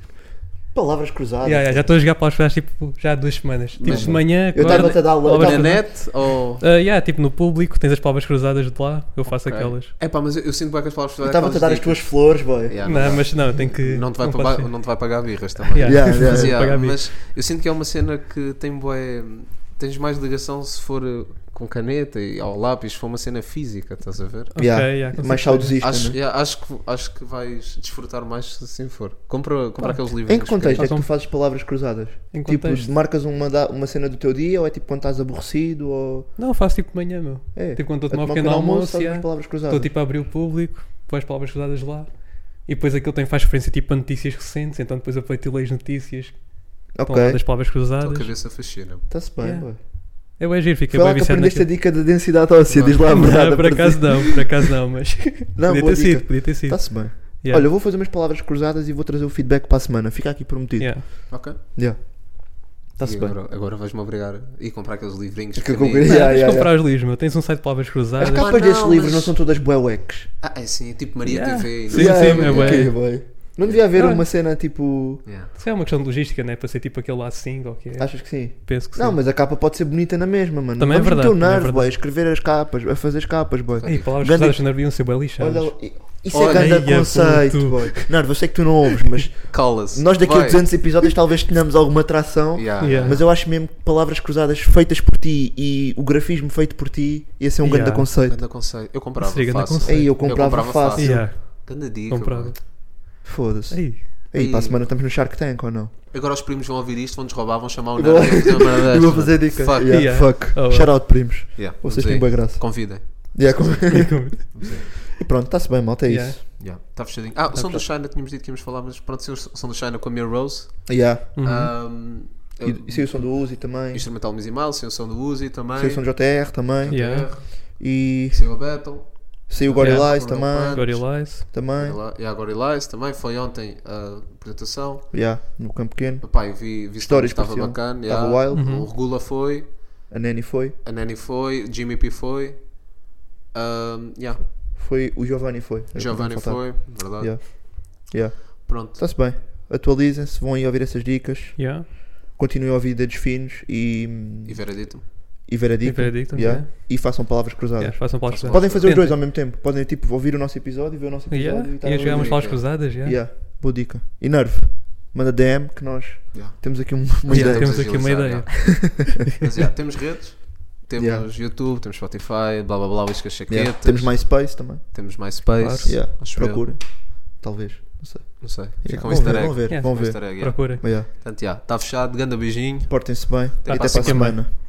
[SPEAKER 6] Palavras cruzadas.
[SPEAKER 2] Yeah, yeah, já estou a jogar palavras cruzadas tipo, já há duas semanas. Tipo,
[SPEAKER 7] Mas-
[SPEAKER 2] de manhã,
[SPEAKER 6] Eu
[SPEAKER 2] acordo-
[SPEAKER 6] estava a dar aula.
[SPEAKER 2] Palavras
[SPEAKER 7] Na
[SPEAKER 2] cruzadas.
[SPEAKER 7] net ou.
[SPEAKER 2] Ah, yeah, tipo no público, tens as palavras cruzadas de lá, eu faço
[SPEAKER 7] Ok.
[SPEAKER 2] aquelas.
[SPEAKER 7] É pá, mas eu, eu sinto bem que as palavras
[SPEAKER 6] Eu estava a dar as tuas
[SPEAKER 7] dicas.
[SPEAKER 6] flores, boy.
[SPEAKER 7] Yeah,
[SPEAKER 2] não, mas não, tem que.
[SPEAKER 7] não te vai,
[SPEAKER 2] pode
[SPEAKER 7] pagar-
[SPEAKER 2] ser.
[SPEAKER 7] não te vai pagar birras também.
[SPEAKER 2] Yeah,
[SPEAKER 6] Yeah, yeah,
[SPEAKER 7] Mas,
[SPEAKER 6] yeah.
[SPEAKER 7] yeah,
[SPEAKER 2] Pagar birras.
[SPEAKER 7] mas eu sinto que é uma cena que tem bué, tens mais ligação se for eh, com caneta e ao lápis, se for uma cena física, estás a ver?
[SPEAKER 2] Ok,
[SPEAKER 6] Yeah.
[SPEAKER 2] yeah, com
[SPEAKER 6] Mais
[SPEAKER 2] certeza.
[SPEAKER 6] saudosista,
[SPEAKER 7] Acho,
[SPEAKER 6] né?
[SPEAKER 7] yeah, acho, que, acho que vais desfrutar mais se assim for. Compra, compra aqueles livros.
[SPEAKER 6] Em que contexto é que
[SPEAKER 2] Faz
[SPEAKER 6] tu
[SPEAKER 2] um-
[SPEAKER 6] fazes palavras cruzadas?
[SPEAKER 2] Em
[SPEAKER 6] Tipo,
[SPEAKER 2] contexto.
[SPEAKER 6] marcas uma, da- uma cena do teu dia ou é tipo quando estás aborrecido ou.
[SPEAKER 2] Não, faço tipo de manhã, meu.
[SPEAKER 6] É.
[SPEAKER 2] Tipo, quando estou a
[SPEAKER 6] a
[SPEAKER 2] tomar um
[SPEAKER 6] tomar
[SPEAKER 2] pequeno
[SPEAKER 6] pequeno
[SPEAKER 2] almoço,
[SPEAKER 6] fazes
[SPEAKER 2] yeah,
[SPEAKER 6] umas palavras cruzadas.
[SPEAKER 2] estou tipo a abrir o público, põe as palavras cruzadas lá. E depois aquilo tem, faz referência tipo a notícias recentes, então depois aproveito e leio as notícias que estão lá
[SPEAKER 6] ok,
[SPEAKER 2] das palavras
[SPEAKER 7] A
[SPEAKER 2] cruzadas.
[SPEAKER 7] cabeça fascina.
[SPEAKER 6] está-se bem.
[SPEAKER 2] Yeah.
[SPEAKER 6] boy.
[SPEAKER 2] É bem giro, fiquei
[SPEAKER 6] Foi
[SPEAKER 2] bem
[SPEAKER 6] lá que
[SPEAKER 2] viciado
[SPEAKER 6] aprendeste a
[SPEAKER 2] naquilo.
[SPEAKER 6] dica da densidade óssea,
[SPEAKER 2] [laughs]
[SPEAKER 6] diz lá a
[SPEAKER 2] Não,
[SPEAKER 6] verdade.
[SPEAKER 2] por acaso não, por acaso não, mas
[SPEAKER 6] [laughs]
[SPEAKER 2] podia
[SPEAKER 6] Não, boa
[SPEAKER 2] ter
[SPEAKER 6] dica.
[SPEAKER 2] sido, podia ter sido.
[SPEAKER 6] Está-se bem.
[SPEAKER 2] Yeah.
[SPEAKER 6] Olha, eu vou fazer umas palavras cruzadas e vou trazer o feedback para a semana. Fica aqui prometido.
[SPEAKER 2] Yeah.
[SPEAKER 7] Ok.
[SPEAKER 6] Yeah. Está-se
[SPEAKER 7] E
[SPEAKER 6] bem. É
[SPEAKER 7] agora, agora vais-me obrigar a ir comprar aqueles livrinhos.
[SPEAKER 6] Que eu
[SPEAKER 7] pequeninos.
[SPEAKER 6] comprei.
[SPEAKER 2] Não,
[SPEAKER 6] Yeah,
[SPEAKER 2] tens
[SPEAKER 6] yeah,
[SPEAKER 2] de comprar os livros, meu. Tens um site de palavras cruzadas.
[SPEAKER 6] As capas
[SPEAKER 7] não,
[SPEAKER 6] destes livros
[SPEAKER 7] mas-
[SPEAKER 6] não são todas buewecs.
[SPEAKER 7] Ah, é sim, é tipo Maria
[SPEAKER 2] Yeah.
[SPEAKER 7] TV. e
[SPEAKER 2] Sim,
[SPEAKER 7] não-
[SPEAKER 2] sim, é bué.
[SPEAKER 6] ok, bué. Não devia haver
[SPEAKER 2] Não.
[SPEAKER 6] uma cena tipo.
[SPEAKER 7] Yeah.
[SPEAKER 2] Isso é uma questão de logística, né? Para ser tipo aquele laço 5 ou o que é.
[SPEAKER 6] Achas que sim?
[SPEAKER 2] Penso que sim.
[SPEAKER 6] Não, mas a capa pode ser bonita na mesma, mano.
[SPEAKER 2] Também é
[SPEAKER 6] Vamos
[SPEAKER 2] verdade,
[SPEAKER 6] meter o
[SPEAKER 2] também é
[SPEAKER 6] nervo,
[SPEAKER 2] verdade.
[SPEAKER 6] boy, a escrever as capas, a fazer as capas, boy.
[SPEAKER 2] Ei, palavras
[SPEAKER 6] Ganda-
[SPEAKER 2] cruzadas não deviam ser bem lixadas.
[SPEAKER 6] Olha, i- isso
[SPEAKER 7] Olha,
[SPEAKER 6] é grande
[SPEAKER 2] ia
[SPEAKER 6] conceito,
[SPEAKER 2] puto.
[SPEAKER 6] boy. Nervo, eu sei que tu não ouves, mas
[SPEAKER 7] Cala-se.
[SPEAKER 6] nós daqui a
[SPEAKER 7] Vai.
[SPEAKER 6] 200 episódios talvez tenhamos alguma atração.
[SPEAKER 7] Yeah.
[SPEAKER 2] Yeah.
[SPEAKER 6] Mas eu acho mesmo que palavras cruzadas feitas por ti e o grafismo feito por ti, esse é um
[SPEAKER 2] Yeah.
[SPEAKER 6] grande conceito.
[SPEAKER 7] Ganda conceito. Eu comprava.
[SPEAKER 2] Seria ganda
[SPEAKER 7] fácil.
[SPEAKER 2] conceito.
[SPEAKER 6] Aí eu comprava, fácil.
[SPEAKER 2] Yeah,
[SPEAKER 7] Ganda dica.
[SPEAKER 2] comprava.
[SPEAKER 7] mano.
[SPEAKER 6] Foda-se.
[SPEAKER 2] Ei,
[SPEAKER 6] Aí,
[SPEAKER 7] Ei.
[SPEAKER 6] para a semana estamos no Shark Tank ou não?
[SPEAKER 7] Agora os primos vão ouvir isto, vão nos roubar, vão chamar o
[SPEAKER 6] Eu vou-
[SPEAKER 7] Nerd. vão
[SPEAKER 6] [laughs]
[SPEAKER 7] fazer uma merda
[SPEAKER 6] Eu vou
[SPEAKER 7] destas,
[SPEAKER 6] fazer
[SPEAKER 7] mano.
[SPEAKER 6] dica.
[SPEAKER 7] Fuck.
[SPEAKER 6] Yeah,
[SPEAKER 2] Yeah.
[SPEAKER 6] Fuck.
[SPEAKER 2] Oh, well.
[SPEAKER 6] Shout out, primos.
[SPEAKER 7] Yeah,
[SPEAKER 6] Vocês
[SPEAKER 7] vamos
[SPEAKER 6] têm
[SPEAKER 7] aí.
[SPEAKER 6] boa graça.
[SPEAKER 7] Convidem.
[SPEAKER 2] [laughs]
[SPEAKER 6] Yeah, com-
[SPEAKER 2] Fica-
[SPEAKER 6] e pronto, está-se bem, malta. É
[SPEAKER 2] Yeah.
[SPEAKER 6] isso.
[SPEAKER 7] Yeah, Está fechadinho.
[SPEAKER 6] Tá
[SPEAKER 7] Ah, o som do China, tínhamos dito que íamos falar, mas pronto, sim, o som do China com a Mia Rose.
[SPEAKER 6] Yeah.
[SPEAKER 2] Uhum.
[SPEAKER 7] Um,
[SPEAKER 6] E, e saiu o som do Uzi também.
[SPEAKER 7] Instrumental Miss e Mal, sem o som do Uzi também.
[SPEAKER 6] Saiu o som do JR também.
[SPEAKER 2] Yeah.
[SPEAKER 6] E
[SPEAKER 7] Sem o Battle.
[SPEAKER 6] saiu o Gorilla
[SPEAKER 2] Yeah.
[SPEAKER 6] Eyes também.
[SPEAKER 7] Gorilla
[SPEAKER 2] Gorilla Eyes.
[SPEAKER 6] Também.
[SPEAKER 7] Gorilla- E agora Elias também. Foi ontem a apresentação.
[SPEAKER 6] Yeah, no campo pequeno.
[SPEAKER 7] Epá, eu vi, vi
[SPEAKER 6] Histórias
[SPEAKER 7] estava
[SPEAKER 6] curtiam.
[SPEAKER 7] bacana.
[SPEAKER 6] Estava
[SPEAKER 7] yeah.
[SPEAKER 6] wild.
[SPEAKER 7] O Regula foi,
[SPEAKER 6] A Nani foi.
[SPEAKER 7] a Nani foi, Jimmy P foi. Um, yeah.
[SPEAKER 6] Foi. O Giovanni foi. Era o que
[SPEAKER 7] Giovanni
[SPEAKER 6] me faltava.
[SPEAKER 7] foi, verdade.
[SPEAKER 6] É, Yeah. Yeah.
[SPEAKER 7] Pronto.
[SPEAKER 6] Está-se bem. Atualizem-se, vão aí ouvir essas dicas.
[SPEAKER 2] Yeah.
[SPEAKER 6] Continuem a ouvir dedos finos e,
[SPEAKER 7] E veredito.
[SPEAKER 6] e ver a dica.
[SPEAKER 2] ver a dica,
[SPEAKER 6] Yeah.
[SPEAKER 2] yeah.
[SPEAKER 6] E façam palavras cruzadas.
[SPEAKER 2] Yeah, façam palavras cruzadas.
[SPEAKER 6] Podem fazer os dois ao
[SPEAKER 2] Tentem.
[SPEAKER 6] mesmo tempo. Podem tipo ouvir o nosso episódio e ver o nosso episódio
[SPEAKER 2] Yeah.
[SPEAKER 6] e estar
[SPEAKER 2] E
[SPEAKER 6] a
[SPEAKER 2] a jogar umas
[SPEAKER 6] ouvir.
[SPEAKER 2] palavras cruzadas. Yeah.
[SPEAKER 6] Yeah. Boa dica. E Nerve, manda DM que nós
[SPEAKER 7] Yeah.
[SPEAKER 6] temos aqui um- uma
[SPEAKER 2] Yeah,
[SPEAKER 6] ideia.
[SPEAKER 2] temos aqui uma
[SPEAKER 7] agilizar,
[SPEAKER 2] ideia.
[SPEAKER 7] yeah. Mas, yeah,
[SPEAKER 6] [laughs]
[SPEAKER 7] temos redes, temos
[SPEAKER 6] Yeah.
[SPEAKER 7] YouTube, temos Spotify, blá blá blá, Lisca Chaquetas,
[SPEAKER 6] Yeah. Temos MySpace também.
[SPEAKER 7] temos MySpace,
[SPEAKER 6] Yeah.
[SPEAKER 7] acho eu.
[SPEAKER 6] Procurem. Talvez. Não sei.
[SPEAKER 7] não sei,
[SPEAKER 6] Yeah.
[SPEAKER 7] fica um
[SPEAKER 6] Vão ver,
[SPEAKER 7] easter egg.
[SPEAKER 6] vão ver.
[SPEAKER 2] Yeah.
[SPEAKER 6] Vão
[SPEAKER 7] Fica um
[SPEAKER 6] ver.
[SPEAKER 7] easter egg, yeah.
[SPEAKER 2] Procurem.
[SPEAKER 6] Yeah.
[SPEAKER 7] Portanto, está fechado, grande beijinho.
[SPEAKER 6] Portem-se bem. e até
[SPEAKER 2] para a
[SPEAKER 6] para a
[SPEAKER 2] semana.
[SPEAKER 6] semana.